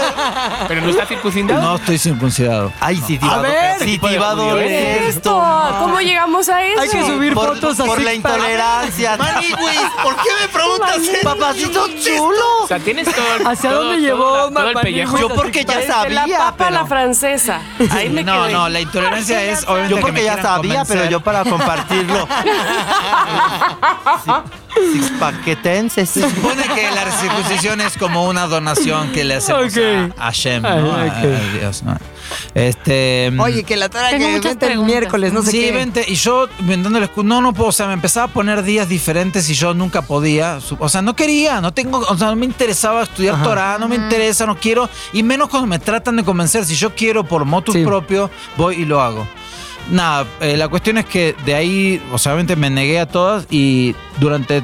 [SPEAKER 3] Pero no está circuncidado.
[SPEAKER 7] No estoy circuncidado.
[SPEAKER 4] Ay, sí, te iba a,
[SPEAKER 2] ver.
[SPEAKER 4] doler, sí, te iba a
[SPEAKER 3] ¿Qué
[SPEAKER 5] ¿Qué
[SPEAKER 4] doler.
[SPEAKER 5] es esto? ¿Cómo llegamos a eso?
[SPEAKER 2] Hay que subir
[SPEAKER 4] Por,
[SPEAKER 2] fotos así.
[SPEAKER 4] por la intolerancia. ¿por qué me preguntas Papacito chulo.
[SPEAKER 3] O sea, tienes todo el,
[SPEAKER 2] ¿Hacia
[SPEAKER 3] todo-
[SPEAKER 2] dónde llevó
[SPEAKER 3] todo, todo el
[SPEAKER 2] Manny
[SPEAKER 3] pellejo.
[SPEAKER 4] Yo porque ya
[SPEAKER 5] De Este, la
[SPEAKER 4] sabía,
[SPEAKER 5] papa a la
[SPEAKER 4] pero...
[SPEAKER 5] francesa. Ahí me
[SPEAKER 7] no,
[SPEAKER 5] quedé.
[SPEAKER 7] no, la intolerancia es obviamente
[SPEAKER 4] Yo porque
[SPEAKER 7] que me
[SPEAKER 4] ya
[SPEAKER 7] quieran
[SPEAKER 4] sabía, pero
[SPEAKER 7] convencer.
[SPEAKER 4] yo para compartirlo. Sí, Six paquetenses.
[SPEAKER 7] Se supone que la circuncisión es como una donación que le hacemos
[SPEAKER 2] Ok.
[SPEAKER 7] a, a Shem, ¿no?
[SPEAKER 2] Ah,
[SPEAKER 7] A-
[SPEAKER 2] ok.
[SPEAKER 7] a Dios, ¿no? Este, mm,
[SPEAKER 2] Oye, que la tara
[SPEAKER 1] Tengo
[SPEAKER 2] que
[SPEAKER 1] muchas
[SPEAKER 2] vente el
[SPEAKER 1] preguntas.
[SPEAKER 2] miércoles, no sé
[SPEAKER 7] sí,
[SPEAKER 2] qué.
[SPEAKER 7] vente. Y yo inventándoles. No, no puedo. O sea, me empezaba a poner días diferentes y yo nunca podía. Su- O sea, no quería. No tengo. O sea, no me interesaba estudiar Torah. No me interesa. No quiero. Y menos cuando me tratan de convencer. Si yo quiero por motus
[SPEAKER 2] Sí.
[SPEAKER 7] propio, voy y lo hago. Nada, eh, la cuestión es que de ahí, o sea, obviamente me negué a todas y durante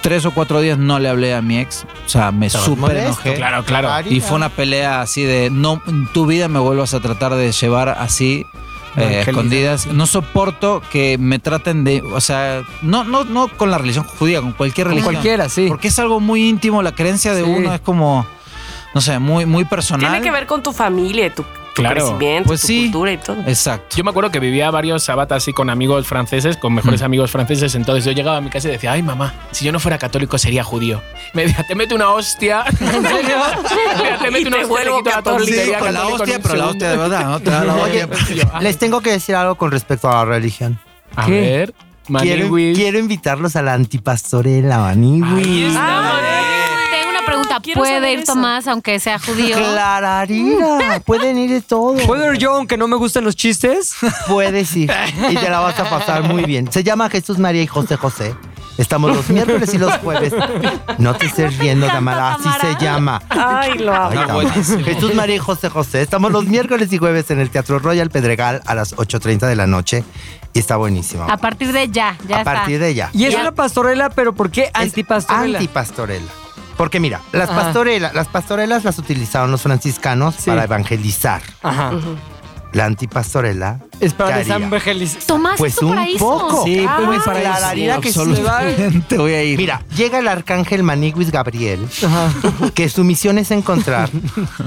[SPEAKER 7] tres o cuatro días no le hablé a mi ex. O sea, me
[SPEAKER 4] Estabas
[SPEAKER 7] súper
[SPEAKER 4] molesto,
[SPEAKER 7] enojé.
[SPEAKER 3] Claro,
[SPEAKER 4] Ah,
[SPEAKER 3] claro.
[SPEAKER 7] Y fue una pelea así de no, en tu vida me vuelvas a tratar de llevar así. eh,
[SPEAKER 2] Evangelizar,
[SPEAKER 7] escondidas. No soporto que me traten de. O sea, no, no, no con la religión judía, con cualquier
[SPEAKER 2] Con
[SPEAKER 7] religión.
[SPEAKER 2] cualquiera, sí.
[SPEAKER 7] Porque es algo muy íntimo, la creencia de
[SPEAKER 2] Sí.
[SPEAKER 7] uno es como, no sé, muy, muy personal.
[SPEAKER 5] Tiene que ver con tu familia, tu, tu
[SPEAKER 3] Claro.
[SPEAKER 5] crecimiento,
[SPEAKER 7] Pues
[SPEAKER 5] tu
[SPEAKER 7] sí.
[SPEAKER 5] cultura y todo.
[SPEAKER 7] Exacto.
[SPEAKER 3] Yo me acuerdo que vivía varios sabatas así con amigos franceses, con mejores amigos franceses. Entonces yo llegaba a mi casa y decía, ay mamá, si yo no fuera católico sería judío. Me decía, te mete una hostia. ¿En serio? te
[SPEAKER 5] Y
[SPEAKER 3] mete una
[SPEAKER 5] te
[SPEAKER 3] hostia.
[SPEAKER 5] vuelvo
[SPEAKER 3] quito la
[SPEAKER 5] católico.
[SPEAKER 3] tontería
[SPEAKER 4] Sí, con la
[SPEAKER 3] católico en
[SPEAKER 4] hostia,
[SPEAKER 3] un
[SPEAKER 4] pero la
[SPEAKER 3] segundo.
[SPEAKER 4] hostia de verdad. ¿no? Te da la hostia.
[SPEAKER 7] pues,
[SPEAKER 4] Les tengo que decir algo con respecto a la religión.
[SPEAKER 3] A
[SPEAKER 2] ¿Qué?
[SPEAKER 3] ver,
[SPEAKER 4] Quiero,
[SPEAKER 3] Maniwis.
[SPEAKER 4] quiero invitarlos a la antipastorela, Maniwi.
[SPEAKER 5] Ah,
[SPEAKER 1] Tengo una pregunta.
[SPEAKER 5] Quiero
[SPEAKER 1] ¿Puede
[SPEAKER 5] saber
[SPEAKER 1] ir
[SPEAKER 5] eso.
[SPEAKER 1] Tomás aunque sea judío?
[SPEAKER 4] Clararira, pueden ir de todo.
[SPEAKER 2] ¿Puedo ir yo aunque no me gusten los chistes?
[SPEAKER 4] Puedes ir y te la vas a pasar muy bien. Se llama Jesús María y José José. Estamos los miércoles y los jueves. No te estés riendo, Tamara. Así
[SPEAKER 1] Tamara.
[SPEAKER 4] se llama.
[SPEAKER 5] Ay, lo
[SPEAKER 4] Ay,
[SPEAKER 5] amo.
[SPEAKER 4] Tamara. Jesús María y José José. Estamos los miércoles y jueves en el Teatro Royal Pedregal a las 8.30 de la noche. Y está buenísimo.
[SPEAKER 1] A partir de ya, Ah, ya
[SPEAKER 4] a partir de ella.
[SPEAKER 2] Y es
[SPEAKER 1] Ya.
[SPEAKER 2] una pastorela, pero ¿por qué antipastorela?
[SPEAKER 4] Antipastorela. Porque mira, las
[SPEAKER 2] Ajá.
[SPEAKER 4] pastorelas, las pastorelas las utilizaron los franciscanos
[SPEAKER 2] Sí.
[SPEAKER 4] para evangelizar.
[SPEAKER 2] Ajá.
[SPEAKER 4] La antipastorela
[SPEAKER 8] Es para
[SPEAKER 4] ¿Qué haría?
[SPEAKER 8] desangelizar.
[SPEAKER 1] está. Tomás
[SPEAKER 4] Pues
[SPEAKER 1] tu
[SPEAKER 4] un
[SPEAKER 1] paraíso.
[SPEAKER 4] poco.
[SPEAKER 8] Sí,
[SPEAKER 1] Ah,
[SPEAKER 8] pues
[SPEAKER 4] la
[SPEAKER 8] para
[SPEAKER 4] claridad que sí.
[SPEAKER 7] Absolutamente voy a ir.
[SPEAKER 4] Mira, llega el arcángel Maniguis Gabriel, que su misión es encontrar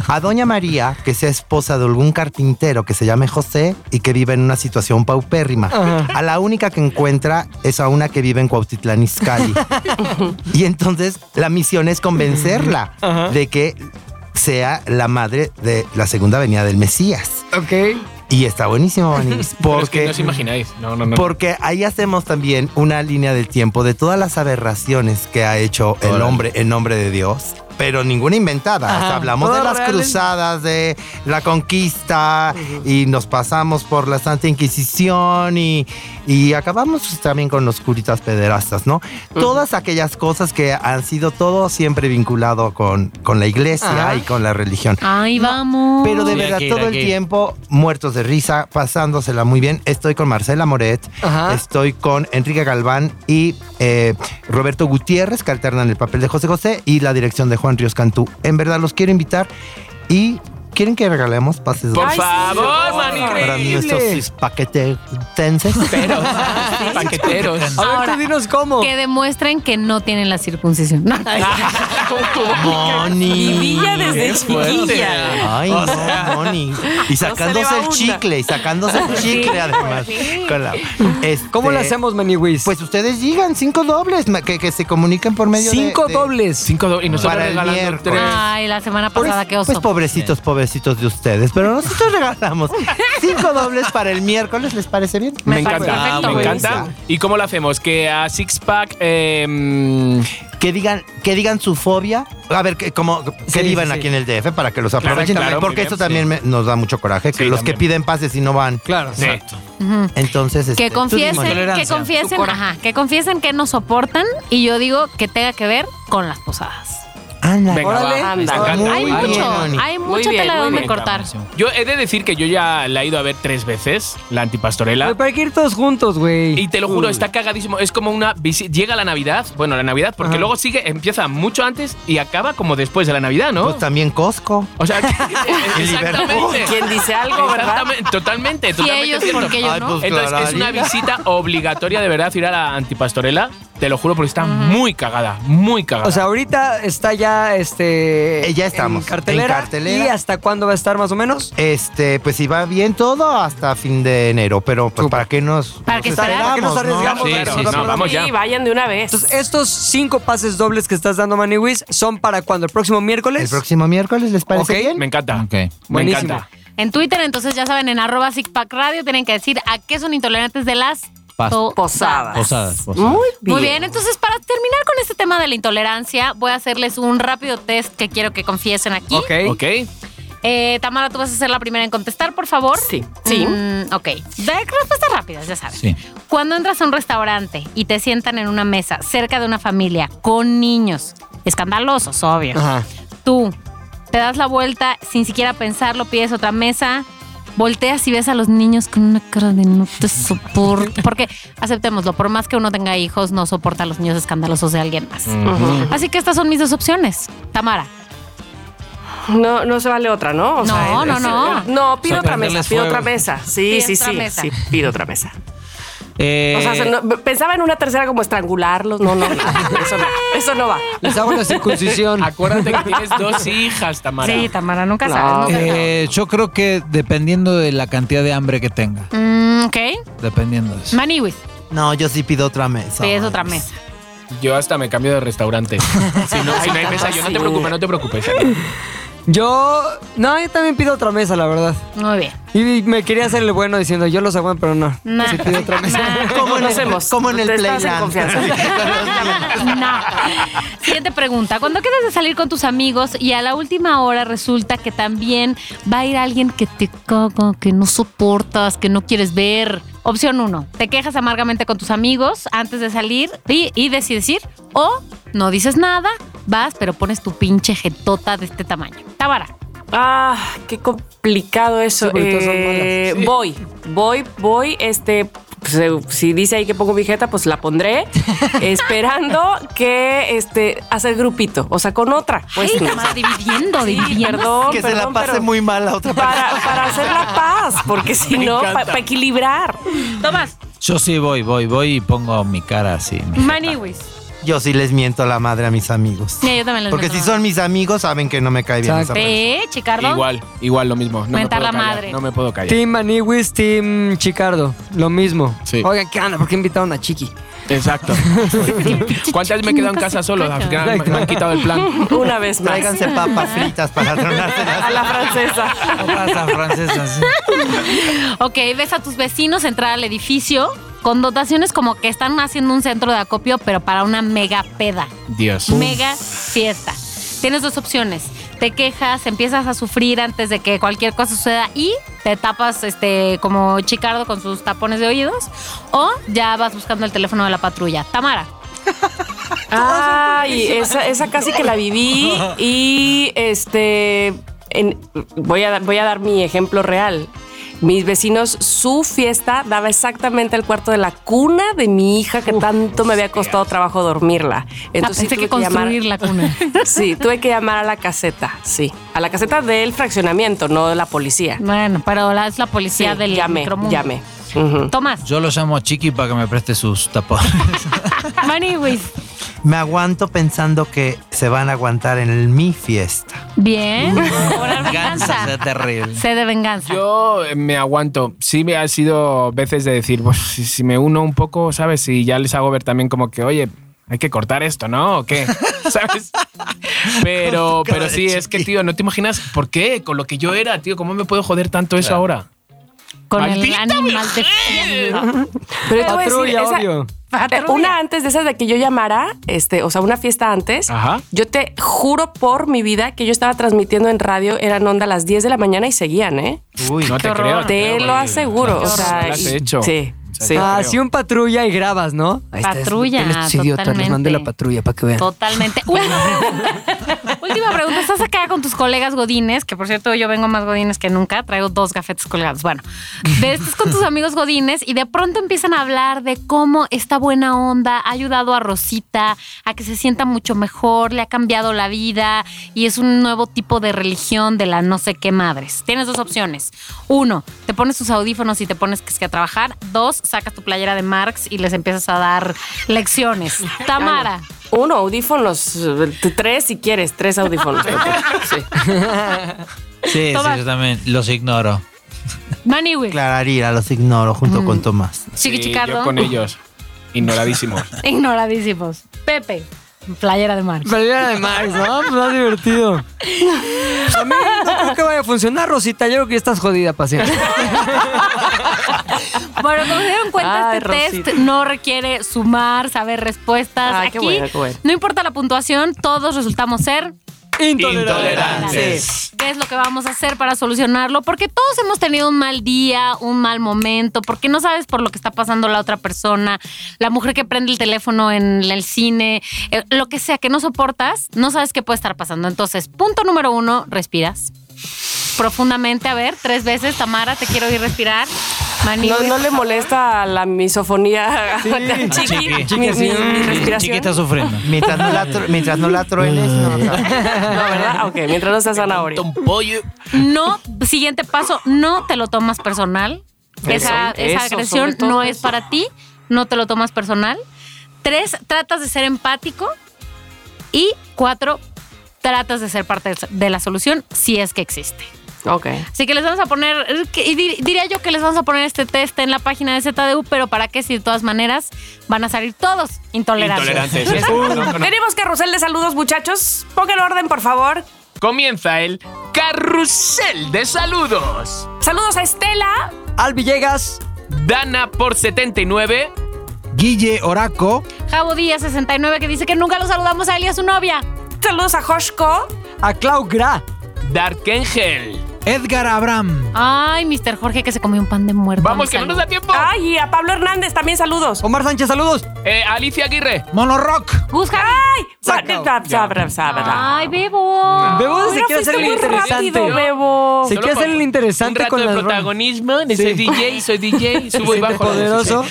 [SPEAKER 4] a Doña María, que sea esposa de algún carpintero que se llame José y que vive en una situación paupérrima. A la única que encuentra es a una que vive en Cuautitlán Izcalli. y entonces la misión es convencerla de que sea la madre de la segunda venida del Mesías.
[SPEAKER 2] Ok.
[SPEAKER 4] Y está buenísimo, Maniguis,
[SPEAKER 3] Pero
[SPEAKER 4] porque...
[SPEAKER 3] es que no os imagináis. No, no, no.
[SPEAKER 4] Porque ahí hacemos también una línea del tiempo de todas las aberraciones que ha hecho el
[SPEAKER 7] Órale.
[SPEAKER 4] hombre en nombre de Dios. Pero ninguna inventada. O sea,
[SPEAKER 2] Ajá.
[SPEAKER 4] hablamos de
[SPEAKER 2] Todas
[SPEAKER 4] las
[SPEAKER 2] reales.
[SPEAKER 4] cruzadas, de la conquista, y nos pasamos por la Santa Inquisición y, y acabamos también con los curitas pederastas, ¿no? Todas aquellas cosas que han sido todo siempre vinculado con, con la iglesia
[SPEAKER 2] Ajá.
[SPEAKER 4] y con la religión.
[SPEAKER 1] Ay, vamos.
[SPEAKER 4] Pero de
[SPEAKER 7] Sí,
[SPEAKER 4] verdad,
[SPEAKER 7] hay que ir,
[SPEAKER 4] todo
[SPEAKER 7] hay
[SPEAKER 4] el
[SPEAKER 7] que ir.
[SPEAKER 4] tiempo muertos de risa, pasándosela muy bien. Estoy con Marcela Moret,
[SPEAKER 2] Ajá.
[SPEAKER 4] estoy con Enrique Galván y eh, Roberto Gutiérrez, que alternan el papel de José José y la dirección de Juan Ríos Cantú. En verdad, los quiero invitar y quieren que regalemos pases
[SPEAKER 3] Por
[SPEAKER 5] Ay, sí,
[SPEAKER 3] favor,
[SPEAKER 5] sí,
[SPEAKER 4] para
[SPEAKER 3] Manigris.
[SPEAKER 4] nuestros paquetenses.
[SPEAKER 3] Pero, paqueteros.
[SPEAKER 2] A ver,
[SPEAKER 1] Ahora,
[SPEAKER 2] tú dinos cómo.
[SPEAKER 1] Que demuestren que no tienen la circuncisión. No.
[SPEAKER 4] Moni.
[SPEAKER 5] Vivilla desde chiquilla.
[SPEAKER 4] Ay, no, Moni. Y sacándose
[SPEAKER 5] va
[SPEAKER 4] el
[SPEAKER 5] una.
[SPEAKER 4] chicle, y sacándose el chicle además. Con la-
[SPEAKER 2] pues ¿Cómo lo
[SPEAKER 4] Este,
[SPEAKER 2] hacemos, Maniwis?
[SPEAKER 4] Pues ustedes digan cinco dobles, ma- que, que se comuniquen por medio de-
[SPEAKER 2] cinco
[SPEAKER 4] de...
[SPEAKER 2] dobles.
[SPEAKER 3] Cinco do- y nosotros
[SPEAKER 4] Para el
[SPEAKER 3] regalando
[SPEAKER 4] miércoles.
[SPEAKER 3] tres.
[SPEAKER 1] Ay, la semana
[SPEAKER 4] Pobres-
[SPEAKER 1] pasada, qué oso.
[SPEAKER 4] Pues pobrecitos, pobrecitos de ustedes. Pero nosotros regalamos cinco dobles para el miércoles, ¿les parece bien?
[SPEAKER 3] Me,
[SPEAKER 1] Me parece
[SPEAKER 3] encanta,
[SPEAKER 1] perfecto.
[SPEAKER 3] me encanta. ¿Y cómo lo hacemos? Que a Six Pack. em,
[SPEAKER 4] Que digan, que digan su fobia. A ver, que, como,
[SPEAKER 2] Sí,
[SPEAKER 4] que vivan
[SPEAKER 2] sí, sí.
[SPEAKER 4] aquí en el DF para que los aprovechen.
[SPEAKER 3] Claro, claro, muy
[SPEAKER 4] porque esto
[SPEAKER 3] bien,
[SPEAKER 4] también me- nos da mucho coraje. Que
[SPEAKER 3] Sí,
[SPEAKER 4] los
[SPEAKER 3] también.
[SPEAKER 4] que piden pases y no van.
[SPEAKER 2] Claro.
[SPEAKER 1] Ujú.
[SPEAKER 4] Entonces, este,
[SPEAKER 1] Que
[SPEAKER 4] tú dime.
[SPEAKER 1] confiesen, que
[SPEAKER 7] tolerancia.
[SPEAKER 1] confiesen, ajá, que confiesen que no soportan y yo digo que tenga que ver con las posadas.
[SPEAKER 4] Ándale.
[SPEAKER 3] Venga,
[SPEAKER 2] Órale.
[SPEAKER 3] va, me
[SPEAKER 5] Anda.
[SPEAKER 3] encanta.
[SPEAKER 4] Muy
[SPEAKER 1] hay
[SPEAKER 4] bien,
[SPEAKER 1] mucho,
[SPEAKER 4] Ani.
[SPEAKER 1] hay
[SPEAKER 5] Muy
[SPEAKER 1] mucha
[SPEAKER 5] bien,
[SPEAKER 1] tela
[SPEAKER 5] muy
[SPEAKER 1] donde
[SPEAKER 5] bien.
[SPEAKER 1] cortar.
[SPEAKER 3] Yo he de decir que yo ya la he ido a ver tres veces, la antipastorela.
[SPEAKER 2] Pero para que ir todos juntos, güey.
[SPEAKER 3] Y te lo juro, está cagadísimo. Es como una visita. Llega la Navidad, bueno, la Navidad, porque
[SPEAKER 2] Ajá.
[SPEAKER 3] luego sigue, empieza mucho antes y acaba como después de la Navidad, ¿no?
[SPEAKER 4] Pues también Costco.
[SPEAKER 3] O sea, que- exactamente.
[SPEAKER 5] Quien Oh, dice algo, ¿verdad?
[SPEAKER 3] Exactamente, Totalmente,
[SPEAKER 1] Y
[SPEAKER 3] totalmente.
[SPEAKER 1] ellos,
[SPEAKER 3] cierto.
[SPEAKER 1] porque yo
[SPEAKER 4] Ay,
[SPEAKER 1] no.
[SPEAKER 4] pues-
[SPEAKER 3] Entonces es una
[SPEAKER 4] Clararina.
[SPEAKER 3] visita obligatoria de verdad ir a la antipastorela. Te lo juro, porque está muy cagada, muy cagada.
[SPEAKER 2] O sea, ahorita está ya este.
[SPEAKER 4] Eh, ya estamos,
[SPEAKER 2] En cartelera.
[SPEAKER 4] en cartelera.
[SPEAKER 2] ¿Y hasta cuándo va a estar más o menos?
[SPEAKER 4] Este, pues si va bien todo hasta fin de enero, pero pues para qué nos
[SPEAKER 1] Para que
[SPEAKER 4] nos
[SPEAKER 1] esperar.
[SPEAKER 4] esperamos,
[SPEAKER 2] ¿Para qué nos
[SPEAKER 4] no?
[SPEAKER 2] arriesgamos?
[SPEAKER 3] Sí,
[SPEAKER 2] Claro,
[SPEAKER 3] sí,
[SPEAKER 2] claro.
[SPEAKER 3] no, vamos ya.
[SPEAKER 5] Sí, vayan de una vez.
[SPEAKER 2] Entonces, estos cinco pases dobles que estás dando, Maniwis, son para cuando el próximo miércoles.
[SPEAKER 4] El próximo miércoles les parece
[SPEAKER 2] Ok.
[SPEAKER 4] bien?
[SPEAKER 3] me encanta.
[SPEAKER 7] Ok.
[SPEAKER 3] Me
[SPEAKER 2] Buenísimo.
[SPEAKER 3] encanta.
[SPEAKER 1] En Twitter, entonces ya saben, en arroba Pack Radio tienen que decir a qué son intolerantes de las
[SPEAKER 7] Pas-
[SPEAKER 1] posadas.
[SPEAKER 5] Posadas.
[SPEAKER 7] Posadas, posadas.
[SPEAKER 5] Muy bien.
[SPEAKER 1] Muy bien, entonces para terminar con este tema de la intolerancia, voy a hacerles un rápido test que quiero que confiesen aquí.
[SPEAKER 2] Ok.
[SPEAKER 3] Ok.
[SPEAKER 1] Eh, Tamara, tú vas a ser la primera en contestar, por favor.
[SPEAKER 5] Sí. Sí.
[SPEAKER 1] Mm, ok. Da respuestas rápidas, ya sabes.
[SPEAKER 7] Sí.
[SPEAKER 1] Cuando entras a un restaurante y te sientan en una mesa cerca de una familia con niños, escandalosos, obvio.
[SPEAKER 2] Ajá.
[SPEAKER 1] Tú te das la vuelta sin siquiera pensarlo, pides otra mesa, volteas y ves a los niños con una cara de no te soporto. Porque aceptémoslo, por más que uno tenga hijos, no soporta a los niños escandalosos de alguien más.
[SPEAKER 5] Ujú.
[SPEAKER 1] Así que estas son mis dos opciones. Tamara,
[SPEAKER 5] No, no se vale otra, ¿no?
[SPEAKER 1] No,
[SPEAKER 5] O sea,
[SPEAKER 1] no,
[SPEAKER 5] es- eh,
[SPEAKER 1] no.
[SPEAKER 5] No, pido otra
[SPEAKER 7] Sorprenderles
[SPEAKER 5] mesa, pido
[SPEAKER 7] fuego.
[SPEAKER 5] otra mesa. Sí,
[SPEAKER 1] Pides
[SPEAKER 5] sí,
[SPEAKER 1] otra
[SPEAKER 5] sí,
[SPEAKER 1] mesa.
[SPEAKER 5] sí, pido otra mesa.
[SPEAKER 7] Eh,
[SPEAKER 5] O sea, se- no- pensaba en una tercera como estrangularlos. No, no, no, eso no, eso no va.
[SPEAKER 2] Les hago la circuncisión.
[SPEAKER 3] Acuérdate que tienes dos hijas, Tamara.
[SPEAKER 1] Sí, Tamara, nunca
[SPEAKER 5] No.
[SPEAKER 1] sabes. no te-
[SPEAKER 7] eh, yo creo que dependiendo de la cantidad de hambre que tenga.
[SPEAKER 1] Mm, ok.
[SPEAKER 7] Dependiendo de eso.
[SPEAKER 1] Maniwis,
[SPEAKER 4] No, yo sí pido otra mesa.
[SPEAKER 1] pides otra mesa.
[SPEAKER 3] Yo hasta me cambio de restaurante. si, no, si no hay mesa, yo no te preocupes, no te preocupes.
[SPEAKER 2] Yo. No, yo también pido otra mesa, la verdad.
[SPEAKER 1] Muy bien.
[SPEAKER 2] Y me quería hacer el bueno diciendo, yo los aguanto, pero no.
[SPEAKER 1] Nah.
[SPEAKER 2] Sí pido otra mesa.
[SPEAKER 1] Nah.
[SPEAKER 4] Como en el,
[SPEAKER 5] Conocemos.
[SPEAKER 4] como en el
[SPEAKER 5] Te estás en
[SPEAKER 4] Playland.
[SPEAKER 5] confianza.
[SPEAKER 1] No. Siguiente pregunta. Cuando quedas de salir con tus amigos y a la última hora resulta que también va a ir alguien que te caga, que no soportas, que no quieres ver. Opción 1, te quejas amargamente con tus amigos antes de salir y, y deci- decir, o no dices nada, vas, pero pones tu pinche jetota de este tamaño. Tabara.
[SPEAKER 5] Ah, qué complicado eso.
[SPEAKER 2] Sí, porque todas son
[SPEAKER 5] Eh, Voy, voy, voy, este. pues, eh, si dice ahí que pongo mi jeta, pues la pondré. esperando que este hacer grupito. O sea, con otra. Pues,
[SPEAKER 1] Ay,
[SPEAKER 5] no.
[SPEAKER 1] nomás dividiendo,
[SPEAKER 5] Sí,
[SPEAKER 1] dividiendo.
[SPEAKER 5] perdón,
[SPEAKER 4] que se la
[SPEAKER 5] Oh, perdón,
[SPEAKER 4] pase
[SPEAKER 5] pero
[SPEAKER 4] muy mal la otra
[SPEAKER 5] Para, para hacer la paz, porque si no, para equilibrar.
[SPEAKER 1] Tomás,
[SPEAKER 7] Yo sí voy, voy, voy y pongo mi cara así. mi
[SPEAKER 1] Maniwis.
[SPEAKER 4] Yo sí les miento la madre a mis amigos.
[SPEAKER 1] Sí, yo también les
[SPEAKER 4] Porque
[SPEAKER 1] meto
[SPEAKER 4] si
[SPEAKER 1] la
[SPEAKER 4] son mis amigos, saben que no me cae bien esa
[SPEAKER 2] Exacto.
[SPEAKER 4] persona.
[SPEAKER 1] Eh, Chicardo.
[SPEAKER 3] Igual, igual lo mismo. No
[SPEAKER 1] Mentar
[SPEAKER 3] me puedo
[SPEAKER 1] la
[SPEAKER 3] callar,
[SPEAKER 1] madre.
[SPEAKER 3] No me puedo callar.
[SPEAKER 2] Team Maniwis, Team Chicardo. Lo mismo.
[SPEAKER 3] Sí.
[SPEAKER 2] Oigan, ¿qué onda? ¿Por qué invitaron a Chiqui?
[SPEAKER 3] Exacto. ¿Cuántas me he quedado en casa solo? Las que han- Me han quitado el plan.
[SPEAKER 5] Una vez más.
[SPEAKER 4] Tráiganse papas fritas para tronárselas.
[SPEAKER 5] A la francesa.
[SPEAKER 7] jeta. francesas. sí.
[SPEAKER 1] Ok, ves a tus vecinos entrar al edificio con dotaciones como que están haciendo un centro de acopio, pero para una mega peda.
[SPEAKER 3] Dios.
[SPEAKER 1] Mega fiesta. Tienes dos opciones. Te quejas, empiezas a sufrir antes de que cualquier cosa suceda y te tapas este como Chicardo con sus tapones de oídos o ya vas buscando el teléfono de la patrulla. Tamara.
[SPEAKER 5] Ay, esa, esa casi que la viví y este en- voy, a, voy a dar mi ejemplo real. Mis vecinos, su fiesta daba exactamente el cuarto de la cuna de mi hija que tanto me había costado trabajo dormirla. Entonces
[SPEAKER 1] Entonces,
[SPEAKER 5] sí
[SPEAKER 1] pensé que
[SPEAKER 5] tuve llamar-
[SPEAKER 1] construir la cuna.
[SPEAKER 5] Sí, tuve que llamar a la caseta, sí, a la caseta del fraccionamiento, no de la policía.
[SPEAKER 1] bueno, pero ahora es la
[SPEAKER 5] Mm, Sí,
[SPEAKER 1] policía del
[SPEAKER 5] llamé,
[SPEAKER 1] micromundo.
[SPEAKER 5] llamé. Ujú.
[SPEAKER 1] Tomás.
[SPEAKER 7] Yo lo llamo a Chiqui para que me preste sus tapones.
[SPEAKER 1] Maniwis.
[SPEAKER 4] Me aguanto pensando que se van a aguantar en mi fiesta.
[SPEAKER 1] Bien. Cobrar
[SPEAKER 7] Venganza,
[SPEAKER 1] venganza.
[SPEAKER 7] sea terrible.
[SPEAKER 1] Sed de venganza.
[SPEAKER 3] Yo eh, me aguanto. Sí me ha sido veces de decir, pues si, si me uno un poco, ¿sabes? Y ya les hago ver también como que, oye, hay que cortar esto, ¿no? ¿O qué? ¿Sabes? Pero,
[SPEAKER 4] Con tu cara
[SPEAKER 3] pero sí,
[SPEAKER 4] de
[SPEAKER 3] es que,
[SPEAKER 4] chiqui.
[SPEAKER 3] tío, no te imaginas por qué, con lo que yo era, tío, ¿cómo me puedo joder tanto eso ahora?
[SPEAKER 1] con el
[SPEAKER 3] ¡Maldita
[SPEAKER 1] animal de fiesta.
[SPEAKER 5] Pero te voy a decir,
[SPEAKER 2] Patrulla,
[SPEAKER 5] esa-
[SPEAKER 2] obvio.
[SPEAKER 5] Eh, Una antes de esas de que yo llamara, este, o sea, una fiesta antes.
[SPEAKER 3] Ajá.
[SPEAKER 5] Yo te juro por mi vida que yo estaba transmitiendo en radio, eran onda a las 10 de la mañana y seguían, ¿eh?
[SPEAKER 4] Uy,
[SPEAKER 3] No te
[SPEAKER 1] horror.
[SPEAKER 3] creo. no
[SPEAKER 5] Te
[SPEAKER 3] creo,
[SPEAKER 5] lo
[SPEAKER 3] güey.
[SPEAKER 5] aseguro.
[SPEAKER 3] Ah, Qué
[SPEAKER 5] O sea,
[SPEAKER 3] horror, lo has
[SPEAKER 5] y-
[SPEAKER 3] hecho.
[SPEAKER 5] Sí,
[SPEAKER 3] O sea,
[SPEAKER 5] sí.
[SPEAKER 3] yo
[SPEAKER 2] Ah,
[SPEAKER 3] creo.
[SPEAKER 2] sí, un patrulla y grabas, ¿no? Ahí está, es-
[SPEAKER 1] Patrulla,
[SPEAKER 2] tienes tus idiotas, les mandé la
[SPEAKER 1] totalmente.
[SPEAKER 2] patrulla para que vean.
[SPEAKER 1] Totalmente. Última pregunta. Última pregunta. Estás acá con tus colegas godines, que por cierto yo vengo más godines que nunca, traigo dos gafetes colgados. Bueno, de- estás con tus amigos godines y de pronto empiezan a hablar de cómo esta buena onda ha ayudado a Rosita a que se sienta mucho mejor, le ha cambiado la vida y es un nuevo tipo de religión de la no sé qué madres. Tienes dos opciones. Uno, te pones tus audífonos y te pones que, es que a trabajar. Dos, sacas tu playera de Marx y les empiezas a dar lecciones. Tamara.
[SPEAKER 5] Uno, audífonos. eh, t- Tres si quieres, tres audífonos. por favor. Sí.
[SPEAKER 7] Sí, sí,
[SPEAKER 1] Tomás.
[SPEAKER 7] yo también los ignoro.
[SPEAKER 1] Maniwis.
[SPEAKER 4] Clararira, los ignoro junto con Tomás.
[SPEAKER 1] Chiqui
[SPEAKER 3] Sí,
[SPEAKER 1] Chicardo.
[SPEAKER 3] Yo con ellos. Ignoradísimos.
[SPEAKER 1] Ignoradísimos. Pepe. Playera de mar.
[SPEAKER 2] Playera de Max, ¿no? Pues más divertido. A mí no creo que vaya a funcionar, Rosita. Yo creo que ya estás jodida, paciente.
[SPEAKER 1] Bueno, como se dieron cuenta,
[SPEAKER 5] Ay,
[SPEAKER 1] este
[SPEAKER 5] Rosita.
[SPEAKER 1] test no requiere sumar, saber respuestas.
[SPEAKER 5] Ay,
[SPEAKER 1] Aquí,
[SPEAKER 5] qué bueno, qué bueno.
[SPEAKER 1] no importa la puntuación, todos resultamos ser
[SPEAKER 3] Intolerantes.
[SPEAKER 1] qué es lo que vamos a hacer para solucionarlo, porque todos hemos tenido un mal día, un mal momento, porque no sabes por lo que está pasando la otra persona, la mujer que prende el teléfono en el cine, eh, lo que sea que no soportas, no sabes qué puede estar pasando. Entonces, punto número uno, respiras profundamente, a ver, tres veces, Tamara, te quiero ir respirar. Mani,
[SPEAKER 5] No, no le molesta la misofonía a
[SPEAKER 3] Ah,
[SPEAKER 5] Chiqui,
[SPEAKER 7] Chiqui.
[SPEAKER 5] mi,
[SPEAKER 2] Chiqui, sí.
[SPEAKER 5] mi- mi respiración.
[SPEAKER 7] Chiqui está sufriendo.
[SPEAKER 4] Mientras no la, tru- mientras no la truenes, no. o sea,
[SPEAKER 5] No, ¿verdad? Ok, mientras no sea zanahoria.
[SPEAKER 1] No, siguiente paso, no te lo tomas personal. esa
[SPEAKER 5] Eso,
[SPEAKER 1] esa
[SPEAKER 5] eso,
[SPEAKER 1] agresión
[SPEAKER 5] sobre todo
[SPEAKER 1] no
[SPEAKER 5] eso.
[SPEAKER 1] es para ti, no te lo tomas personal. Tres, tratas de ser empático. Y cuatro, tratas de ser parte de la solución si es que existe.
[SPEAKER 5] Ok.
[SPEAKER 1] Así que les vamos a poner, que- y di- diría yo que les vamos a poner este test en la página de ZDU, pero ¿para qué si de todas maneras van a salir todos intolerantes?
[SPEAKER 3] Intolerantes. Eso, no, no, no.
[SPEAKER 5] Tenemos carrusel de saludos, muchachos. Pongan orden, por favor.
[SPEAKER 3] Comienza el carrusel de saludos.
[SPEAKER 5] Saludos a Estela.
[SPEAKER 2] Al Villegas,
[SPEAKER 3] Dana por 79.
[SPEAKER 7] Guille Oraco,
[SPEAKER 1] Javo Díaz 69 que dice que nunca lo saludamos a él y a su novia.
[SPEAKER 5] Saludos a Joshko.
[SPEAKER 2] a Clau Gra,
[SPEAKER 3] Dark Angel.
[SPEAKER 7] Edgar Abraham.
[SPEAKER 1] Ay, Mr. Jorge que se comió un pan de muerto.
[SPEAKER 3] Vamos, que no
[SPEAKER 1] Salud.
[SPEAKER 3] nos da tiempo.
[SPEAKER 5] Ay, y a Pablo Hernández también saludos.
[SPEAKER 2] Omar Sánchez, saludos.
[SPEAKER 3] Eh, Alicia Aguirre.
[SPEAKER 7] Mono Rock.
[SPEAKER 1] Gus Harry.
[SPEAKER 5] Ay,
[SPEAKER 2] Sácalo.
[SPEAKER 5] sabra, sabra, sabra.
[SPEAKER 1] Ay, Bebo.
[SPEAKER 2] Bebo se
[SPEAKER 5] Mira,
[SPEAKER 2] quiere hacer el
[SPEAKER 5] fuiste muy
[SPEAKER 2] interesante.
[SPEAKER 5] rápido, Bebo.
[SPEAKER 2] Se
[SPEAKER 3] Solo
[SPEAKER 2] quiere hacer
[SPEAKER 3] por
[SPEAKER 2] el interesante
[SPEAKER 3] un rato
[SPEAKER 2] con
[SPEAKER 3] de
[SPEAKER 2] las
[SPEAKER 3] protagonismo. de Soy DJ, soy DJ, subo y
[SPEAKER 2] Siente
[SPEAKER 3] bajo.
[SPEAKER 2] poderoso.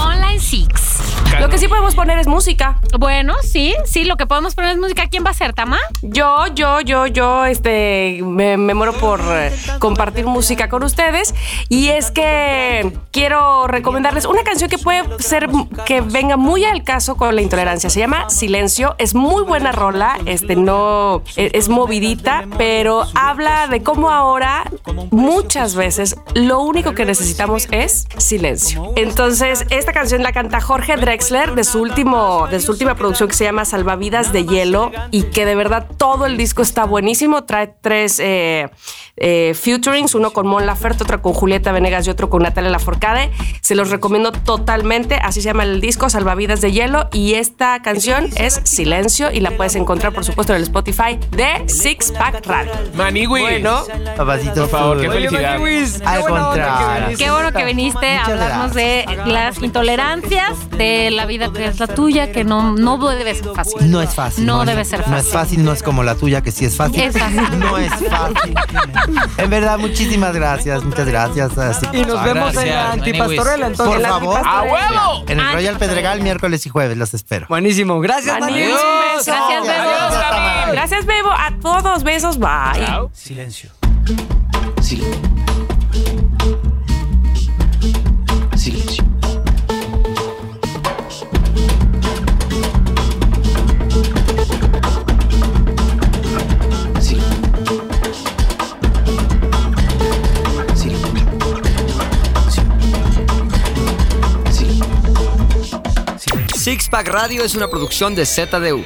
[SPEAKER 1] Online Six.
[SPEAKER 5] Lo que sí podemos poner es música.
[SPEAKER 1] Bueno, sí, sí, lo que podemos poner es música. ¿Quién va a ser, Tama?
[SPEAKER 5] Yo, yo, yo, yo, este, me, me muero por eh, compartir música con ustedes. Y es que quiero recomendarles una canción que puede ser que venga muy al caso con la intolerancia. Se llama Silencio. Es muy buena rola. Este, no e- es movidita, pero habla de cómo ahora muchas veces lo único que necesitamos es silencio. Entonces, esta canción la canta Jorge Drexler de su último de su última producción que se llama Salvavidas de hielo y que de verdad todo el disco está buenísimo. Trae tres eh, eh, featurings, uno con Mon Laferte, otro con Julieta Venegas y otro con Natalia Laforcade. Se los recomiendo totalmente. Así se llama el disco Salvavidas de hielo y esta canción es Silencio y la puedes encontrar por supuesto en el Spotify de Six Pack Radio.
[SPEAKER 3] Manigui.
[SPEAKER 2] Bueno,
[SPEAKER 3] Por
[SPEAKER 4] Papacito.
[SPEAKER 3] favor, qué
[SPEAKER 4] Azul.
[SPEAKER 2] oye,
[SPEAKER 3] felicidad.
[SPEAKER 2] Maniwis, qué
[SPEAKER 4] Al
[SPEAKER 2] buena onda que
[SPEAKER 4] contrario.
[SPEAKER 2] viniste,
[SPEAKER 1] Qué bueno que
[SPEAKER 2] neta.
[SPEAKER 1] viniste a
[SPEAKER 4] Muchas
[SPEAKER 1] hablarnos de las intolerancias, de la vida que es la tuya, que no, no debe ser fácil.
[SPEAKER 4] No es fácil.
[SPEAKER 1] No debe ser
[SPEAKER 4] No es
[SPEAKER 1] fácil.
[SPEAKER 4] fácil, no es como la tuya, que sí es fácil.
[SPEAKER 1] Es fácil.
[SPEAKER 4] No es fácil. En verdad, muchísimas gracias, muchas gracias. así-
[SPEAKER 2] Y nos vemos en la
[SPEAKER 7] Gracias,
[SPEAKER 2] antipastorela,
[SPEAKER 7] Maniwis.
[SPEAKER 2] entonces.
[SPEAKER 4] Por favor.
[SPEAKER 3] ¡A huevo!
[SPEAKER 4] En el
[SPEAKER 1] Ah,
[SPEAKER 4] Royal Pedregal, miércoles y jueves, los espero.
[SPEAKER 2] Buenísimo. Gracias, Maniwis.
[SPEAKER 5] Adiós.
[SPEAKER 1] Gracias, Bebo.
[SPEAKER 3] Adiós, Javi.
[SPEAKER 5] Gracias, Bebo. A todos, besos. Bye.
[SPEAKER 3] Chao.
[SPEAKER 9] Silencio. Sil- Silencio. Sil- Sil- Sil- Sil- Silencio.
[SPEAKER 2] Six Pack Radio es una producción de ZDU.